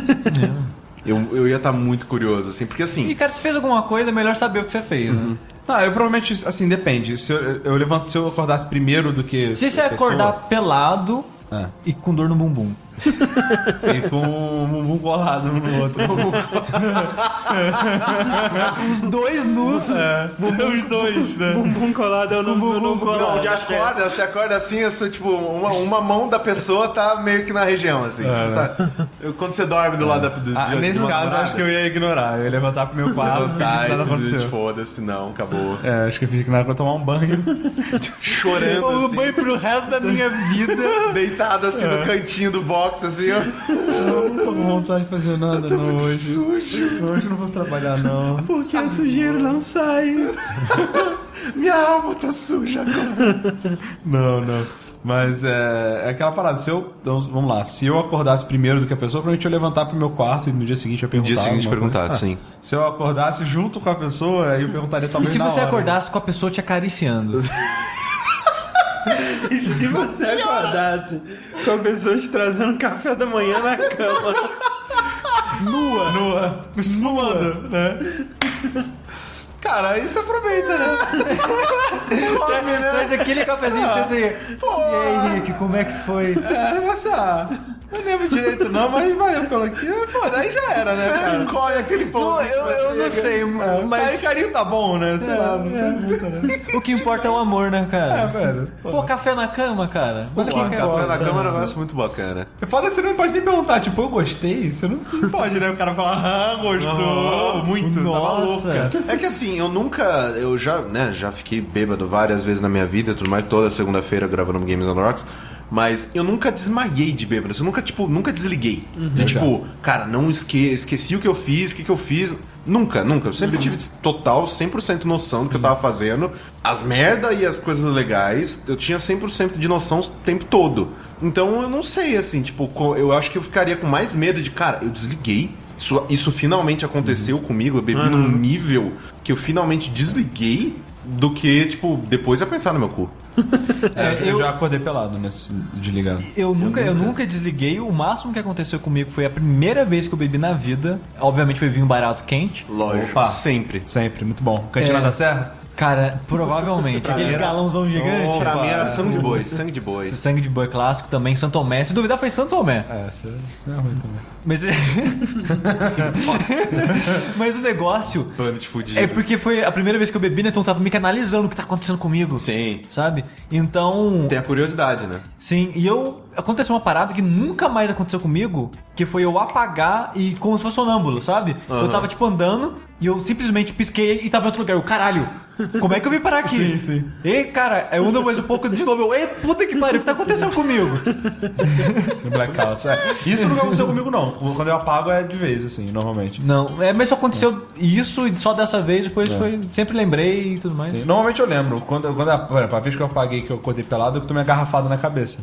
eu, eu ia estar muito curioso, assim, porque assim.
E, cara, se fez alguma coisa, é melhor saber o que você fez, né?
Ah, eu provavelmente, assim, depende. Se eu, eu levanto, se eu acordasse primeiro do que.
Se você
a pessoa-
acordar pelado
Ah.
e com dor no bumbum.
E com um bumbum colado um no outro.
Os dois nus.
Os dois, né?
Bumbum colado, eu não, eu não
Não,
colo.
você acorda, você acorda assim, eu sou, tipo, uma, uma mão da pessoa tá meio que na região, assim. tipo, tá- eu- quando você dorme do lado da, do,
É, né? Ah,
de- de
nesse
uma
caso,
namorada,
acho que eu ia ignorar. Eu ia levantar pro meu quarto, fingir que
Tá,
nada
esse vídeo de
aconteceu.
foda-se, não, acabou.
É, acho que eu fingi que nada pra tomar um banho.
Chorando
Eu
assim.
banho pro resto da minha vida.
Deitado assim
É.
no cantinho do box, assim, ó.
Não tô com vontade de fazer nada, não, hoje. Sujo. Hoje eu não vou trabalhar, não.
Porque a sujeira não sai.
Minha alma tá suja agora.
Não, não. Mas é, é aquela parada. Se eu. então, Vamos lá. Se eu acordasse primeiro do que a pessoa, provavelmente eu ia levantar pro meu quarto e no dia seguinte eu ia perguntar.
dia seguinte
alguma coisa.
perguntar, sim.
Se eu acordasse junto com a pessoa, aí eu perguntaria
E
talvez.
se
na
você
hora.
acordasse com a pessoa te acariciando?
Se você acordasse É com a pessoa te trazendo um café da manhã na cama.
Nua. Nua. Suando, né? Cara, aí você aproveita, né? Come, né?
Faz aquele cafezinho
Ah,
assim. assim.
pô.
E aí, Rick, como é que foi?
É, você, ah, não lembro direito não, mas valeu pelo aqui. É, Foda, aí já era, né, cara? Colhe aquele pãozinho.
eu- eu não sei, mas- É.
Aí É. carinho tá bom, né? Sei lá. não tem muito, né?
O que importa é o amor, né, cara?
É, velho.
Pô, café na cama, cara. Olha
Pô,
tá
que
café na
importa.
cama é um negócio muito bacana.
É foda que você não pode nem perguntar, tipo, eu gostei? Você não, não pode, né? O cara falar, ah, gostou. muito, tava louco, cara.
É que assim, eu nunca. Eu já, né, já fiquei bêbado várias vezes na minha vida e tudo mais, toda segunda-feira gravando um Games on the Rocks. Mas eu nunca desmaiei de bêbado. Eu nunca, tipo, nunca desliguei.
Uhum.
De, tipo, cara, não esque esqueci o que eu fiz, o que, que eu fiz. Nunca, nunca. Eu
Uhum.
sempre tive total 100% noção do que eu tava fazendo. As merda e as coisas legais, eu tinha 100% de noção o tempo todo. Então eu não sei, assim, tipo, co- eu acho que eu ficaria com mais medo de, cara, eu desliguei. Isso, isso finalmente aconteceu comigo, eu bebi num nível que eu finalmente desliguei do que, tipo, depois ia pensar no meu cu.
É, eu-
já acordei pelado nesse desligado.
Eu nunca, eu nunca desliguei. O máximo que aconteceu comigo foi a primeira vez que eu bebi na vida. Obviamente foi vinho barato quente.
Lógico,
Opa.
sempre.
Sempre, muito bom. Cantina
É.
da Serra?
Cara, provavelmente.
Pra mim
Aqueles
era-
galãozão gigante.
pra mim era
Esse
sangue de boi, sangue de boi.
sangue de boi clássico também, Santo Tomé. Se duvidar, foi Santo Tomé.
É, essa não é ruim também.
Mas. Mas o negócio
Planet fudido.
É porque foi a primeira vez que eu bebi, né? Então eu tava me canalizando o que tá acontecendo comigo.
Sim.
Sabe? Então.
Tem a curiosidade, né?
Sim, e eu. Aconteceu uma parada que nunca mais aconteceu comigo, que foi eu apagar e como se fosse sonâmbulo, sabe? Eu tava, tipo, andando e eu simplesmente pisquei e tava em outro lugar. Eu, caralho, como é que eu vim parar aqui?
Sim, sim.
E, cara, eu ando mais um pouco de novo. Eu, ei, puta que pariu, o que tá acontecendo comigo?
No blackout. É. Isso nunca aconteceu comigo, não. Quando eu apago é de vez, assim, normalmente.
Não, é, mas só aconteceu isso e só dessa vez, depois foi. Sempre lembrei e tudo mais.
É. Sim, Normalmente eu lembro. Quando, quando a, por exemplo, a vez que eu apaguei que eu acordei pelado, eu tomei uma garrafada na cabeça.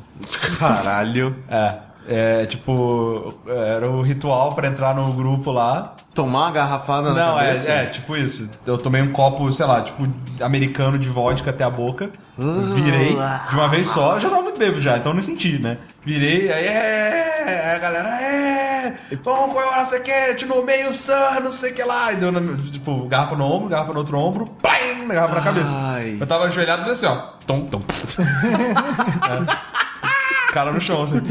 Caralho.
É. É, tipo, era o ritual pra entrar no grupo lá.
Tomar uma garrafada na
Não, é,
cabeça.
é, tipo isso. Eu tomei um copo, sei lá, tipo, americano de vodka até a boca.
Ah.
Virei de uma vez só. Eu já tava muito bebo já, então não senti, né? Virei, aí, é, é, é, a galera, é, bom, qual hora você quer? Te nomeio o Sam, não sei o que lá. E deu, na- tipo, garrafa no ombro, garrafa no outro ombro, plim, garrafa na cabeça.
Ai.
Eu tava ajoelhado e falei assim, ó, tom, tom. É. Cara no chão, assim.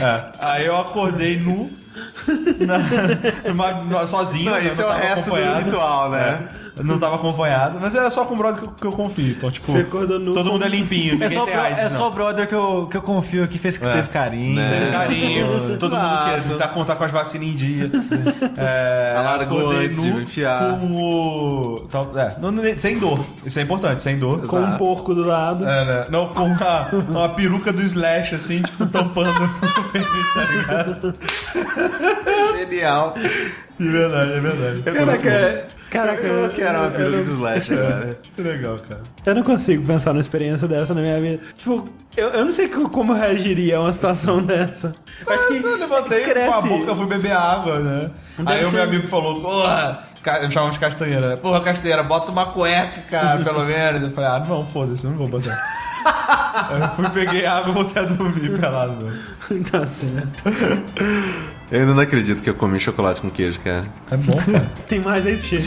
É. Aí eu acordei nu, na- numa- numa- sozinho.
Não,
né?
esse é o
tava
resto do
acompanhado.
ritual, né?
Eu Não tava acompanhado, mas era só com o brother que eu, que eu confio. Então, tipo,
Você acordou nu
todo
com-
mundo é limpinho, ninguém
É só,
tem
bro-
AIDS,
é
não. É. Né?
só o brother que eu, que eu confio aqui, fez que teve carinho.
Teve carinho, todo mundo quer tentar contar com as vacinas em dia. É,
Alargou
acordei
antes de
nu
enfiar.
Com o. tal- é, não- não- sem dor. Isso é importante, sem dor.
Com um porco do lado.
É, né? Não, com uma, uma peruca do Slash, assim, tipo, tampando o peito, tá ligado?
É. Genial.
De verdade, é verdade.
Caraca, caraca,
Eu um É. quero uma peruca de slash, cara.
Que legal, cara.
Eu não consigo pensar numa experiência dessa na minha vida. Tipo, eu, eu não sei co- como eu reagiria a uma situação dessa. Eu Acho que
Tá, Eu levantei com a
cresce.
boca, fui beber água, né?
Deve
Aí o meu
ser-
amigo falou, porra, ca- eu chamava de castanheira, né? Porra, castanheira, bota uma cueca, cara, pelo menos. Eu falei, ah, não, foda-se, eu não vou botar.
Eu fui, peguei água e voltei a dormir pelado,
né?
mano.
Tá certo.
Eu ainda não acredito que eu comi chocolate com queijo, cara.
É bom, cara.
Tem mais aí, Chico.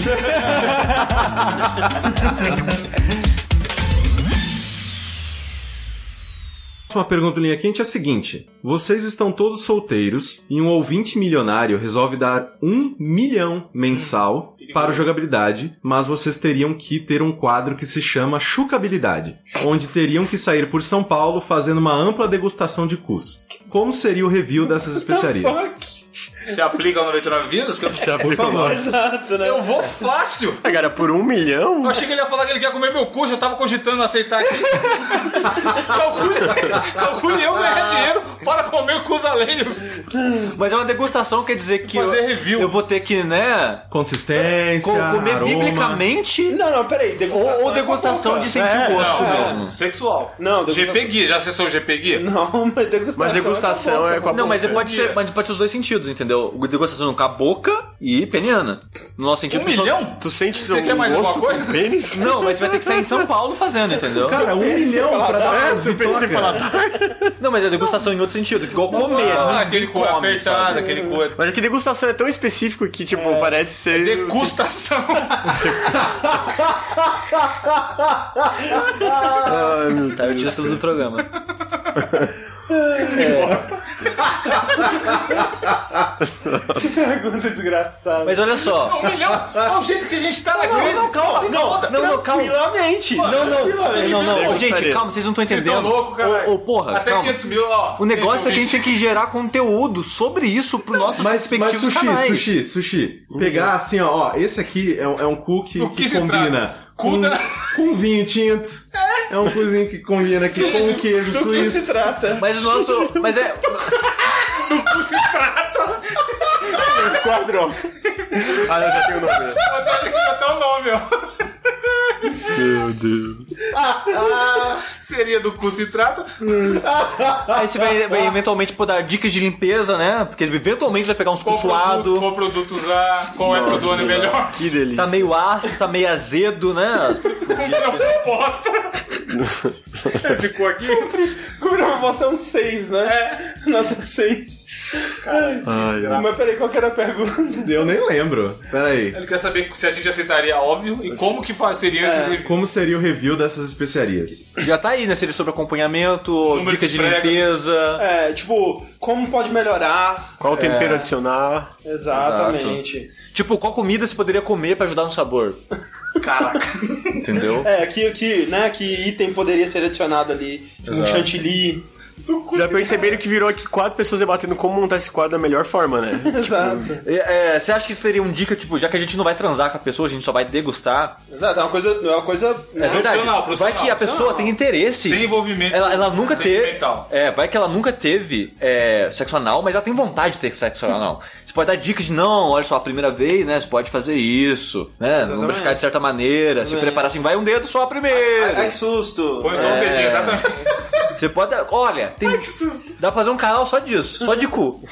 Uma pergunta linha quente é a seguinte: vocês estão todos solteiros e um ouvinte milionário resolve dar um milhão
Hum,
mensal para o jogabilidade, mas vocês teriam que ter um quadro que se chama Chucabilidade, onde teriam que sair por São Paulo fazendo uma ampla degustação de cus. Como seria o review dessas especiarias?
Se aplica ao 99 vidas? Que eu... Se
aplica ao nosso.
Exato, né? Eu vou fácil.
Cara, por um milhão?
Eu achei que ele ia falar que ele quer comer meu cu, já tava cogitando aceitar aqui. calcule, calcule eu ganhar dinheiro para comer cus alheios.
Mas é uma degustação, quer dizer que
Fazer
eu,
review.
eu vou ter que, né?
Consistência.
co- comer
aroma.
biblicamente?
Não, não, peraí.
é
É
Ou, ou degustação de sentir o gosto mesmo.
Sexual.
Não,
GP Gui, já acessou o GP Gui?
Não, mas degustação.
É
Não, mas pode ser, mas pode ser os dois sentidos, entendeu? Degustação com a boca e peniana. No nosso sentido.
Um
pessoal-
milhão?
Tu sente
Você quer mais alguma coisa?
Não, mas vai ter que sair em São Paulo fazendo, entendeu?
Cara, um Super milhão pra dar paladar. uma É, super bitoca. sem paladar.
Não, mas é degustação em outro sentido, igual comer.
Ah,
ninguém
aquele cu
come,
apertado,
sabe?
aquele cu-
Mas é que degustação é tão específico que, tipo, parece ser.
É Degustação!
Ai, meu Tá, eu tiro tudo do programa. É.
Que pergunta desgraçada.
Mas olha só.
Um milhão é o jeito que a gente tá na crise.
Não, não, calma,
Sem
não,
falta.
não, não, calma.
Tranquilamente.
Não, não,
Tranquilamente.
não, não,
Eu
gente,
gostaria.
calma, vocês não estão
Vocês tão
entendendo.
louco, caralho.
Ô, ô, porra,
Até
calma.
500 mil, ó.
O negócio é que a gente
ouvinte.
tem que gerar conteúdo sobre isso pro nossos
Mas, mas
respectivos
sushi,
canais.
sushi, sushi.
Hum.
Pegar assim, ó, ó, esse aqui é, um- é um cu que, que combina com, com vinho tinto. É um cozinho que combina aqui com um queijo
Do que
suíço.
se trata?
Mas o nosso. Mas é.
Do que se trata?
Quadrão. Ah, eu já tenho o nome.
Vou ter que botar o nome, ó. Ah,
Meu Deus.
Seria do cu Ah. se trata?
Aí você Ah, vai, vai eventualmente pô, dar dicas de limpeza, né? Porque ele eventualmente vai pegar uns
Qual produto,
suado.
qual produto usar, qual é pro dono melhor.
Que delícia.
Tá meio ácido, tá meio azedo, né?
Combinou proposta. Esse cu aqui.
Combinou proposta é um 6, né? É. Nota 6.
Ai,
Mas peraí, qual que era a pergunta?
Eu nem lembro. Peraí.
Ele quer saber se a gente aceitaria, óbvio, e como que fa- seria esses reviews.
É. Como seria o review dessas especiarias?
Já tá aí, né? Seria sobre acompanhamento,
Número
dicas
de
de,
pregas.
limpeza.
É, tipo, como pode melhorar?
Qual o tempero
É.
adicionar?
Exatamente.
Tipo, qual comida você poderia comer pra ajudar no sabor?
Caraca.
Entendeu?
É, que, que, né, que item poderia ser adicionado ali? Um
Exato.
chantilly.
Já perceberam que virou aqui quatro pessoas debatendo como montar esse quadro da melhor forma, né?
Exato.
É, é, você acha que isso seria um dica, tipo, já que a gente não vai transar com a pessoa, a gente só vai degustar?
Tipo,
Exato, é uma coisa. É, uma coisa,
É verdade. vai que a pessoa tem interesse.
Sem envolvimento.
Ela, ela nunca teve.
Sentimental.
É, vai que ela nunca teve é, sexo anal, mas ela tem vontade de ter sexo anal. Você pode dar dicas de não, olha só, a primeira vez, né? Você pode fazer isso, né? Não vai ficar de certa maneira, se preparar assim, vai um dedo só primeiro. É.
Ai, que susto!
Põe só um dedinho, exatamente.
Você pode. Olha, tem.
que susto.
Dá pra fazer um canal só disso, só de cu.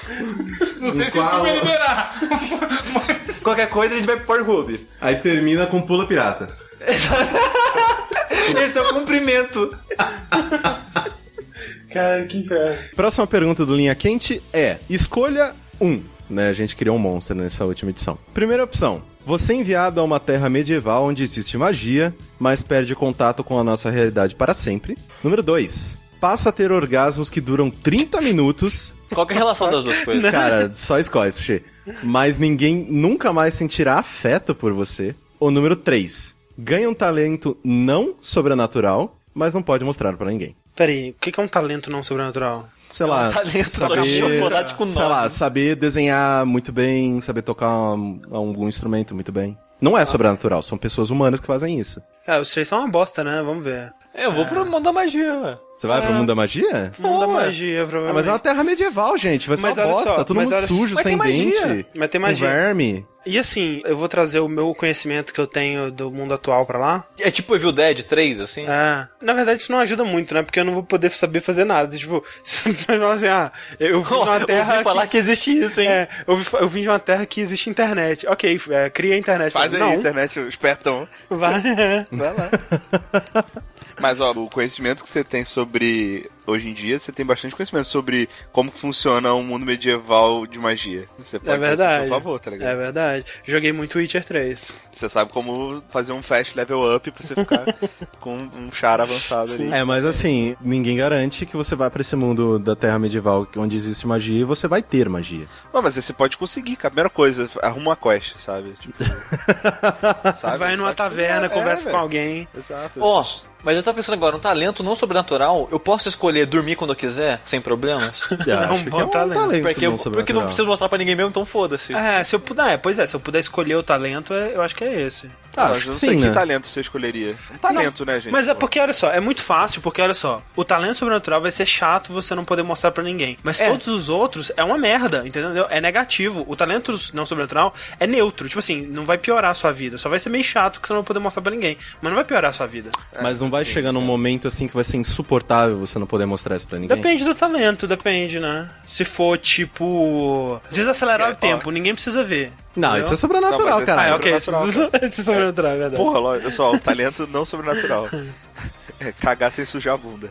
Não sei se
Qual?
tu me liberar.
Qualquer coisa a gente vai pro Pornhub.
Aí termina com pula pirata.
Esse é o cumprimento.
Cara, que inferno.
Próxima pergunta do Linha Quente é: escolha um. Né, a gente criou um monstro nessa última edição. Primeira opção: você é enviado a uma terra medieval onde existe magia, mas perde contato com a nossa realidade para sempre. Número 2. Passa a ter orgasmos que duram 30 minutos.
Qual que é a relação das duas coisas?
Cara, só escolhe, Sushi. Mas ninguém nunca mais sentirá afeto por você. O número 3. Ganha um talento não sobrenatural, mas não pode mostrar para ninguém.
Peraí, o que que é um talento não sobrenatural?
É
Sei
um
lá.
talento, só que é uma sonoridade com
sei
nove.
lá, saber desenhar muito bem, saber tocar um, algum instrumento muito bem. Não é sobrenatural, são pessoas humanas que fazem isso.
Cara, Ah, os três são uma bosta, né? Vamos ver.
É,
Eu vou pro mundo da magia, ué.
Você vai
É.
pro mundo da magia?
Mundo da
Pô, ué.
magia,
Ah,
provavelmente.
mas é uma terra medieval, gente. Vai ser
Mas
uma
olha
bosta,
só,
todo
mas
mundo
olha só.
sujo,
Mas
sem
tem magia.
dente.
Mas tem
com
magia.
verme.
E assim, eu vou trazer o meu conhecimento que eu tenho do mundo atual pra lá.
É tipo Evil Dead 3, assim?
Ah, na verdade isso não ajuda muito, né? Porque eu não vou poder saber fazer nada. Tipo, você vai falar assim, ah, eu vim de uma terra.
ouvi falar que existe isso, hein?
É, eu, vi- eu vim de uma terra que existe internet. Ok, é, cria a internet.
Faz aí,
não,
internet, o espertão.
Vai, é.
Vai lá. Mas, ó, o conhecimento que você tem sobre. Hoje em dia, você tem bastante conhecimento sobre como funciona um mundo medieval de magia. Você pode
É
usar isso a
verdade.
seu favor, tá ligado?
É verdade. Joguei muito Witcher 3.
Você sabe como fazer um fast level up pra você ficar com um char avançado ali.
É, mas assim, ninguém garante que você vai pra esse mundo da Terra medieval onde existe magia e você vai ter magia.
Não, mas você pode conseguir, cara. Primeira coisa, arruma uma quest, sabe? Tipo, sabe?
Vai numa taverna,
É,
conversa
é,
com
velho.
alguém.
Exato.
Ó, mas eu tava pensando agora, um talento não sobrenatural, eu posso escolher dormir quando eu quiser, sem problemas?
acho que é um bom talento
Porque, eu-
não sobrenatural.
porque não preciso mostrar pra ninguém mesmo, então foda-se.
É, se eu puder, é, pois é, se eu puder escolher o talento, é- eu acho que é esse.
Ah, mas eu não sei que talento você escolheria. Um talento, né, gente?
Mas é porque, olha só, é muito fácil, porque olha só, o talento sobrenatural vai ser chato você não poder mostrar pra ninguém. Mas todos os outros é uma merda, entendeu? É negativo. O talento não sobrenatural é neutro. Tipo assim, não vai piorar a sua vida. Só vai ser meio chato que você não vai poder mostrar pra ninguém. Mas não vai piorar a sua vida.
É, mas não vai chegar num
é.
momento assim que vai ser insuportável você não poder mostrar isso pra ninguém.
Depende do talento, depende, né? Se for tipo. Desacelerar o tempo, ninguém precisa ver.
Não,
entendeu?
isso é sobrenatural,
mas
caralho.
Ah, ok, isso isso é sobrenatural, é verdade.
Porra, lógico, pessoal, talento não sobrenatural. É cagar sem sujar a bunda.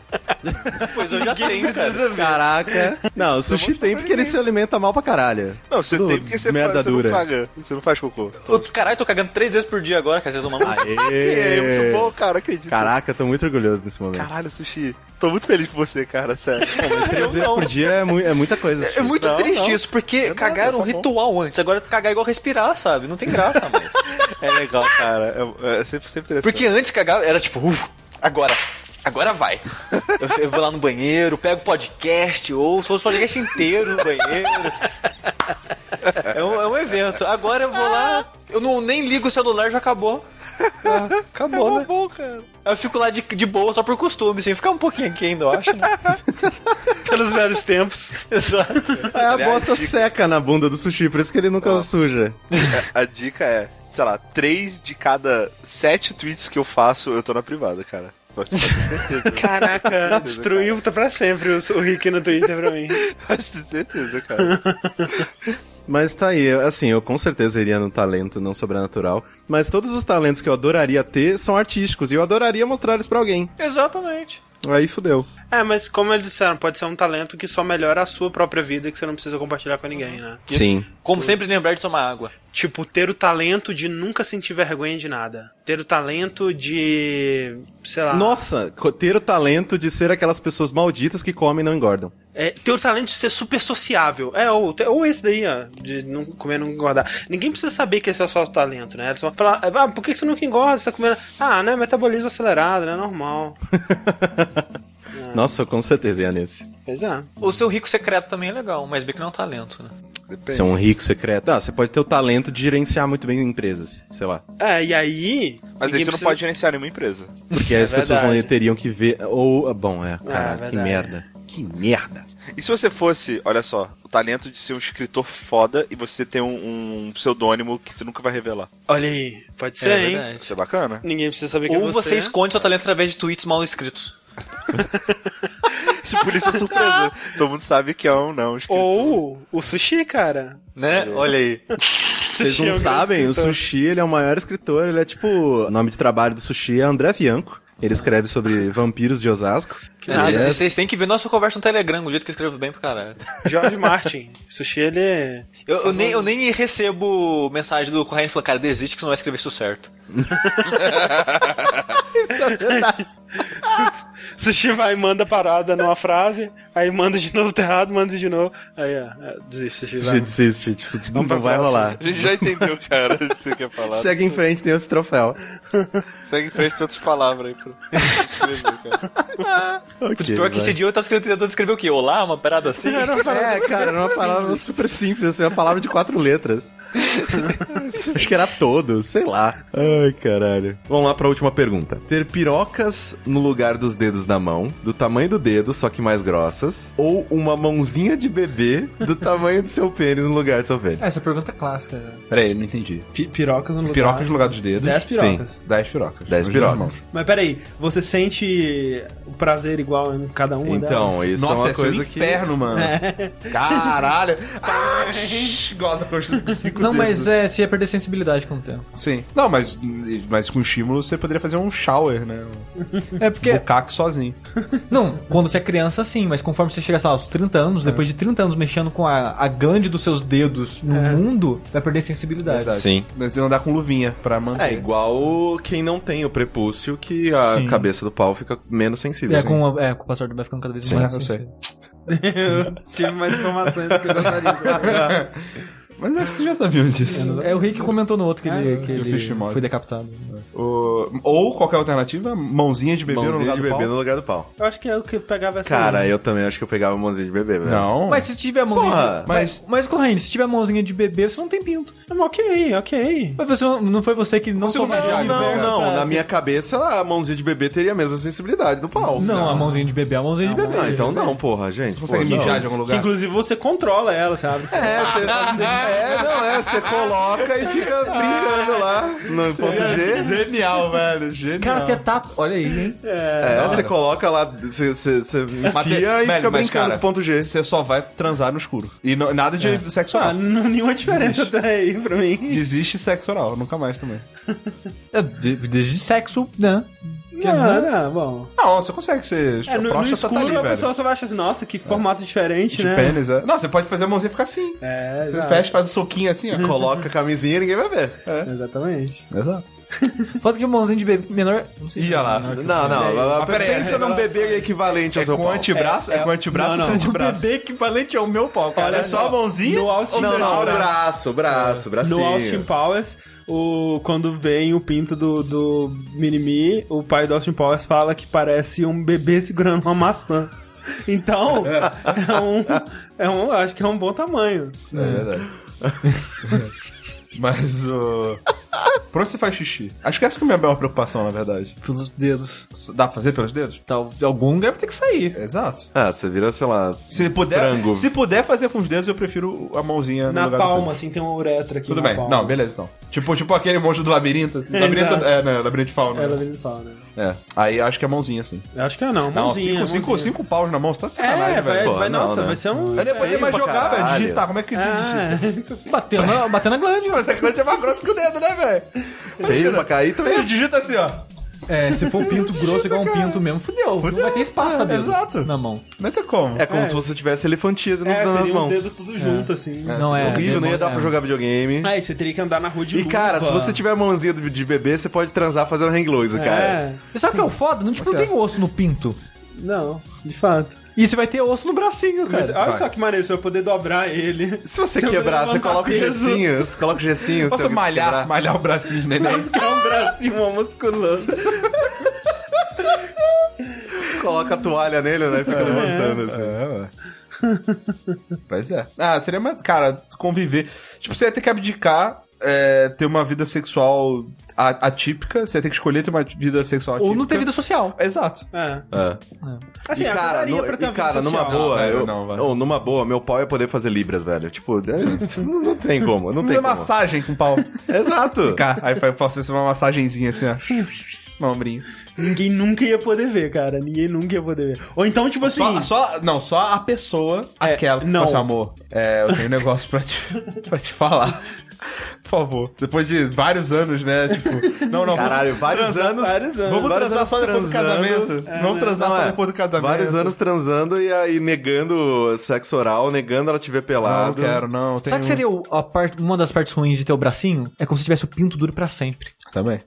Pois eu já tenho,
cara. Caraca. Não, o sushi tem porque ele se alimenta mal pra caralho.
Não, você
Tudo
tem porque você,
merda
faz, você
dura.
não caga. Você não faz cocô.
Eu- Caralho, tô cagando três vezes por dia agora, cara, vocês vão maluco.
Aê.
É muito bom, cara, acredito.
Caraca, eu tô muito orgulhoso nesse momento.
Caralho, sushi. Tô muito feliz por você, cara, sério.
Mas três vezes por dia é, mui- é muita coisa.
É
sushi.
muito
Não,
triste
não.
isso, porque cagar era um ritual antes, agora cagar é igual respirar, sabe? Não tem graça mais.
É legal, cara. É, é sempre, sempre interessante.
Porque antes cagar era tipo, "Uf, agora. Agora vai. Eu, eu vou lá no banheiro, pego podcast, ouço, ouço o podcast inteiro no banheiro. É um, é um evento. Agora eu vou lá, eu não, nem ligo o celular, já acabou. Ah, acabou, né?
bom, cara.
Eu fico lá de, de boa só por costume, sem ficar um pouquinho aqui ainda, eu acho, né?
Pelos velhos tempos.
Exato.
É, a bosta seca na bunda do sushi, por isso que ele nunca suja.
A a dica é, sei lá, três de cada sete tweets que eu faço, eu tô na privada, cara. Pode ter certeza.
Caraca, destruiu tá pra sempre o, o Rick no Twitter pra mim.
Pode ter certeza, cara.
Mas tá aí, eu- assim, eu com certeza iria no talento não sobrenatural. Mas todos os talentos que eu adoraria ter são artísticos e eu adoraria mostrar eles pra alguém.
Exatamente.
Aí fudeu.
É, mas como eles disseram, pode ser um talento que só melhora a sua própria vida e que você não precisa compartilhar com ninguém, né?
Sim.
Como sempre, lembrar de tomar água.
Tipo, ter o talento de nunca sentir vergonha de nada. Ter o talento de. sei lá.
Nossa, co- ter o talento de ser aquelas pessoas malditas que comem e não engordam.
É, ter o talento de ser super sociável. É, ou, te- ou esse daí, ó, de não comer não engordar. Ninguém precisa saber que esse é o seu talento, né? Eles vão falar, ah, por que você nunca engorda? Você tá comendo. Ah, né? Metabolismo acelerado, né? Normal.
Ah. Nossa, eu com certeza ia nesse.
Pois é.
O seu rico secreto também é legal, mas bem que não é um talento, né?
Ser um rico secreto. Ah, você pode ter o talento de gerenciar muito bem empresas, sei lá.
É, e aí.
Mas aí você
ninguém
não
precisa-
pode gerenciar nenhuma empresa.
Porque
É
aí as pessoas
verdade.
vão- teriam que ver. Ou. ah, Bom, é, caralho, que
verdade.
merda. Que merda.
E se você fosse, olha só, o talento de ser um escritor foda e você ter um, um pseudônimo que você nunca vai revelar?
Olha aí, pode ser,
É
hein?
verdade.
Isso é bacana?
Ninguém precisa saber que é
Ou você.
você
esconde seu talento através de tweets mal escritos.
Por isso é surpresa. Todo mundo sabe que é um não. escritor.
Ou o sushi, cara. é
Né? Olha aí.
Vocês não sabem, o Sushi ele é o maior escritor, ele é tipo. O nome de trabalho do Sushi é André Fianco. Ele escreve sobre vampiros de Osasco.
Né, Vocês vocês têm que ver nossa conversa no Telegram, o jeito que eu escrevo bem pro caralho.
George Martin. Sushi, ele. é-
Eu, eu nem, eu nem recebo mensagem do corrente falando, cara, desiste que você não vai escrever isso certo.
Sushi vai e manda parada numa frase, aí manda de novo, tá errado, manda de novo. Aí, ó, é, desiste, Sushi.
Já
Vai.
desiste, tipo, não,
pra
vai
próxima.
rolar.
A gente já entendeu, cara, o que você quer falar.
Segue em frente, tem esse troféu.
Segue em frente tem outras palavras aí. Pro...
Ok,
Putz, pior que
vai.
esse dia eu tava escrevendo, tentando escrever o quê? Olá, uma parada assim?
Era uma parada, é, cara, era uma palavra super simples, assim, uma palavra de quatro letras. Acho que era todo, sei lá. Ai, caralho. Vamos lá pra última pergunta. Ter pirocas no lugar dos dedos da mão, do tamanho do dedo, só que mais grossas, ou uma mãozinha de bebê do tamanho do seu pênis no lugar do seu pênis?
Essa pergunta é clássica. né?
Peraí, não entendi.
pirocas no lugar.
Pirocas no lugar dos dedos.
Dez pirocas.
Sim, 10 pirocas.
Dez
Nas
pirocas.
duas mãos.
Mas peraí, você sente
o prazer igual em cada um
Então, isso é uma coisa que-
É.
um Caralho. Ah, goza com os cinco
Não,
dedos.
mas é, se ia perder sensibilidade com o tempo.
Sim. Não, mas, mas com estímulo você poderia fazer um shower, né?
É porque.
Bucaque sozinho.
Não, quando você é criança, sim, mas conforme você chega, sei lá, aos 30 anos, depois de 30 anos mexendo com a, a glande dos seus dedos no mundo, vai perder sensibilidade.
Sim.
Mas andar com luvinha pra manter.
É igual quem não tem o prepúcio, que a
Sim.
cabeça do pau fica menos sensível.
É, com, a- é, com o passar do tempo vai ficando cada vez
Sim,
mais.
eu sei.
sensível.
eu tive mais informações do que eu gostaria. sabe?
É, Mas acho que você já sabia disso.
É, o Rick comentou no outro que ele, que
Eu
ele
fiz chimosa.
foi decapitado.
O- Ou qualquer alternativa, mãozinha de bebê
Mãozinha
no lugar
de
do pau.
bebê no lugar do pau.
Eu acho que é o que pegava essa.
Cara, eu também acho que eu pegava mãozinha de bebê, velho.
Não.
Mas se tiver mãozinha.
Porra,
mas, mas correndo, se tiver mãozinha de bebê, você não tem pinto. É,
Ok, ok.
Mas você não, não foi você que não tomou
Não, não, não. Na minha cabeça, a mãozinha de bebê teria a mesma sensibilidade do pau.
Não, a mãozinha de bebê é a mãozinha de bebê.
Ah, então não, porra, gente.
consegue
Pô,
mijar
não.
de algum
Que inclusive você controla ela, sabe?
É, você, é, não, é, você coloca e fica brincando lá no ponto G.
é Genial, velho. Genial.
Cara, até tato. Olha aí, hein?
É, você coloca lá, você, você, você enfia
Mas tem-
e
velho,
fica
mas,
brincando
cara,
com o ponto G.
Você só vai transar no escuro. É. E não- nada de sexo
Ah,
oral.
não, nenhuma diferença
Existe.
até aí pra mim.
Desiste sexo oral, nunca mais também.
É, de- Desde sexo, né?
Não, não, bom.
Não, você consegue ser.
É, no, no
próstata
escuro
tá ali,
a
velho.
pessoa só vai achar assim, nossa, que formato diferente,
De
né?
pênis, é. Não, você pode fazer a mãozinha ficar assim.
É,
Você
exato.
fecha, faz o soquinho assim, ó.
Coloca a camisinha e ninguém vai ver.
Exatamente.
Exato.
Foda que mãozinha de bebê menor. Não sei.
Ih, olha lá.
Não, não,
Mas peraí,
pensa num bebê equivalente ao
É
seu
com
pau.
antebraço? É, com antebraço ou
não, não.
sem
um
antebraço?
Bebê que valente é o meu pau, cara.
Olha só a mãozinha.
No Austin,
Não, não,
Powers-
braço, braço, bracinho.
no Austin Powers, o, quando vem o pinto do, do Minimi, o pai do Austin Powers fala que parece um bebê segurando uma maçã. Então, é um, é um, acho que é um bom tamanho.
É verdade. Mas o. Por onde você faz xixi? Acho que essa que é a minha maior preocupação, na verdade.
Pelos dedos.
Dá pra fazer pelos dedos?
Tal, algum lugar vai ter que sair.
Exato.
Ah, você vira, sei lá,
Se puder,
frango.
se puder fazer com os dedos, eu prefiro a mãozinha no
Na
lugar do
palma,
dedo.
assim, tem uma uretra aqui
Tudo
na
bem.
palma.
Não, beleza, então. Tipo, tipo aquele monstro do labirinto. Assim.
É,
labirinto
exato.
é, né? Labirinto de fauna.
É, ela
né?
vem de pau, né?
É. Aí eu acho que é a mãozinha, assim.
Eu Acho que é não,
Não,
mãozinha.
cinco, cinco,
mãozinha.
cinco paus na mão, você tá de sacanagem,
É, vai,
velho.
vai,
não,
nossa,
né?
vai ser um...
Eu nem poder mais
pra
jogar, velho.
caralho.
Digitar, como é que digita?
Ah,
Batendo na, batendo na glande.
Mas a grande é mais grossa que o dedo, né, velho?
Feio pra cair também.
Ele digita assim, ó.
É, se for um pinto grosso igual um
cara.
pinto mesmo, fudeu. Não vai ter espaço pra
É,
dedo.
exato.
Na mão.
Não tem como.
É como se você tivesse elefantias
É,
nas
seria os
mãos.
dedos tudo junto, assim.
Não é.
Horrível, não ia dar
é.
pra jogar videogame.
Aí você teria que andar na rua de
E
luva.
cara, se você tiver a mãozinha do- de bebê, você pode transar fazendo hang loose, cara.
É,
E sabe o que é o foda? Não, tipo, não tem osso no pinto.
não, de fato.
E você vai ter osso no bracinho,
Mas
cara.
olha só que maneiro, você vai poder dobrar ele.
Se você
Você
quebrar,
vai
você coloca o
levantar peso.
gessinho, você coloca o gessinho. se
Posso
alguém se
malhar,
quebrar.
malhar o bracinho de neném?
É um bracinho mal musculoso.
Coloca a toalha nele, né? e
É.
Fica levantando assim.
pois é. Ah, seria mais. Cara, conviver. Tipo, você ia ter que abdicar. é, ter uma vida sexual a- atípica, você ia ter que escolher ter uma vida sexual atípica.
Ou não ter vida social.
Exato.
É.
E
Assim,
cara,
ajudaria
no-
pra ter
e,
uma
cara
vida
numa
social.
boa,
velho,
eu,
não, vai.
ou numa boa, meu pau ia poder fazer libras, velho. Tipo, é, não, não tem como, não tem
Fazer
como.
massagem com pau.
Exato.
Cá, aí eu faço isso, uma massagenzinha assim, ó. No ombrinho.
Ninguém nunca ia poder ver, cara. Ninguém nunca ia poder ver. Ou então, tipo assim.
Só, só- não, só a pessoa, aquela.
É, não.
Não. amor, é, eu tenho um negócio pra te, pra te falar. Por favor. Depois de vários anos, né? Tipo, não, não.
Caralho, vários anos.
vários anos.
Vamos
vários
transar
anos
só depois do
transando.
casamento. Vamos transar
Não,
só
é.
depois do casamento.
Vários anos transando e aí negando sexo oral, negando ela te ver
Não, não
pelado.
quero, não. Tem
Sabe que seria o- a parte, uma das partes ruins de ter o bracinho? É como se tivesse o pinto duro pra sempre.
Também.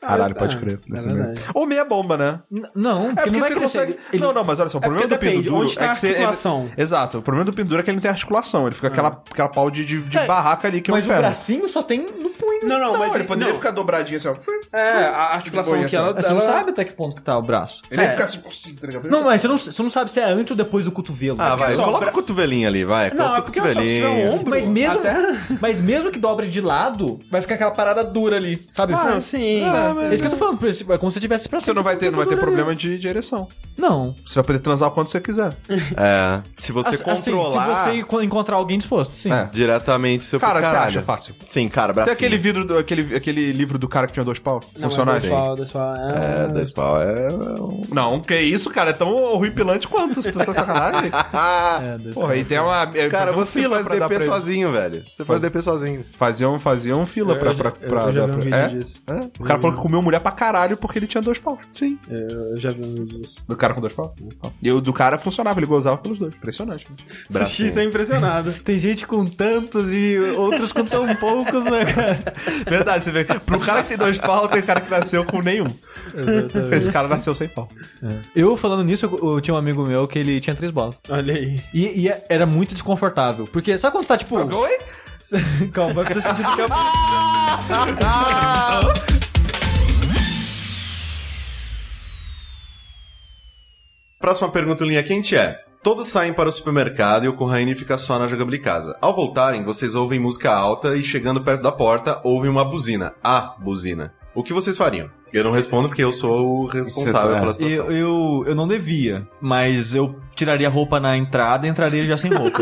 Caralho,
Ah,
pode
é,
crer.
é
Isso
verdade.
mesmo. Ou meia bomba, né?
N-
É
não, porque,
porque
não vai
você
crescer.
consegue.
Ele-
Não, não, mas olha só, o problema do
é depende,
pinto duro
onde tá
é
a
que você- ele-
articulação? Ah.
Exato, o problema do pinto duro é que ele não tem articulação, ele fica aquela, aquela pau de, de, de barraca ali que é um
mas o
ferro.
bracinho só tem no punho.
Não, não,
Não,
mas.
ele poderia
não.
ficar dobradinho assim, ó.
É,
tipo
a articulação
boa,
aqui,
essa.
ela.
assim.
Você
ela-
não sabe até que ponto que tá o braço.
Ele ia ficar assim, assim, tá ligado?
Não, mas você não, você não sabe se é antes ou depois do cotovelo.
Ah, vai,
só,
coloca
pra-
o cotovelinho ali, vai.
Não,
coloca
é
o
porque só se tiver
cotovelinho.
um ombro.
Mas mesmo,
Até...
mas mesmo que dobre de lado, vai ficar aquela parada dura ali, sabe?
Ah, sim.
É isso que eu tô falando, por isso- é como se você tivesse pra
Você
sempre.
não vai ter, não vai ter problema de, de ereção.
Não.
Você vai poder transar o quanto você quiser.
É. Se você
Assim,
controlar.
se você enco- encontrar alguém disposto, sim.
Diretamente seu
Cara,
pro
você
caralho.
acha fácil.
Sim, cara,
Tem
bracinho.
aquele, vidro do- aquele, aquele livro do cara que tinha dois pau?
Não,
Funcionais?
é dois pau, dois pau. É,
dois pau é.
Não, que isso, cara? É tão horripilante quanto. Você tá de sacanagem?
dois
Porra,
pau.
e tem uma. é,
Cara,
fazer um
você
fila
faz
pra dar pra
DP
ele.
sozinho, velho. Você faz DP sozinho.
Fazia um, fazia um fila
Eu
pra,
já-
pra,
eu
pra
já
dar
vi um
pra-
vídeo
é?
disso.
É? O cara
Eu
falou
vi.
que comeu mulher pra caralho porque ele tinha dois pau. Sim.
Eu já vi um vídeo disso.
Do cara com dois pau? E o do cara funcionava, ele gozava pelos dois. Impressionante. né?
Sushi tá impressionado.
Tem gente com tantos e outros com tão poucos, né, cara?
Verdade, você vê. Pro cara que tem dois pau, tem cara que nasceu com nenhum.
Exatamente.
Esse cara nasceu sem pau.
Eu, falando nisso, eu, eu tinha um amigo meu que ele tinha três bolas.
Olha aí.
E, e era muito desconfortável. Porque sabe quando você tá tipo.
Oi?
Calma, vai fazer sentido que é eu.
Próxima pergunta em linha quente é: Todos saem para o supermercado e o Corraine fica só na jogabilicasa. Ao voltarem, vocês ouvem música alta e chegando perto da porta, ouvem uma buzina. A buzina. O que vocês fariam? Eu não respondo porque eu sou o responsável pela situação.
Eu, eu, eu não devia, mas eu tiraria a roupa na entrada e entraria já sem roupa.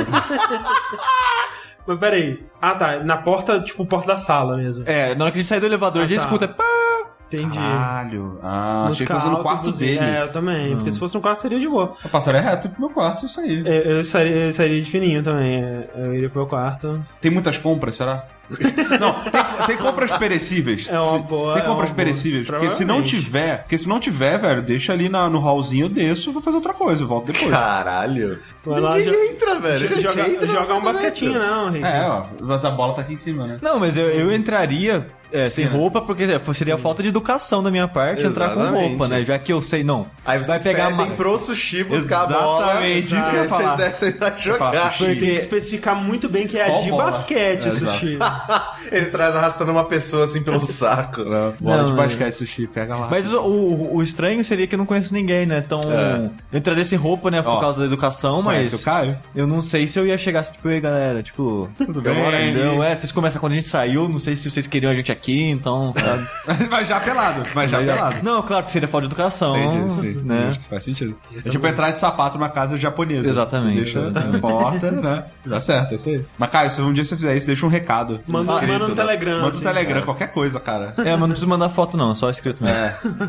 Mas peraí. Ah, tá. Na porta, tipo, porta da sala mesmo. Ah, tá.
É, na hora que a gente sai do elevador, a gente escuta,
Entendi.
Caralho. Ah,
Música
achei que fosse no
alta,
quarto
inclusive.
dele.
É, eu também.
Hum.
Porque se fosse no quarto seria de boa. É,
Eu passaria é reto pro meu quarto, isso aí.
Eu, eu sairia, eu sairia de fininho também. é, Eu iria pro meu quarto.
Tem muitas compras, será? não, tem, tem compras perecíveis.
É uma
Se-
boa,
Tem
é uma
compras
boa.
perecíveis. Porque se não
Provavelmente.
tiver, porque se não tiver, velho, deixa ali na- no hallzinho, eu desço e vou fazer outra coisa, eu volto depois.
Caralho.
Vai lá,
Ninguém
jo-
entra, velho.
jo-
Gente,
Joga,
entra,
joga um
entra.
basquetinho, não, Henrique.
É, ó, mas a bola tá aqui em cima, né?
Não, mas eu, eu entraria é, sem
Sim, né?
roupa, porque é, seria falta de educação da minha parte entrar com
Exatamente.
roupa, né? Já que eu sei, não. Aí você vai pegar
pedem pro sushi buscar a bola.
Exatamente, isso que eu ia
Aí vocês
falar.
descem pra jogar.
Tem que especificar muito bem que é a
Qual
de
bola?
basquete,
É,
Sushi.
Ele traz arrastando uma pessoa assim pelo saco.
Bola de basquete,
sushi, pega lá.
Ah, Mas o, o- o estranho seria que eu não conheço ninguém, né? Então,
É.
eu entraria sem roupa, né? Por
Ó,
causa da educação, mas.
conhece o
Caio?
Eu não sei se eu ia chegar assim, tipo, ei, galera, tipo. Tudo
bem?
Não, é, vocês começam quando a gente saiu, não sei se vocês queriam a gente aqui, então. sabe?
mas já pelado, mas já pelado.
Não, claro que seria falta de educação.
Entendi, sim.
Né?
Justo, faz sentido. É tipo entrar de sapato numa casa japonesa.
Exatamente,
Você deixa na
exatamente.
porta, né? Dá certo, é isso aí. Mas, cara, se um dia você fizer isso, deixa um recado.
Manda-
Escrito,
manda no
né?
Telegram,
Manda
assim,
no Telegram,
cara.
qualquer coisa, cara.
É, mas não precisa mandar foto, não, só escrito mesmo.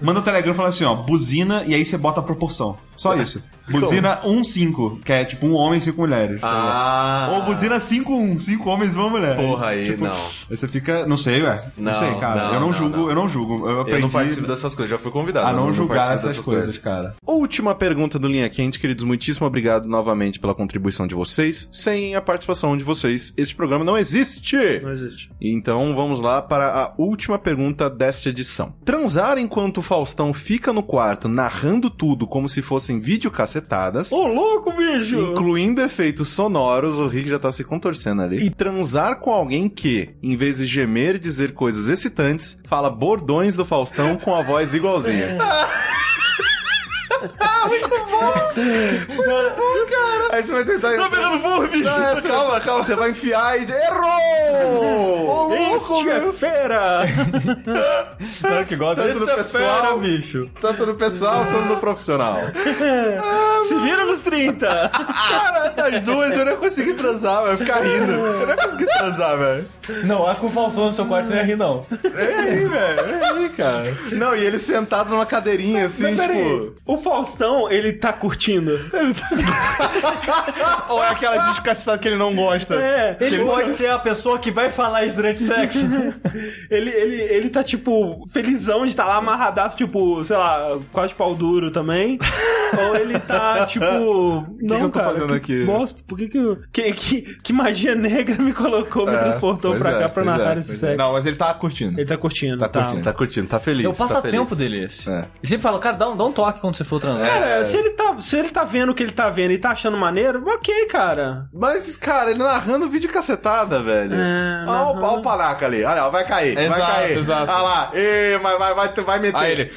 Manda no Telegram falando assim, ó, buzina e aí você bota a proporção. Só isso. Buzina 1-5, que é tipo um homem e cinco mulheres.
Ah.
Ou buzina 5-1, cinco homens e uma mulher.
Porra, aí
Tipo,
não.
Aí você fica, não sei, ué. Não,
Não,
sei, cara.
não,
eu não,
não,
julgo, eu não julgo. Eu, aprendi
Eu não participo dessas coisas, já fui convidado.
a não, julgar
participo
essas, coisas, cara.
Última pergunta do Linha Quente, queridos. Muitíssimo obrigado novamente pela contribuição de vocês. Sem a participação de vocês, este programa não existe!
Não existe.
Então vamos lá para a última pergunta desta edição. Transar enquanto o Faustão fica no quarto narrando tudo como se fossem videocacetadas.
Ô, louco, bicho!
Incluindo efeitos sonoros, o Rick já tá se contorcendo ali. E transar com alguém que, em vez de gemer e dizer coisas excitantes, fala bordões do Faustão com a voz igualzinha.
Muito bom! Muito bom, cara!
Aí você vai tentar.
Tá pegando fogo, bicho!
Não, é, calma, calma, você vai enfiar e. Errou! Ô, louco, meu!
Feira!
Claro que gosta
Esse
Tanto no
é
Tá pessoal,
fera,
bicho. Tanto no pessoal quanto no profissional.
Se vira nos 30!
Cara, das duas eu não ia conseguir transar, velho. Eu ia Ficar rindo. Eu não ia conseguir transar, velho.
Não, a com o Faustão no seu quarto você não ia rir, não.
É aí, velho. É aí, cara. Não, e ele sentado numa cadeirinha assim, tipo.
O Faustão, ele tá curtindo.
Ou é aquela descacetada que ele não gosta?
É,
Ele pode ser a pessoa que vai falar isso durante o sexo.
ele, ele, ele tá, tipo, felizão de estar lá amarradaço, tipo, sei lá, quase de pau duro também. Ou ele tá, tipo.
que
não,
eu tô
cara,
fazendo
que
aqui?
bosta, por que que, eu- que que que magia negra me colocou, me
É,
transportou
pois
pra
é,
cá pra
pois
narrar
é,
esse
pois
sexo?
é.
Não, mas ele tá curtindo.
Ele tá curtindo,
Tá curtindo, tá curtindo, tá feliz.
É o
tá
passatempo
feliz.
dele
É,
esse. Ele sempre fala, cara, dá um, dá um toque quando você for transar.
Cara, se, ele tá, se ele tá vendo o que ele tá vendo e tá achando maneiro? Ok, cara.
Mas, cara, ele narrando vídeo cacetada, velho.
É,
Olha o- olha o panaca ali. Olha lá, vai cair. vai
Exato,
cair.
exato.
Olha lá. Ê, vai, vai, vai, vai meter.
Aí ele,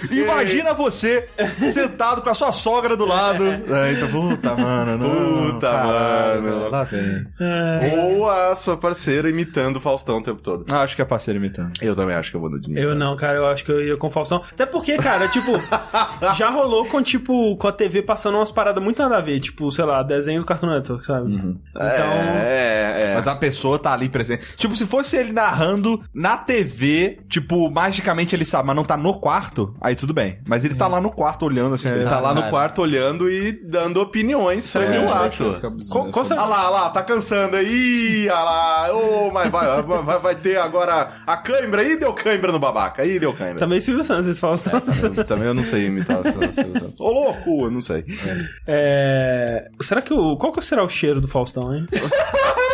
imagina você sentado com a sua sogra do lado. então,
Eita, puta, mano. Não, É. puta, mano. Lá vem. Ou a sua parceira imitando o Faustão o tempo todo.
acho que é a parceira imitando.
Eu também acho que eu vou no de imitar.
Eu não, cara, eu acho que eu iria com o Faustão. Até porque, cara, tipo, já rolou com, tipo, com a TV passando umas paradas muito nada a ver, tipo, sei lá, desenho do Cartoon Network, sabe? Então,
É, é.
Mas a pessoa tá ali presente. Tipo, se fosse ele narrando na TV, tipo, magicamente ele sabe, mas não tá no quarto, aí tudo bem. Mas ele tá lá no quarto olhando assim.
Hum. Ele tá lá no
cara.
quarto olhando e dando opiniões sobre
É,
o
vai
ato.
ficar
Qual, qual será? Ah lá, ah lá, tá cansando aí. Ih, ah lá. Ô, mas vai, vai- vai, vai ter agora a câimbra. Ih, deu câimbra no babaca. Ih, deu câimbra.
Também Silvio Santos, esse Faustão.
Também eu não sei imitar o Silvio Santos. Ô, louco, eu não sei.
É. Será que o. Qual que será o cheiro do Faustão, hein?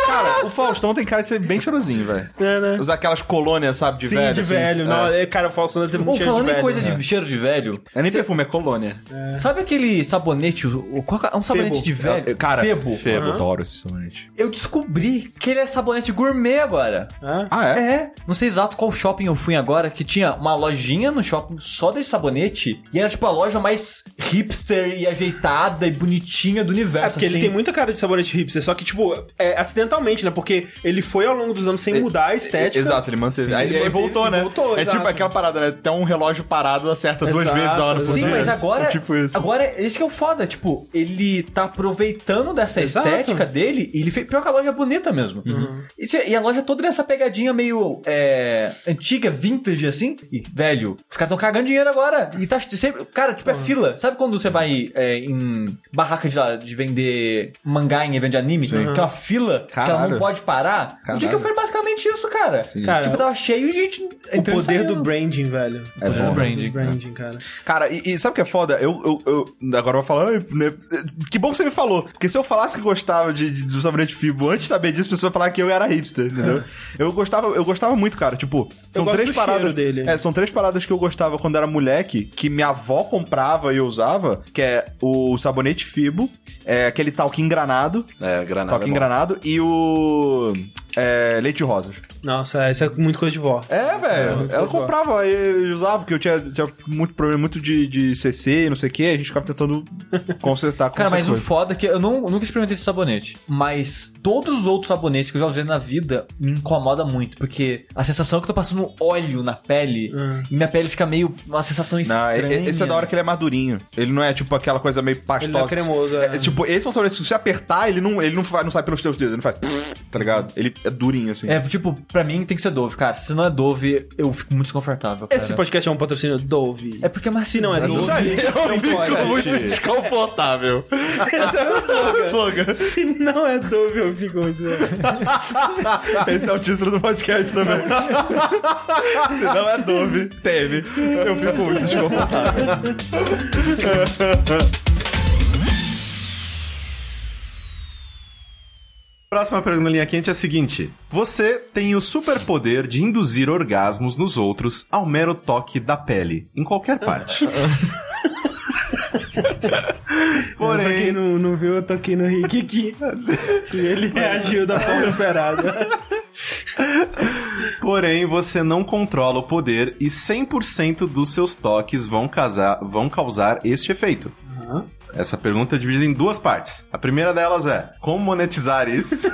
Cara, o Faustão tem cara de ser bem cheirosinho, velho.
É, né?
Usar aquelas colônias, sabe, de
Sim,
velho.
de
assim.
velho.
É.
Não, é, cara, o Faustão teve muito
Ou
cheiro
falando
de velho.
em coisa
né?
de cheiro de velho.
É nem perfume, é colônia.
Sabe aquele sabonete? o- o- qual que é? É um sabonete de velho?
É, Cara,
Febo.
Febo.
Aham.
Adoro esse sabonete.
Eu descobri que ele é sabonete gourmet agora.
Ah,
é? É. Não sei exato qual shopping eu fui agora, que tinha uma lojinha no shopping só desse sabonete. E era tipo a loja mais hipster e ajeitada e bonitinha do universo.
É, porque ele
assim.
tem muita cara de sabonete hipster, só que, tipo, é acidentalmente, né? Porque ele foi ao longo dos anos sem mudar a estética.
Exato, ele manteve.
Sim,
aí
ele
ele
manteve-
voltou, né?
voltou,
é
exato.
tipo aquela parada, né? Tem um relógio parado, acerta duas
Exato.
vezes a hora por
Sim,
dia.
mas agora.
É tipo isso.
Agora, esse que é o foda. Tipo, ele tá aproveitando dessa
Exato.
estética dele e ele fez. Pior que a loja é bonita mesmo. E, se- e a loja é toda nessa pegadinha meio é, antiga, vintage, assim. E, velho, os caras estão cagando dinheiro agora. E tá sempre. Cara, tipo, é fila. Sabe quando você vai é, em barraca de, de vender mangá em evento de anime?
Sim.
Que é uma fila que ela não
Caralho.
pode parar? O dia que eu
Caralho.
fui basicamente isso, cara.
Cara,
tipo, tava cheio de gente.
O
entrando e
poder
saindo.
do branding, velho.
É
O poder
bom.
do
Branding,
branding, cara.
Cara, e, e sabe o que é foda? Eu, eu, eu- agora eu vou falar. "Ai, né?" Que bom que você me falou. Porque se eu falasse que gostava de, de, do sabonete Fibo antes de saber disso, a pessoa ia falar que eu era hipster, entendeu? eu, gostava, eu gostava muito, cara. Tipo, são
É. gosto
três
do
paradas.
cheiro dele.
É, são três paradas que eu gostava quando era moleque, que minha avó comprava e eu usava, que é o sabonete Fibo, é aquele talco engranado.
É, granada.
talco
é bom.
engranado e o. é, leite de rosas.
Nossa, isso é muito coisa de vó.
É, velho.
muito coisa de vó.
ela comprava e eu usava, porque eu tinha, tinha muito problema muito de, de CC e não sei o que, a gente ficava tentando consertar com
Cara, mas o
coisa.
foda é que eu não- nunca experimentei esse sabonete. Mas todos os outros sabonetes que eu já usei na vida me incomoda muito. Porque a sensação é que eu tô passando óleo na pele. E minha pele fica meio. Uma sensação
Não,
estranha.
e- e- esse é da hora que ele é madurinho. Ele não é tipo aquela coisa meio pastosa.
né? Ele é cremoso, é.
É, tipo, esse é um sabonete, se você apertar, ele não, ele não, vai, não sai pelos teus dedos, ele não faz. Tá ligado? Ele é durinho assim.
É, tipo, pra mim tem que ser Dove, cara. Se não é Dove, eu fico muito desconfortável. Cara.
Esse podcast é um patrocínio Dove.
É porque, mas
se não é
Isso
Dove,
aí,
a gente
eu
não
vi isso
pode.
muito
desconfortável.
Se não é Dove, eu fico muito.
Esse é o título do podcast também. Se não é Dove, teme. Eu fico muito desconfortável.
Próxima pergunta linha quente é a seguinte: Você tem o superpoder de induzir orgasmos nos outros ao mero toque da pele, em qualquer parte.
Porém... Pra quem não, não viu, eu toquei no Rick aqui. e ele é reagiu da forma esperada.
Porém, você não controla o poder e 100% dos seus toques vão, casar, vão causar este efeito. Essa pergunta é dividida em duas partes. A primeira delas é: como monetizar isso?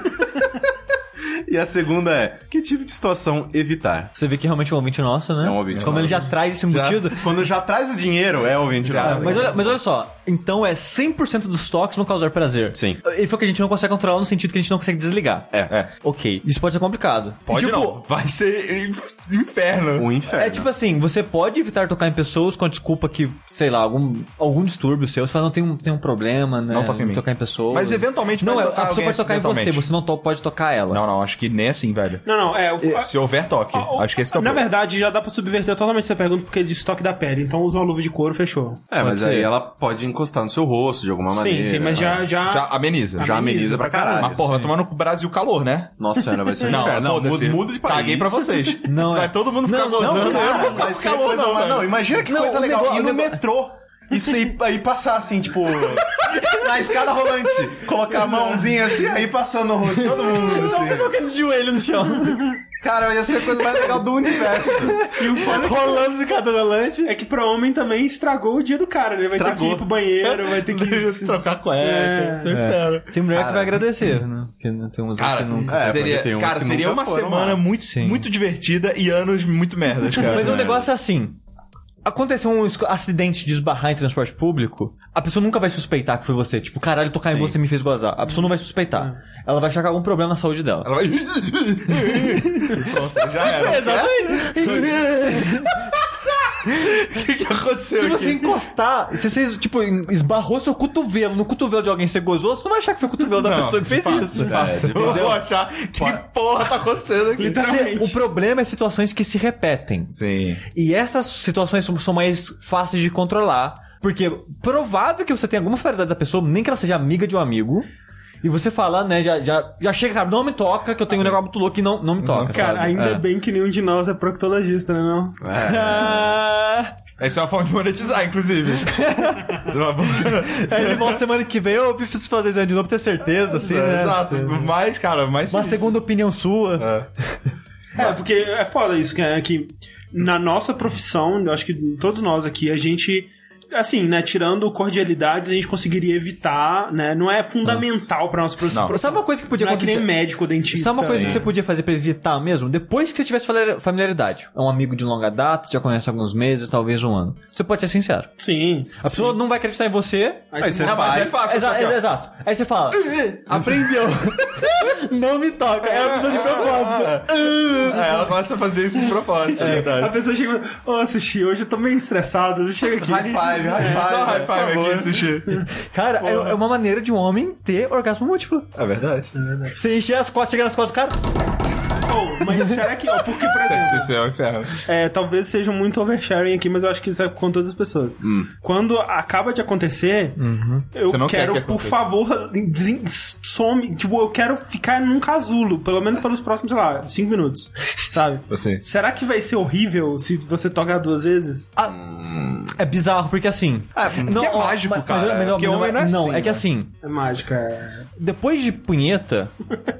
e a segunda é: que tipo de situação evitar?
Você vê que realmente é um ouvinte nosso, né?
É um ouvinte
Como
nosso.
ele já traz esse
Já-
embutido.
quando já traz o dinheiro, é ouvinte
Cara,
nosso.
Tá. mas, olha, mas olha só, então é 100% dos toques vão causar prazer.
Sim.
E foi o que a gente não consegue controlar no sentido que a gente não consegue desligar.
É,
Ok, isso pode ser complicado.
Pode
E, tipo,
não. Vai ser inferno.
Um inferno.
É tipo assim, você pode evitar tocar em pessoas com a desculpa que, sei lá, algum, algum distúrbio seu. Você fala, não, tem um, tem um problema, né?
Não toca em mim.
Tocar em pessoas.
Mas eventualmente
Não,
pode
é,
tocar
a pessoa
alguém
pode tocar em você,
acidentalmente.
você não to- pode tocar ela.
Não, não, acho que nem assim, velho.
Não, não, é.
Ah,
o-
Se houver toque. acho que esse que é o
Ah, Na
problema.
verdade, já dá pra subverter totalmente essa pergunta, porque ele disse toque da pele. Então usa uma luva de couro, fechou.
É, mas
Pode ser.
aí ela pode encostar no seu rosto de alguma
assim. Sim,
maneira.
sim, mas já-
Ah.
já-
né? Já ameniza.
Já ameniza pra caralho.
Mas, porra, vai tomar no cu Brasil calor, né?
Nossa senhora, vai ser um
Não,
inferno. Não,
foda-se.
muda- muda de país.
Caguei pra vocês.
Não,
vai
é.
todo mundo ficar
Não, não,
gozando.
cara,
eu não vou ficar
vai ser
calor,
coisa
não,
mais-
velho.
não, imagina que
Não,
coisa
o
legal.
negócio-
E
o
no
negócio-
metrô.
e sei, aí passar assim, tipo, na escada rolante. Colocar a mãozinha assim, aí passando o rosto de todo mundo.
Não,
assim.
colocando de joelho no chão.
Cara, ia ser a coisa mais legal do universo.
E o foda rolando de cada rolante é que pra homem também estragou o dia do cara. né? Ele vai ter que ir pro banheiro, vai ter que
trocar
É,
cueca, é.
Tem mulher que
Cara.
vai agradecer, né? Porque né, tem uns
Cara,
que nunca.
É,
seria, cara, seria uma semana muito, muito divertida e anos muito merdas, cara.
Mas o negócio é assim. Aconteceu um esco- acidente de esbarrar em transporte público, a pessoa nunca vai suspeitar que foi você. Tipo, caralho, tocar em você me fez gozar. A pessoa não vai suspeitar. Ela vai achar que algum problema na saúde dela. É, Ela vai.
Já era.
O que, aconteceu? Se você encostar, se você, tipo, esbarrou seu cotovelo no cotovelo de alguém que você gozou, você não vai achar que foi o cotovelo da
Não,
pessoa
de
que fez
fato,
isso. É,
de fato. Eu vou achar que porra tá acontecendo aqui.
Se- o problema é situações que se repetem.
Sim.
E essas situações são, são mais fáceis de controlar. Porque provável que você tenha alguma familiaridade da pessoa, nem que ela seja amiga de um amigo. E você fala, né? Já, já, já chega, cara, não me toca, que eu tenho um negócio muito louco e não, não me toca.
Cara,
sabe?
ainda
É.
bem que nenhum de nós é proctologista, né não?
Essa é uma forma de monetizar, inclusive.
é
Aí ele volta semana que vem, eu preciso fazer isso aí de novo, ter certeza, assim,
É,
né?
exato. Mas, cara, mais.
Uma segunda opinião sua.
É, porque é foda isso, que, é que na nossa profissão, eu acho que todos nós aqui, a gente. Assim, né? Tirando cordialidades, a gente conseguiria evitar, né? Não é fundamental pra nossa profissão.
Sabe uma coisa que podia
não
acontecer?
É que nem médico, é. dentista.
Sabe uma coisa que
Sim.
você podia fazer pra evitar mesmo? Depois que você tivesse familiar- familiaridade. É um amigo de longa data, já conhece há alguns meses, talvez um ano. Você pode ser sincero.
Sim.
A pessoa não vai acreditar em você.
Aí você
Ah, mas
faz.
é fácil, Exa-
aqui, ó.
Exato. Aí você fala. Aprendeu. não me toca. É uma pessoa de propósito.
Ah, ela gosta de fazer isso de propósito,
É,
é verdade.
a pessoa chega e fala, ô Sushi, hoje eu tô meio estressado, chega aqui.
High five, high five. Dá um high five aqui, Sushi.
Cara, é,
Porra.
é uma maneira de um homem ter orgasmo múltiplo.
É verdade.
Você encher as costas, chegar nas costas do cara.
Oh, mas será que. ó, porque, por exemplo.
Isso é um inferno.
É, talvez seja muito oversharing aqui, mas eu acho que isso é com todas as pessoas. Quando acaba de acontecer, eu
Hum. Você não quer
quero,
que
por
aconteça.
favor, desen- some. Tipo, eu quero ficar num casulo, pelo menos pelos próximos, sei lá, cinco minutos. Sabe?
Assim.
Será que vai ser horrível se você tocar duas vezes?
É bizarro, porque assim.
que é mágico,
mas-
cara.
Mas, mas,
Porque
não,
homem
é,
não é
não,
assim,
é que
né?
assim.
É mágica. é.
Depois de punheta,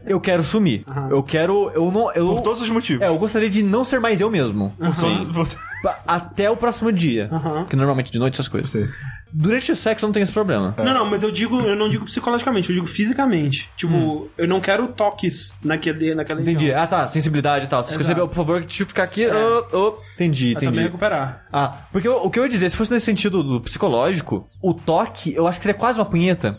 eu quero sumir. Eu quero. Eu não. Eu,
Por todos os motivos.
É, eu gostaria de não ser mais eu mesmo.
Por todos- você-
Pa- Até o próximo dia. Que normalmente de noite essas coisas. Durante o sexo eu não tem esse problema.
Não, não, mas eu digo, eu não digo psicologicamente, eu digo fisicamente. Tipo, eu não quero toques naquele, naquela
Entendi.
região.
Ah, tá. Sensibilidade e tal. Se você
Exato.
percebeu, por favor, deixa eu ficar aqui. Oh, oh. Entendi,
Pra também
entendi.
recuperar.
Ah, porque o, o que eu ia dizer, se fosse nesse sentido do psicológico, o toque, eu acho que seria quase uma punheta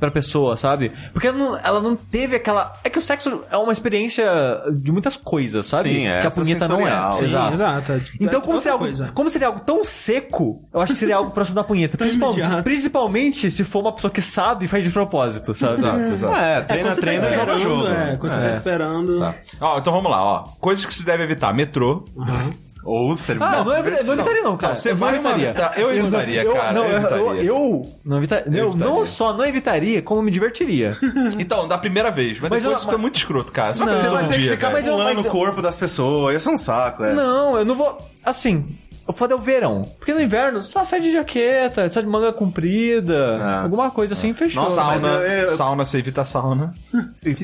pra pessoa, sabe? Porque ela não, ela não teve aquela. É que o sexo é uma experiência de muitas coisas, sabe?
Sim, é
Que a punheta não é.
sensorial. Sim,
exato.
Exato.
Então,
É
como
outra
seria,
coisa.
algo, como seria algo tão seco, eu acho que seria algo próximo da punheta. Principal-
imediato.
principalmente se for uma pessoa que sabe e faz de propósito, sabe?
Exato, exato.
É,
É, quando
treina,
você tá
treina, joga
esperando,
jogo.
É, quando você tá
É.
esperando.
Tá. Ó, então vamos lá, ó. Coisas que se deve evitar: metrô.
Uhum.
Ou ser.
Ah, não, é, verdade, não evitaria não, cara.
Você
eu
vai
não evitaria.
evitar. Eu evitaria,
eu-
cara,
Não,
eu evitaria.
eu, eu não evita- eu não só não evitaria, como me divertiria.
Então, da primeira vez, mas,
Mas
depois
eu-
fica muito escroto, cara. Você
Não,
vai fazer
mas
todo
tem que
dia.
ficar
velho.
mais-
Pulando
mas-
o corpo das pessoas, isso é um saco, é.
Não, eu não vou. Assim, o foda é o verão. Porque no inverno, só sai de jaqueta, só de manga comprida,
Ah.
alguma coisa assim, fechou.
Nossa, sauna,
eu- eu-
sauna, você evita sauna.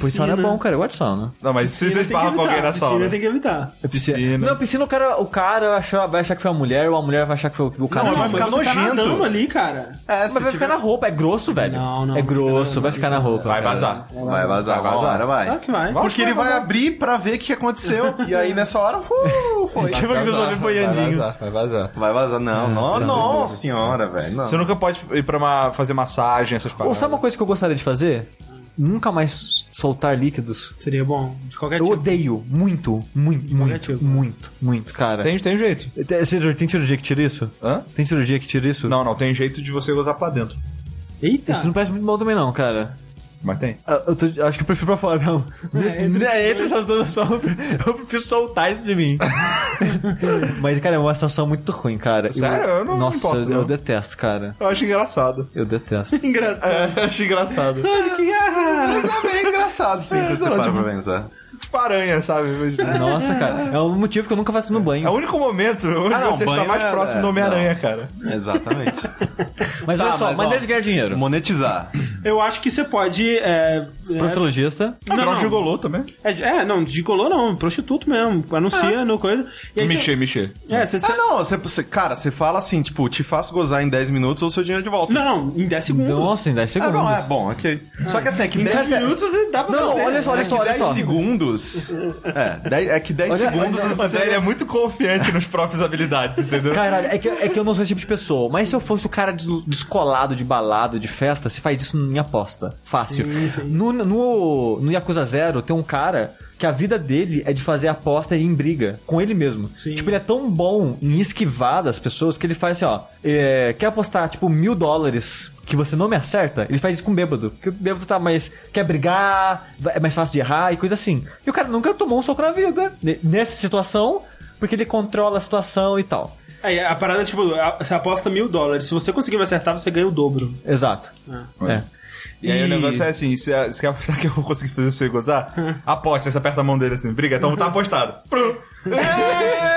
Pois sauna é bom, cara. Eu gosto de sauna.
Não, mas se
Piscina
você
né? tem que
esbarra com alguém
evitar,
na sauna.
Piscina tem que evitar.
É piscina.
Não, piscina o cara, o cara achou- vai achar que foi uma mulher, ou a mulher vai achar que foi o cara.
Não,
que
mas
foi-
vai ficar
ficar nojento.
nojento. ali, cara.
É,
mas vai ficar na roupa, é grosso, velho.
Não, não,
É
não fica
grosso, vai ficar na roupa.
Vai
cara.
vazar.
Vai vazar, vai vazar, hora vai.
Claro que vai.
Porque ele vai abrir pra ver o que aconteceu. e aí nessa hora, uh, foi.
Tipo que você só vê boiandinho.
vai vazar.
Vai vazar, não. Nossa, nossa senhora, velho. não.
Você nunca pode ir pra uma, fazer massagem, essas
Ou
paradas.
sabe uma coisa que eu gostaria de fazer? Nunca mais soltar líquidos.
Seria bom. De qualquer
Eu
tipo.
odeio muito, muito, muito,
Negativo.
muito, muito, cara.
Tem, tem um jeito.
Tem, cirurgia- tem cirurgia que tira isso?
Hã?
Tem cirurgia que tira isso?
Não, não, tem jeito de você gozar pra dentro.
Eita.
Isso não parece muito bom também não, cara.
Mas tem.
Ah, Eu tô- acho que eu prefiro pra fora, não. Nesse- né, entre, essas duas opções, eu prefiro- eu prefiro soltar isso de mim. Mas, cara, é uma sensação muito ruim, cara.
Sério? Eu não me
Nossa,
importo,
eu
não.
detesto, cara.
Eu acho engraçado.
Eu detesto.
Engraçado.
eu acho engraçado.
Olha que- ah!
Mas é bem engraçado.
engraçado, sim.
É,
quando
sei lá,
para
tipo-
pra pensar. Tipo aranha, sabe? Mas-
Nossa, cara, é um motivo que eu nunca faço no banho. É o
único momento onde você está
é-
mais próximo do Homem-Aranha, cara.
Exatamente.
Mas olha só, maneira de ganhar dinheiro.
Monetizar.
Eu acho que você pode. É, é-
Proctologista.
Não, não.
também.
É, é, não, gigolô não, prostituto mesmo. Anuncia
Ah.
no coisa. E aí
Mexer,
você-
mexer.
É, você-
Ah, não, você, você- cara, você fala assim, tipo, te faço gozar em 10 minutos ou seu dinheiro de volta.
Não, em 10 segundos.
Nossa, em 10
Ah, bom,
Então, assim, segundos.
é bom, ok. Só que assim, é que
Em
10
10 minutos dá pra Não, fazer, olha só, né? olha
é
só,
que
olha só.
segundos. É, dez- é que 10
Olha-
segundos.
olha-
você-
Ele é muito confiante nos próprios habilidades, entendeu?
Caralho, é que, é que eu não sou esse tipo de pessoa. Mas se eu fosse o cara des- descolado de balada, de festa, se faz isso em aposta. Fácil. No, no, no Yakuza Zero tem um cara que a vida dele é de fazer aposta em briga com ele mesmo. Tipo, ele é tão bom em esquivar das pessoas que ele faz assim, ó. é, quer apostar, tipo, mil dólares que você não me acerta, ele faz isso com bêbado. Porque o bêbado tá mais. quer brigar, é mais fácil de errar e coisa assim. E o cara nunca tomou um soco na vida. ne- Nessa situação, porque ele controla a situação e tal.
Aí a parada é tipo, a- você aposta mil dólares. Se você conseguir me acertar, você ganha o dobro.
Exato.
É.
Ah. E aí o negócio é assim, se você quer apostar que eu vou conseguir fazer você gozar? Aposta, você aperta a mão dele assim, briga, então tá apostado. É.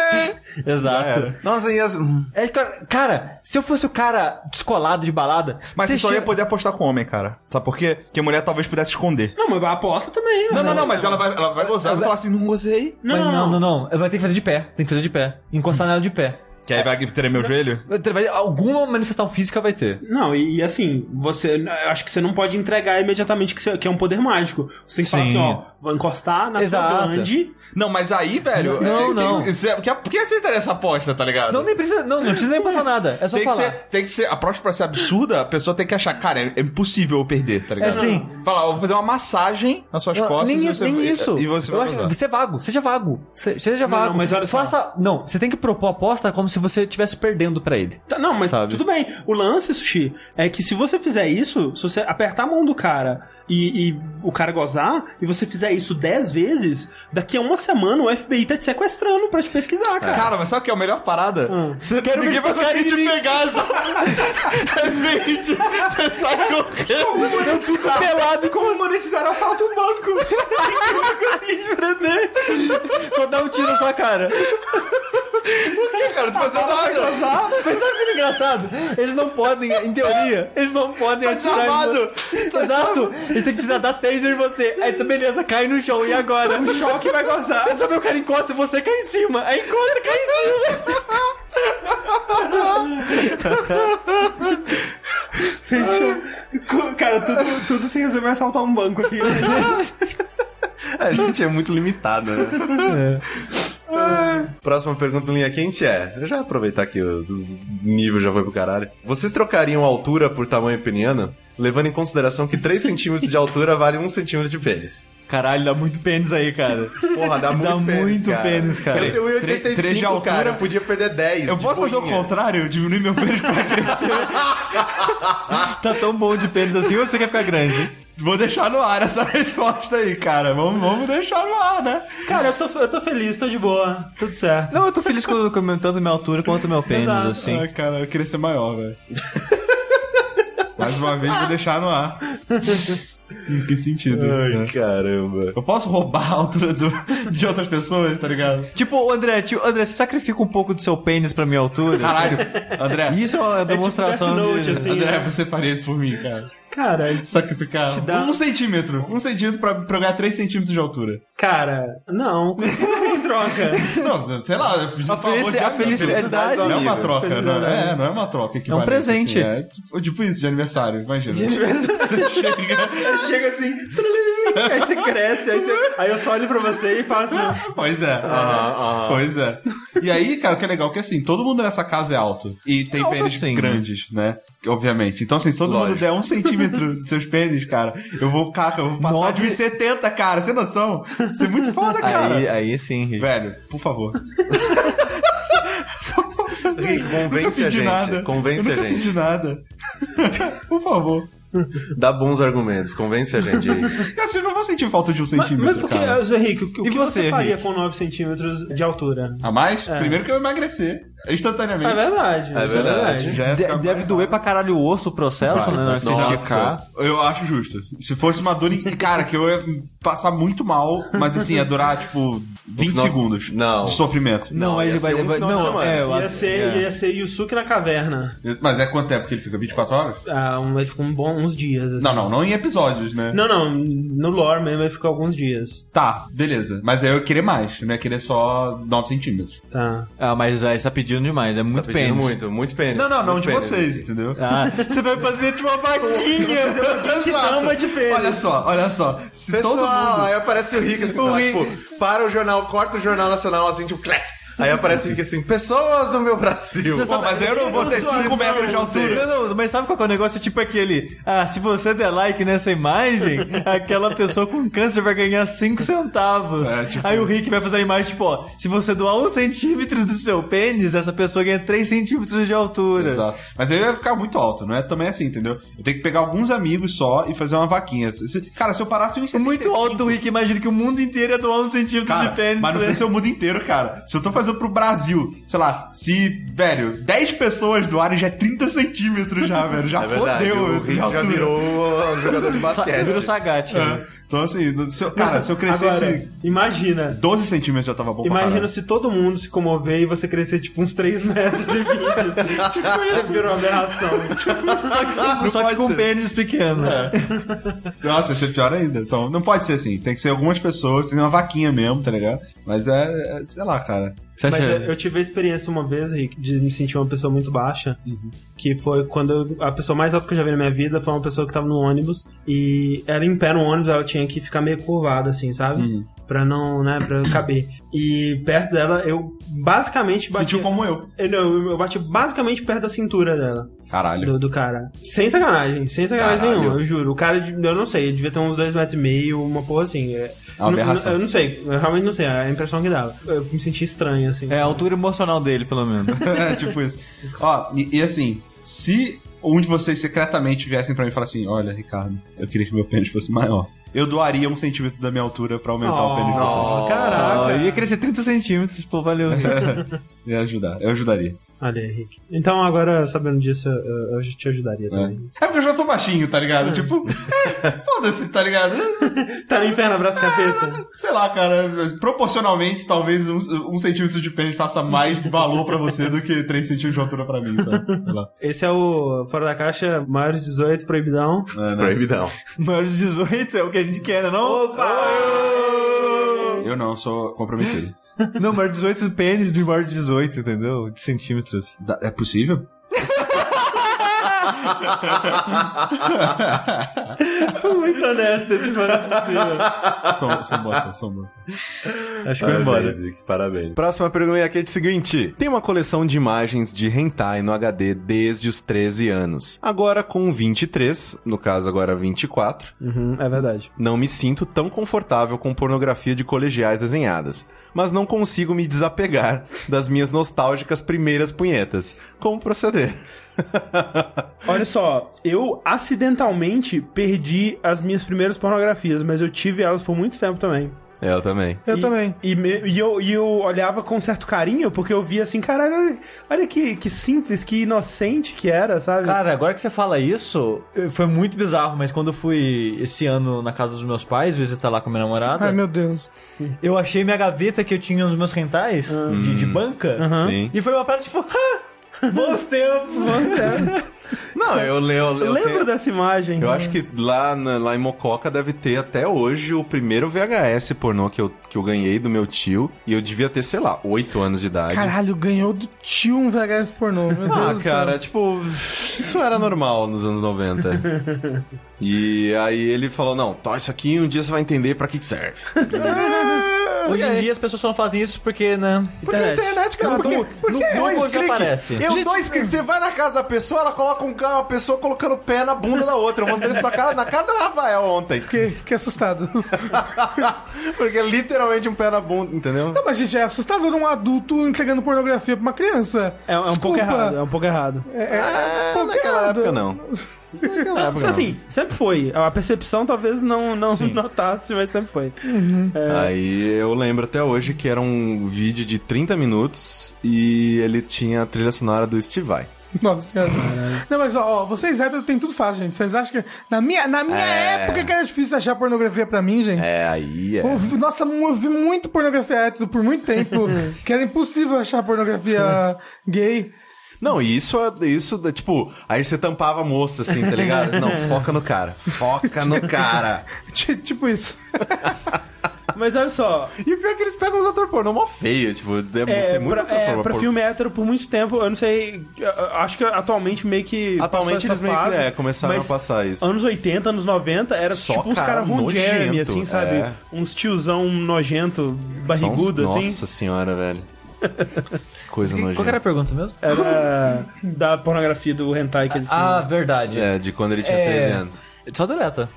Exato.
Nossa, e as...
é, cara, cara, se eu fosse o cara descolado de balada.
Mas você só
chega-
ia poder apostar com homem, cara. Sabe por quê? Porque mulher talvez pudesse esconder.
Não, mas aposta também. né?
Não, não, não, mas ela vai, ela vai gozar, ela vai falar assim, não gozei.
Mas não, não, não, Vai ter que fazer de pé. Tem que fazer de pé. Encostar nela de pé.
Que aí vai tremer o joelho?
Vai- Alguma manifestação física vai ter.
Não, e, e assim, você. eu Acho que você não pode entregar imediatamente que, você- que é um poder mágico. Você tem que falar
Sim.
assim, ó, vou encostar na sua
Exato.
grande.
Não, mas aí, velho.
Não,
é,
não.
Tem, isso é- que- por que você interessa a aposta, tá ligado?
Não, nem precisa, não, não precisa nem passar nada. É só
tem
falar.
Que ser, tem que ser, a aposta pra ser absurda, a pessoa tem que achar, cara, é, é impossível eu perder, tá ligado?
É, sim.
Falar, eu vou fazer uma massagem nas suas
Não,
costas e
nem,
você
nem
e-
isso.
E você
Eu
vai
acho-
gozar.
você é vago, seja vago. Se-
Não,
Seja vago.
não, mas olha só.
Faça. Não, você tem que propor a aposta como se você estivesse perdendo pra ele.
Tá, não, mas
Sabe?
tudo bem. O lance, Sushi, é que se você fizer isso, se você apertar a mão do cara e, e o cara gozar, e você fizer isso 10 vezes, daqui a uma semana o FBI tá te sequestrando pra te pesquisar, cara.
Cara, mas sabe o que é a melhor parada?
Hum.
Você,
Quero ver
ninguém vai
se tocar
conseguir
em
te
mim.
pegar, exato. É verde, você sai correndo.
eu fico
pelado como monetizar assalto um banco. Ninguém vai conseguir te prender.
Vou dar um tiro na sua cara.
Por que, cara? Tu vai dar
Vai
nada.
gozar. Mas sabe o que é engraçado? Eles não podem, em teoria, eles não podem
Tá
atirar. em
desarmado.
você.
Tá
Exato!
desarmado.
Eles têm que precisar dar taser em você. Aí tá beleza, cai no chão. E agora?
O choque vai gozar.
Você sabe o cara encosta e você cai em cima. Aí encosta e cai em cima.
Fechou. Cara, tudo, tudo se resume a assaltar um banco aqui.
A gente é muito limitado, né?
É.
Ah, Próxima pergunta do Linha Quente é: eu já aproveitar que o o nível já foi pro caralho. Vocês trocariam altura por tamanho peniano, levando em consideração que 3 centímetros de altura vale 1 centímetro de pênis?
Caralho, dá muito pênis aí, cara.
Porra, dá muito pênis.
muito
cara.
pênis, cara.
Eu tenho
Tre- três de
1,85 de altura,
altura.
cara. Eu podia perder 10.
Eu
de
posso fazer o
boinha.
contrário? Diminuir meu pênis pra crescer?
Tá tão bom de pênis assim ou você quer ficar grande?
Vou deixar no ar essa resposta aí, cara. Vamos, vamos deixar no ar, né?
Cara, eu tô, eu tô feliz, tô de boa. Tudo certo.
Não, eu tô feliz com, com tanto minha altura quanto meu pênis,
Exato.
assim.
Ah, cara, eu queria ser maior, velho. Mais uma vez, vou deixar no ar. em que sentido? Né?
Ai, caramba.
Eu posso roubar a altura do- de outras pessoas, tá ligado?
Tipo, ô, André, tipo, André, você sacrifica um pouco do seu pênis pra minha altura?
Caralho, André. tipo
Isso é uma demonstração
Death
de...
Note, assim, André, você faria isso por mim, cara.
Cara,
Sacrificar
dá-
um centímetro. Um centímetro pra, pra eu ganhar três centímetros de altura.
Cara, não. Em troca.
Não, sei lá, eu pedi
A
um favor
felici-
de-
a felicidade do
Não é uma
amigo.
troca, não é,
Felicidade.
é, não é uma troca. Que
É um
parece,
presente.
assim, é tipo, tipo isso, de aniversário, imagina.
De aniversário.
Você chega,
Chega assim, aí você cresce, aí, você- aí eu só olho pra você e assim, faço.
Pois é. Pois é. E aí, cara, o que é legal é que assim, todo mundo nessa casa é alto. E tem
Alto
pênis
assim,
grandes, né? Obviamente. Então, assim, se todo mundo
Lógico.
der um centímetro de seus pênis, cara, eu vou, cara, eu vou passar
Nove-
de 70, cara. Sem noção? Isso é muito foda, cara.
Aí, aí sim.
Velho, por favor.
Rick, Convence a
pedi
gente.
nada.
Convence
eu
a
nunca
gente.
pedi nada. por favor.
Dá bons argumentos. Convence a gente aí.
Cara, vocês não vão sentir falta de um centímetro,
Mas por que,
cara.
Zé Henrique, o, o
E
que você,
você,
faria
Henrique?
com 9 centímetros de altura?
A mais?
É.
Primeiro que eu emagrecer. Instantaneamente.
É verdade.
É verdade. Já ia
De-
ficar
deve doer pra caralho o osso o processo,
Vai,
né?
vai.
Não, se esticar.
eu acho justo. Se fosse uma dor. em- Cara, que eu ia passar muito mal, mas assim, ia durar tipo 20
final-
segundos
Não.
de sofrimento.
Não, aí
um
vai- vai- não, é, eu
Ia
acho-
ser,
é.
ia ser Yusuke na caverna.
Mas é quanto tempo que ele fica? 24 horas?
Ah, um, vai ficar um bom, uns dias. assim.
Não, não, não em episódios, né?
Não, não. No lore mesmo vai ficar alguns dias.
Tá, beleza. Mas aí eu ia querer mais. Eu não ia querer só 9 centímetros.
Tá.
Ah, mas aí você tá pedindo demais, é muito
pênis.
pênis.
muito pênis. Não, não, não de vocês, entendeu?
Ah,
Você vai fazer tipo uma vaquinha.
Exato.
Olha só, olha só. Se
Pessoal,
todo mundo...
aí aparece o Rick, assim, sei
O
lá,
Rick.
tipo, para o jornal, corta o jornal nacional, assim, tipo, clap. Aí aparece o Rick assim, pessoas do meu Brasil.
Não, sabe-
cinco
Não, não, mas sabe qual que é o negócio? Tipo aquele, ah, se você der like nessa imagem, aquela pessoa com câncer vai ganhar 5 centavos.
É, tipo
Aí o Rick vai fazer a imagem, tipo, ó, se você doar 1 um centímetro do seu pênis, essa pessoa ganha 3 centímetros de altura.
Exato. Mas aí vai ficar muito alto, não é também assim, entendeu? Eu tenho que pegar alguns amigos só e fazer uma vaquinha. Se- Cara, se eu parasse um
É Muito alto o Rick, imagina que o mundo inteiro ia doar um centímetro
Cara,
de pênis.
mas não sei
né?
se é o mundo inteiro, cara. Se eu tô fazendo pro Brasil, sei lá, se, velho, 10 pessoas doarem já é 30 centímetros já, velho.
É
Já fodeu.
verdade, o
de
Rick já
altura.
virou um jogador de basquete. Virou
Sagat,
É.
né?
Então assim, se eu- cara, se eu crescesse
Agora, imagina.
12 centímetros já tava bom pra
Imagina
caralho.
se todo mundo se comover e você crescer tipo uns 3 metros e 20, assim. tipo, isso virou aberração.
Só que, só que com pênis pequeno. né?
É. Nossa, achei pior ainda. Então, não pode ser assim. Tem que ser algumas pessoas, tem que ser uma vaquinha mesmo, tá ligado? Mas é, é- sei lá, cara.
Mas eu,
é?
eu tive a experiência uma vez, Rick, de me sentir uma pessoa muito baixa.
Uhum.
Que foi quando eu- a pessoa mais alta que eu já vi na minha vida foi uma pessoa que tava no ônibus. E ela em pé no ônibus, ela tinha que ficar meio curvada, assim, sabe?
Uhum.
Pra não, né, pra eu caber. E perto dela, eu basicamente bati. Sentiu
como eu.
não, eu bati basicamente perto da cintura dela.
Caralho.
Do, do cara. Sem sacanagem, sem sacanagem
Caralho.
nenhuma, eu juro. O cara, de- eu não sei, ele devia ter uns dois metros e meio, uma porra assim. É,
Uma
N-
aberração.
n- Eu não sei, eu realmente não sei, é a impressão que dava. Eu me senti estranho, assim.
É a altura emocional dele, pelo menos.
é, tipo isso. Ó, e, e assim, se um de vocês secretamente viessem pra mim e falassem assim, olha, Ricardo, eu queria que meu pênis fosse maior. Eu doaria um centímetro da minha altura pra aumentar o pênis de vocês.
Caraca. Ia crescer 30 centímetros, pô, valeu.
Ia ajudar, eu ajudaria.
Olha aí, Rick. Então agora, sabendo disso, eu, eu- eu te ajudaria também.
É porque eu já tô baixinho, tá
É.
ligado? Tipo, foda-se, tá ligado?
tá no inferno, abraço capeta.
Sei lá, cara, proporcionalmente, talvez um, um centímetro de pênis faça mais valor pra você do que 3 centímetros de altura pra mim, sabe? Sei lá.
Esse é o Fora da Caixa, maiores 18, proibidão.
Proibidão.
É, né? Maiores de 18 é o que a gente quer, né, não?
Eu não, sou comprometido.
Não, maior de 18 pênis de maior de 18, entendeu? De centímetros.
É possível?
Foi muito honesto esse mano.
São, são bota, são bota.
Acho
Ah,
que vai embora.
Parabéns.
Próxima pergunta é a Kate seguinte. Tem uma coleção de imagens de hentai no HD desde os 13 anos. Agora com 23, no caso agora 24,
Uhum, é verdade.
não me sinto tão confortável com pornografia de colegiais desenhadas, mas não consigo me desapegar das minhas nostálgicas primeiras punhetas. Como proceder?
Olha só, eu acidentalmente perdi as minhas primeiras pornografias, mas eu tive elas por muito tempo também.
Eu também.
Eu também. E, me- e eu, e eu olhava com certo carinho, porque eu via assim, caralho, olha- olha que, que simples, que inocente que era, sabe?
Cara, agora que você fala isso, eh, foi muito bizarro, mas quando eu fui esse ano na casa dos meus pais visitar lá com a minha namorada.
Ai, meu Deus.
Eu achei minha gaveta que eu tinha nos meus rentais,
Ah.
de,
Hum.
de banca.
Uhum. Sim.
E foi uma parte tipo, "Ah, bons tempos, bons tempos.
Não, eu leio. Eu,
Eu lembro dessa
Uhum.
imagem.
Eu acho que lá, na- lá em Mococa deve ter até hoje o primeiro VHS pornô que eu, que eu ganhei do meu tio. E eu devia ter, sei lá, 8 anos de idade.
Caralho, ganhou do tio um VHS pornô. Meu
Ah,
Deus
cara,
do céu.
tipo, isso era normal nos anos 90. e aí ele falou: não, tá, isso aqui um dia você vai entender pra que que serve.
Hoje em dia as pessoas só não fazem isso porque, né? Internet.
internet,
cara,
Porque, é um
no- no
eu
Google
dois
já
cliques.
aparece. é.
Eu É dois cliques. Você vai na casa da pessoa, ela coloca um carro, a pessoa colocando o pé na bunda da outra. Eu mostrei isso pra cara, na cara da Rafael ontem.
Fiquei, fiquei assustado.
Porque é literalmente um pé na bunda, entendeu?
Não, mas gente, é assustável um adulto entregando pornografia pra uma criança.
É, é um pouco
Desculpa.
errado, é um pouco errado.
É, é, pô,
Naquela época não.
Mas, assim, sempre foi. A percepção talvez não, não notasse, mas sempre foi. É,
Aí eu lembro até hoje que era um vídeo de 30 minutos e ele tinha a trilha sonora do Steve Vai.
Nossa senhora. Não, mas ó, ó, vocês héteros tem tudo fácil, gente. Vocês acham que. Na minha, na minha
É.
época que era difícil achar pornografia pra mim, gente.
É, aí é.
Eu vi- nossa, eu vi muito pornografia hétero por muito tempo. que era impossível achar pornografia gay.
Não, e isso, é- isso, é, tipo, aí você tampava a moça, assim, tá ligado? Não, foca no cara. Foca no cara.
tipo isso.
Mas olha só.
E o pior é que eles pegam os atores pornô mó feio, tipo, é,
É,
tem muita
pra, é,
forma
pra
por-
filme hétero por muito tempo, eu não sei. eu- eu Acho que atualmente meio que.
Atualmente
passou essa
eles meio que,
fase,
é, começaram a
mas
passar isso.
Anos 80, anos 90, era
Só
tipo uns
cara
caras Ron
nojento,
Jeremy, assim, sabe?
é.
Uns tiozão nojento, barrigudo,
Nossa,
assim.
Nossa senhora, velho. Que coisa nojenta.
pergunta mesmo? Era da pornografia do hentai que ele tinha.
Ah, verdade.
É, de quando ele tinha
É.
13 anos.
Só deleta.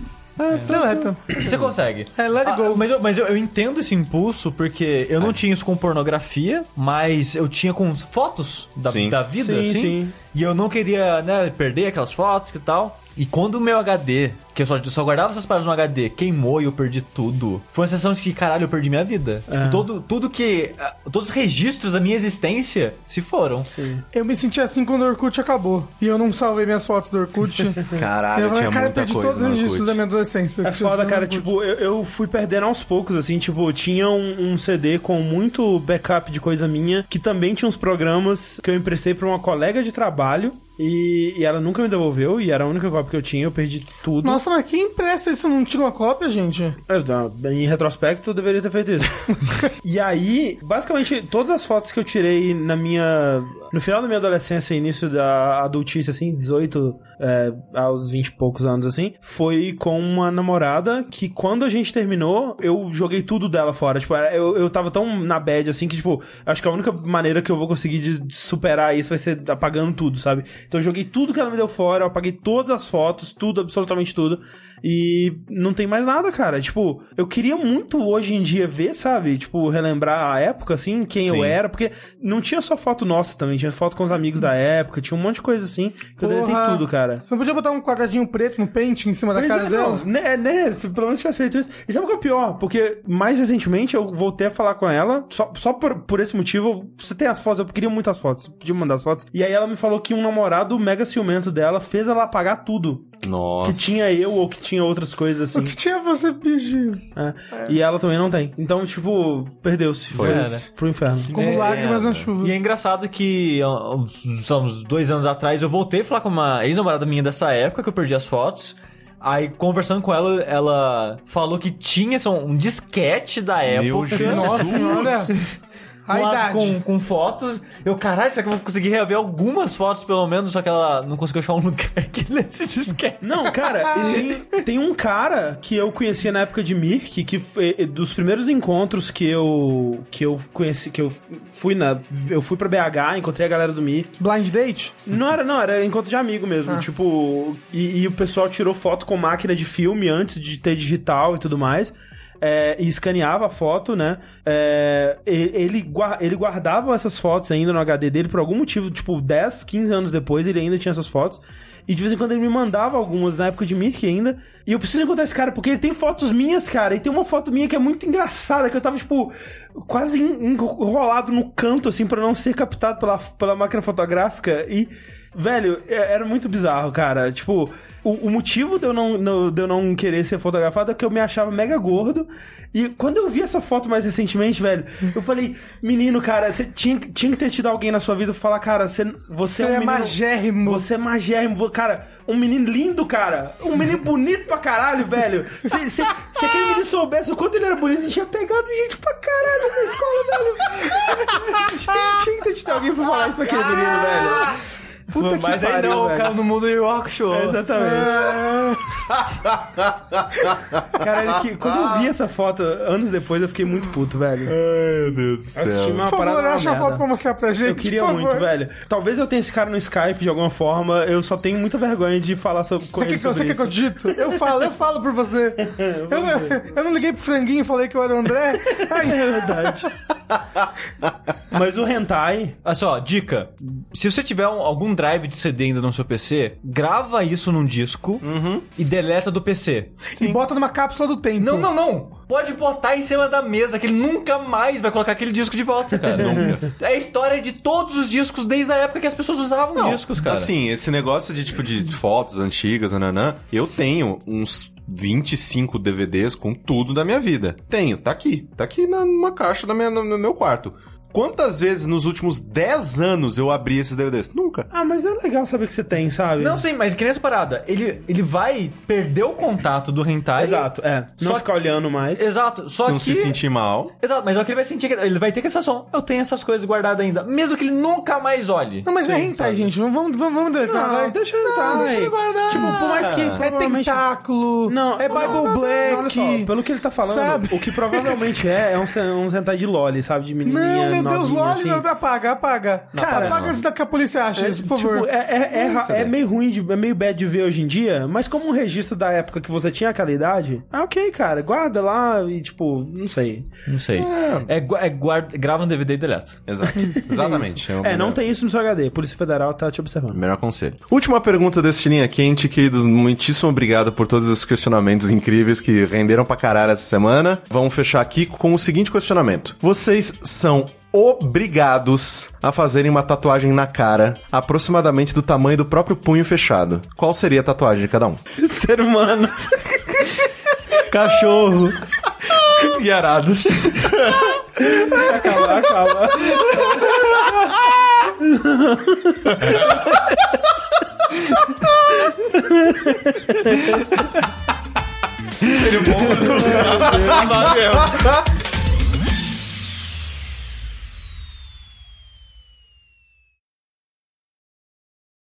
Deleta.
Você consegue. É, let it go. mas eu, mas eu, eu entendo esse impulso porque eu não tinha isso com pornografia, mas eu tinha com fotos da,
Sim.
da vida,
Sim,
assim.
sim.
E eu não queria, né, perder aquelas fotos e tal. E quando o meu HD, que eu só, só guardava essas paradas no HD, queimou e eu perdi tudo, foi uma sensação de que, caralho, eu perdi minha vida. Tipo, todo, tudo que. ah, Todos os registros da minha existência se foram. Sim.
Eu me senti assim quando o Orkut acabou. E eu não salvei minhas fotos do Orkut.
Caralho,
eu falei,
tinha
cara, eu
muita
perdi
coisa
todos
no
os
Orkut.
registros da minha adolescência.
É foda, cara. Tipo, eu, eu fui perdendo aos poucos, assim. Tipo, tinha um, um CD com muito backup de coisa minha, que também tinha uns programas que eu emprestei pra uma colega de trabalho. E, e ela nunca me devolveu, e era a única cópia que eu tinha, eu perdi tudo.
Nossa, mas quem empresta isso? Não tira uma cópia, gente?
Eu, não, É, então, em retrospecto, eu deveria ter feito isso. e aí, basicamente, todas as fotos que eu tirei na minha. No final da minha adolescência, início da adultice, assim, 18 é, aos 20 e poucos anos, assim, foi com uma namorada que quando a gente terminou, eu joguei tudo dela fora. Tipo, era- eu, eu tava tão na bad, assim, que, tipo, acho que a única maneira que eu vou conseguir de de superar isso vai ser apagando tudo, sabe? Então eu joguei tudo que ela me deu fora, eu apaguei todas as fotos, tudo, absolutamente tudo. E não tem mais nada, cara. Tipo, eu queria muito hoje em dia ver, sabe? Tipo, relembrar a época, assim, quem eu
Sim.
era, porque não tinha só foto nossa também, tinha foto com os amigos da época, tinha um monte de coisa assim, que eu deletei
Porra.
tudo, cara.
Você não podia botar um quadradinho preto no pente em cima da
Pois
cara
é, não,
dela?
né, né, se pelo menos tivesse feito isso. E sabe o que é o pior? Porque mais recentemente eu voltei a falar com ela, só, só por, por esse motivo. Você tem as fotos, eu queria muitas fotos, podia mandar as fotos. E aí ela me falou que um namorado mega ciumento dela fez ela apagar tudo.
Nossa.
Que tinha eu ou que tinha outras coisas assim.
O que tinha você, bichinho?
É. E ela também não tem. Então, tipo, perdeu-se.
Foi.
Foi
Cara.
pro inferno.
É,
né?
é. E é engraçado que, ó, uns, sei lá, uns dois anos atrás, eu voltei a falar com uma ex-namorada minha dessa época, que eu perdi as fotos. Aí, conversando com ela, ela falou que tinha assim, um disquete da época.
Jesus!
é
Nossa senhora!
Com,
A
as-
idade.
com, com fotos. Eu, caralho, será que eu vou conseguir reaver algumas fotos, pelo menos? Só que ela não conseguiu achar um lugar que lê esse disquete.
Não, cara, e tem, tem um cara que eu conhecia na época de Mirk, que foi- eh, dos primeiros encontros que eu que eu conheci, que eu fui na eu fui para BH, encontrei a galera do Mirk.
Blind date?
Não era, não, era encontro de amigo mesmo, tipo, e, e o pessoal tirou foto com máquina de filme antes de ter digital e tudo mais. é, e escaneava a foto, né? É, e- ele, gua- ele guardava essas fotos ainda no HD dele por algum motivo, tipo, 10, 15 anos depois ele ainda tinha essas fotos. E de vez em quando ele me mandava algumas na época de Mirk ainda. E eu preciso encontrar esse cara, porque ele tem fotos minhas, cara. E tem uma foto minha que é muito engraçada, que eu tava, tipo, quase en- enrolado no canto, assim, pra não ser captado pela, pela máquina fotográfica. E, velho, é- era muito bizarro, cara. Tipo. O, o motivo de eu, não, no- de eu não querer ser fotografado é que eu me achava mega gordo. E quando eu vi essa foto mais recentemente, velho, eu falei, menino, cara, você tinha, que- tinha que ter tido alguém na sua vida pra falar, cara, você, você
Você
é um
é
menino-
magérrimo.
Você é magérrimo. Vo- Cara, um menino lindo, cara. Um menino bonito pra caralho, velho. Se, se, se aquele menino soubesse o quanto ele era bonito, ele tinha pegado gente pra caralho na escola, velho. Tinha- Tinha que ter tido alguém pra falar isso pra aquele menino, velho. Puta que
Mas
pariu,
aí não,
velho.
caiu no mundo de rock show.
É, exatamente. Caralho, que, quando eu vi essa foto anos depois, eu fiquei muito puto, velho. Ai, meu Deus do
céu. Por favor,
é
acha a foto pra mostrar pra gente,
Eu queria
por favor.
muito, velho. Talvez eu tenha esse cara no Skype de alguma forma. Eu só tenho muita vergonha de falar sobre
Você quer, que,
sobre
você quer que eu
isso.
digito? Eu falo, eu falo por você. eu, eu não liguei pro franguinho e falei que eu era o André. Aí,
é verdade. Mas o hentai.
Olha só, dica. Se você tiver um- algum drive de CD ainda no seu PC, grava isso num disco
Uhum.
e deleta do PC.
E bota numa cápsula do tempo.
Não, não, não. Pode botar em cima da mesa, que ele nunca mais vai colocar aquele disco de volta, cara.
Nunca.
É a história de todos os discos desde a época que as pessoas usavam discos, cara.
Assim, esse negócio de tipo de fotos antigas, nananã, eu tenho uns 25 DVDs com tudo da minha vida. Tenho, tá aqui. Tá aqui na- numa caixa da minha, no, no meu quarto. Quantas vezes nos últimos 10 anos eu abri esses DVDs? Nunca.
Ah, mas é legal saber que você tem, sabe?
Não, sim, mas que nem essa parada. Ele, ele vai perder o contato do hentai.
Exato, é. Não ficar olhando mais.
Exato, só
Não
que...
se sentir mal.
Exato, mas é o que ele vai sentir, que ele vai ter que essa sensação, eu tenho essas coisas guardadas ainda, mesmo que ele nunca mais olhe.
Não, mas é hentai, gente. Vamos, vamos, vamos deitar,
Não,
vai.
Ah,
É
deixa eu entrar,
Não,
deixa ele guardar.
Tipo, por mais que. É
provavelmente-
tentáculo.
Não,
é Bible Black.
olha só, pelo que ele tá falando,
Sabe?
o que provavelmente é, é uns, uns hentai de loli, sabe? De menininha
Não, meu Deus,
novinha,
Loli,
assim.
não, apaga, apaga.
Não,
Cara,
apaga
apaga
não.
antes da que a polícia ache isso, por favor.
Tipo, é, é, é, ra-
Isso,
é
né?
meio ruim, de, é meio bad de ver hoje em dia, mas como um registro da época que você tinha aquela idade, ah, ok, cara, guarda lá e tipo, não sei.
Não sei. É, gu- é guarda, grava um DVD e deleta.
Exato. Exatamente.
É, não tem isso no seu HD, Polícia Federal tá te observando.
Melhor conselho. Última pergunta desse Linha Quente, queridos. Muitíssimo obrigado por todos os questionamentos incríveis que renderam pra caralho essa semana. Vamos fechar aqui com o seguinte questionamento: Vocês são obrigados a fazerem uma tatuagem na cara aproximadamente do tamanho do próprio punho fechado. Qual seria a tatuagem de cada um?
Ser humano.
Cachorro. e arados.
Acaba, acaba.
Ele bom.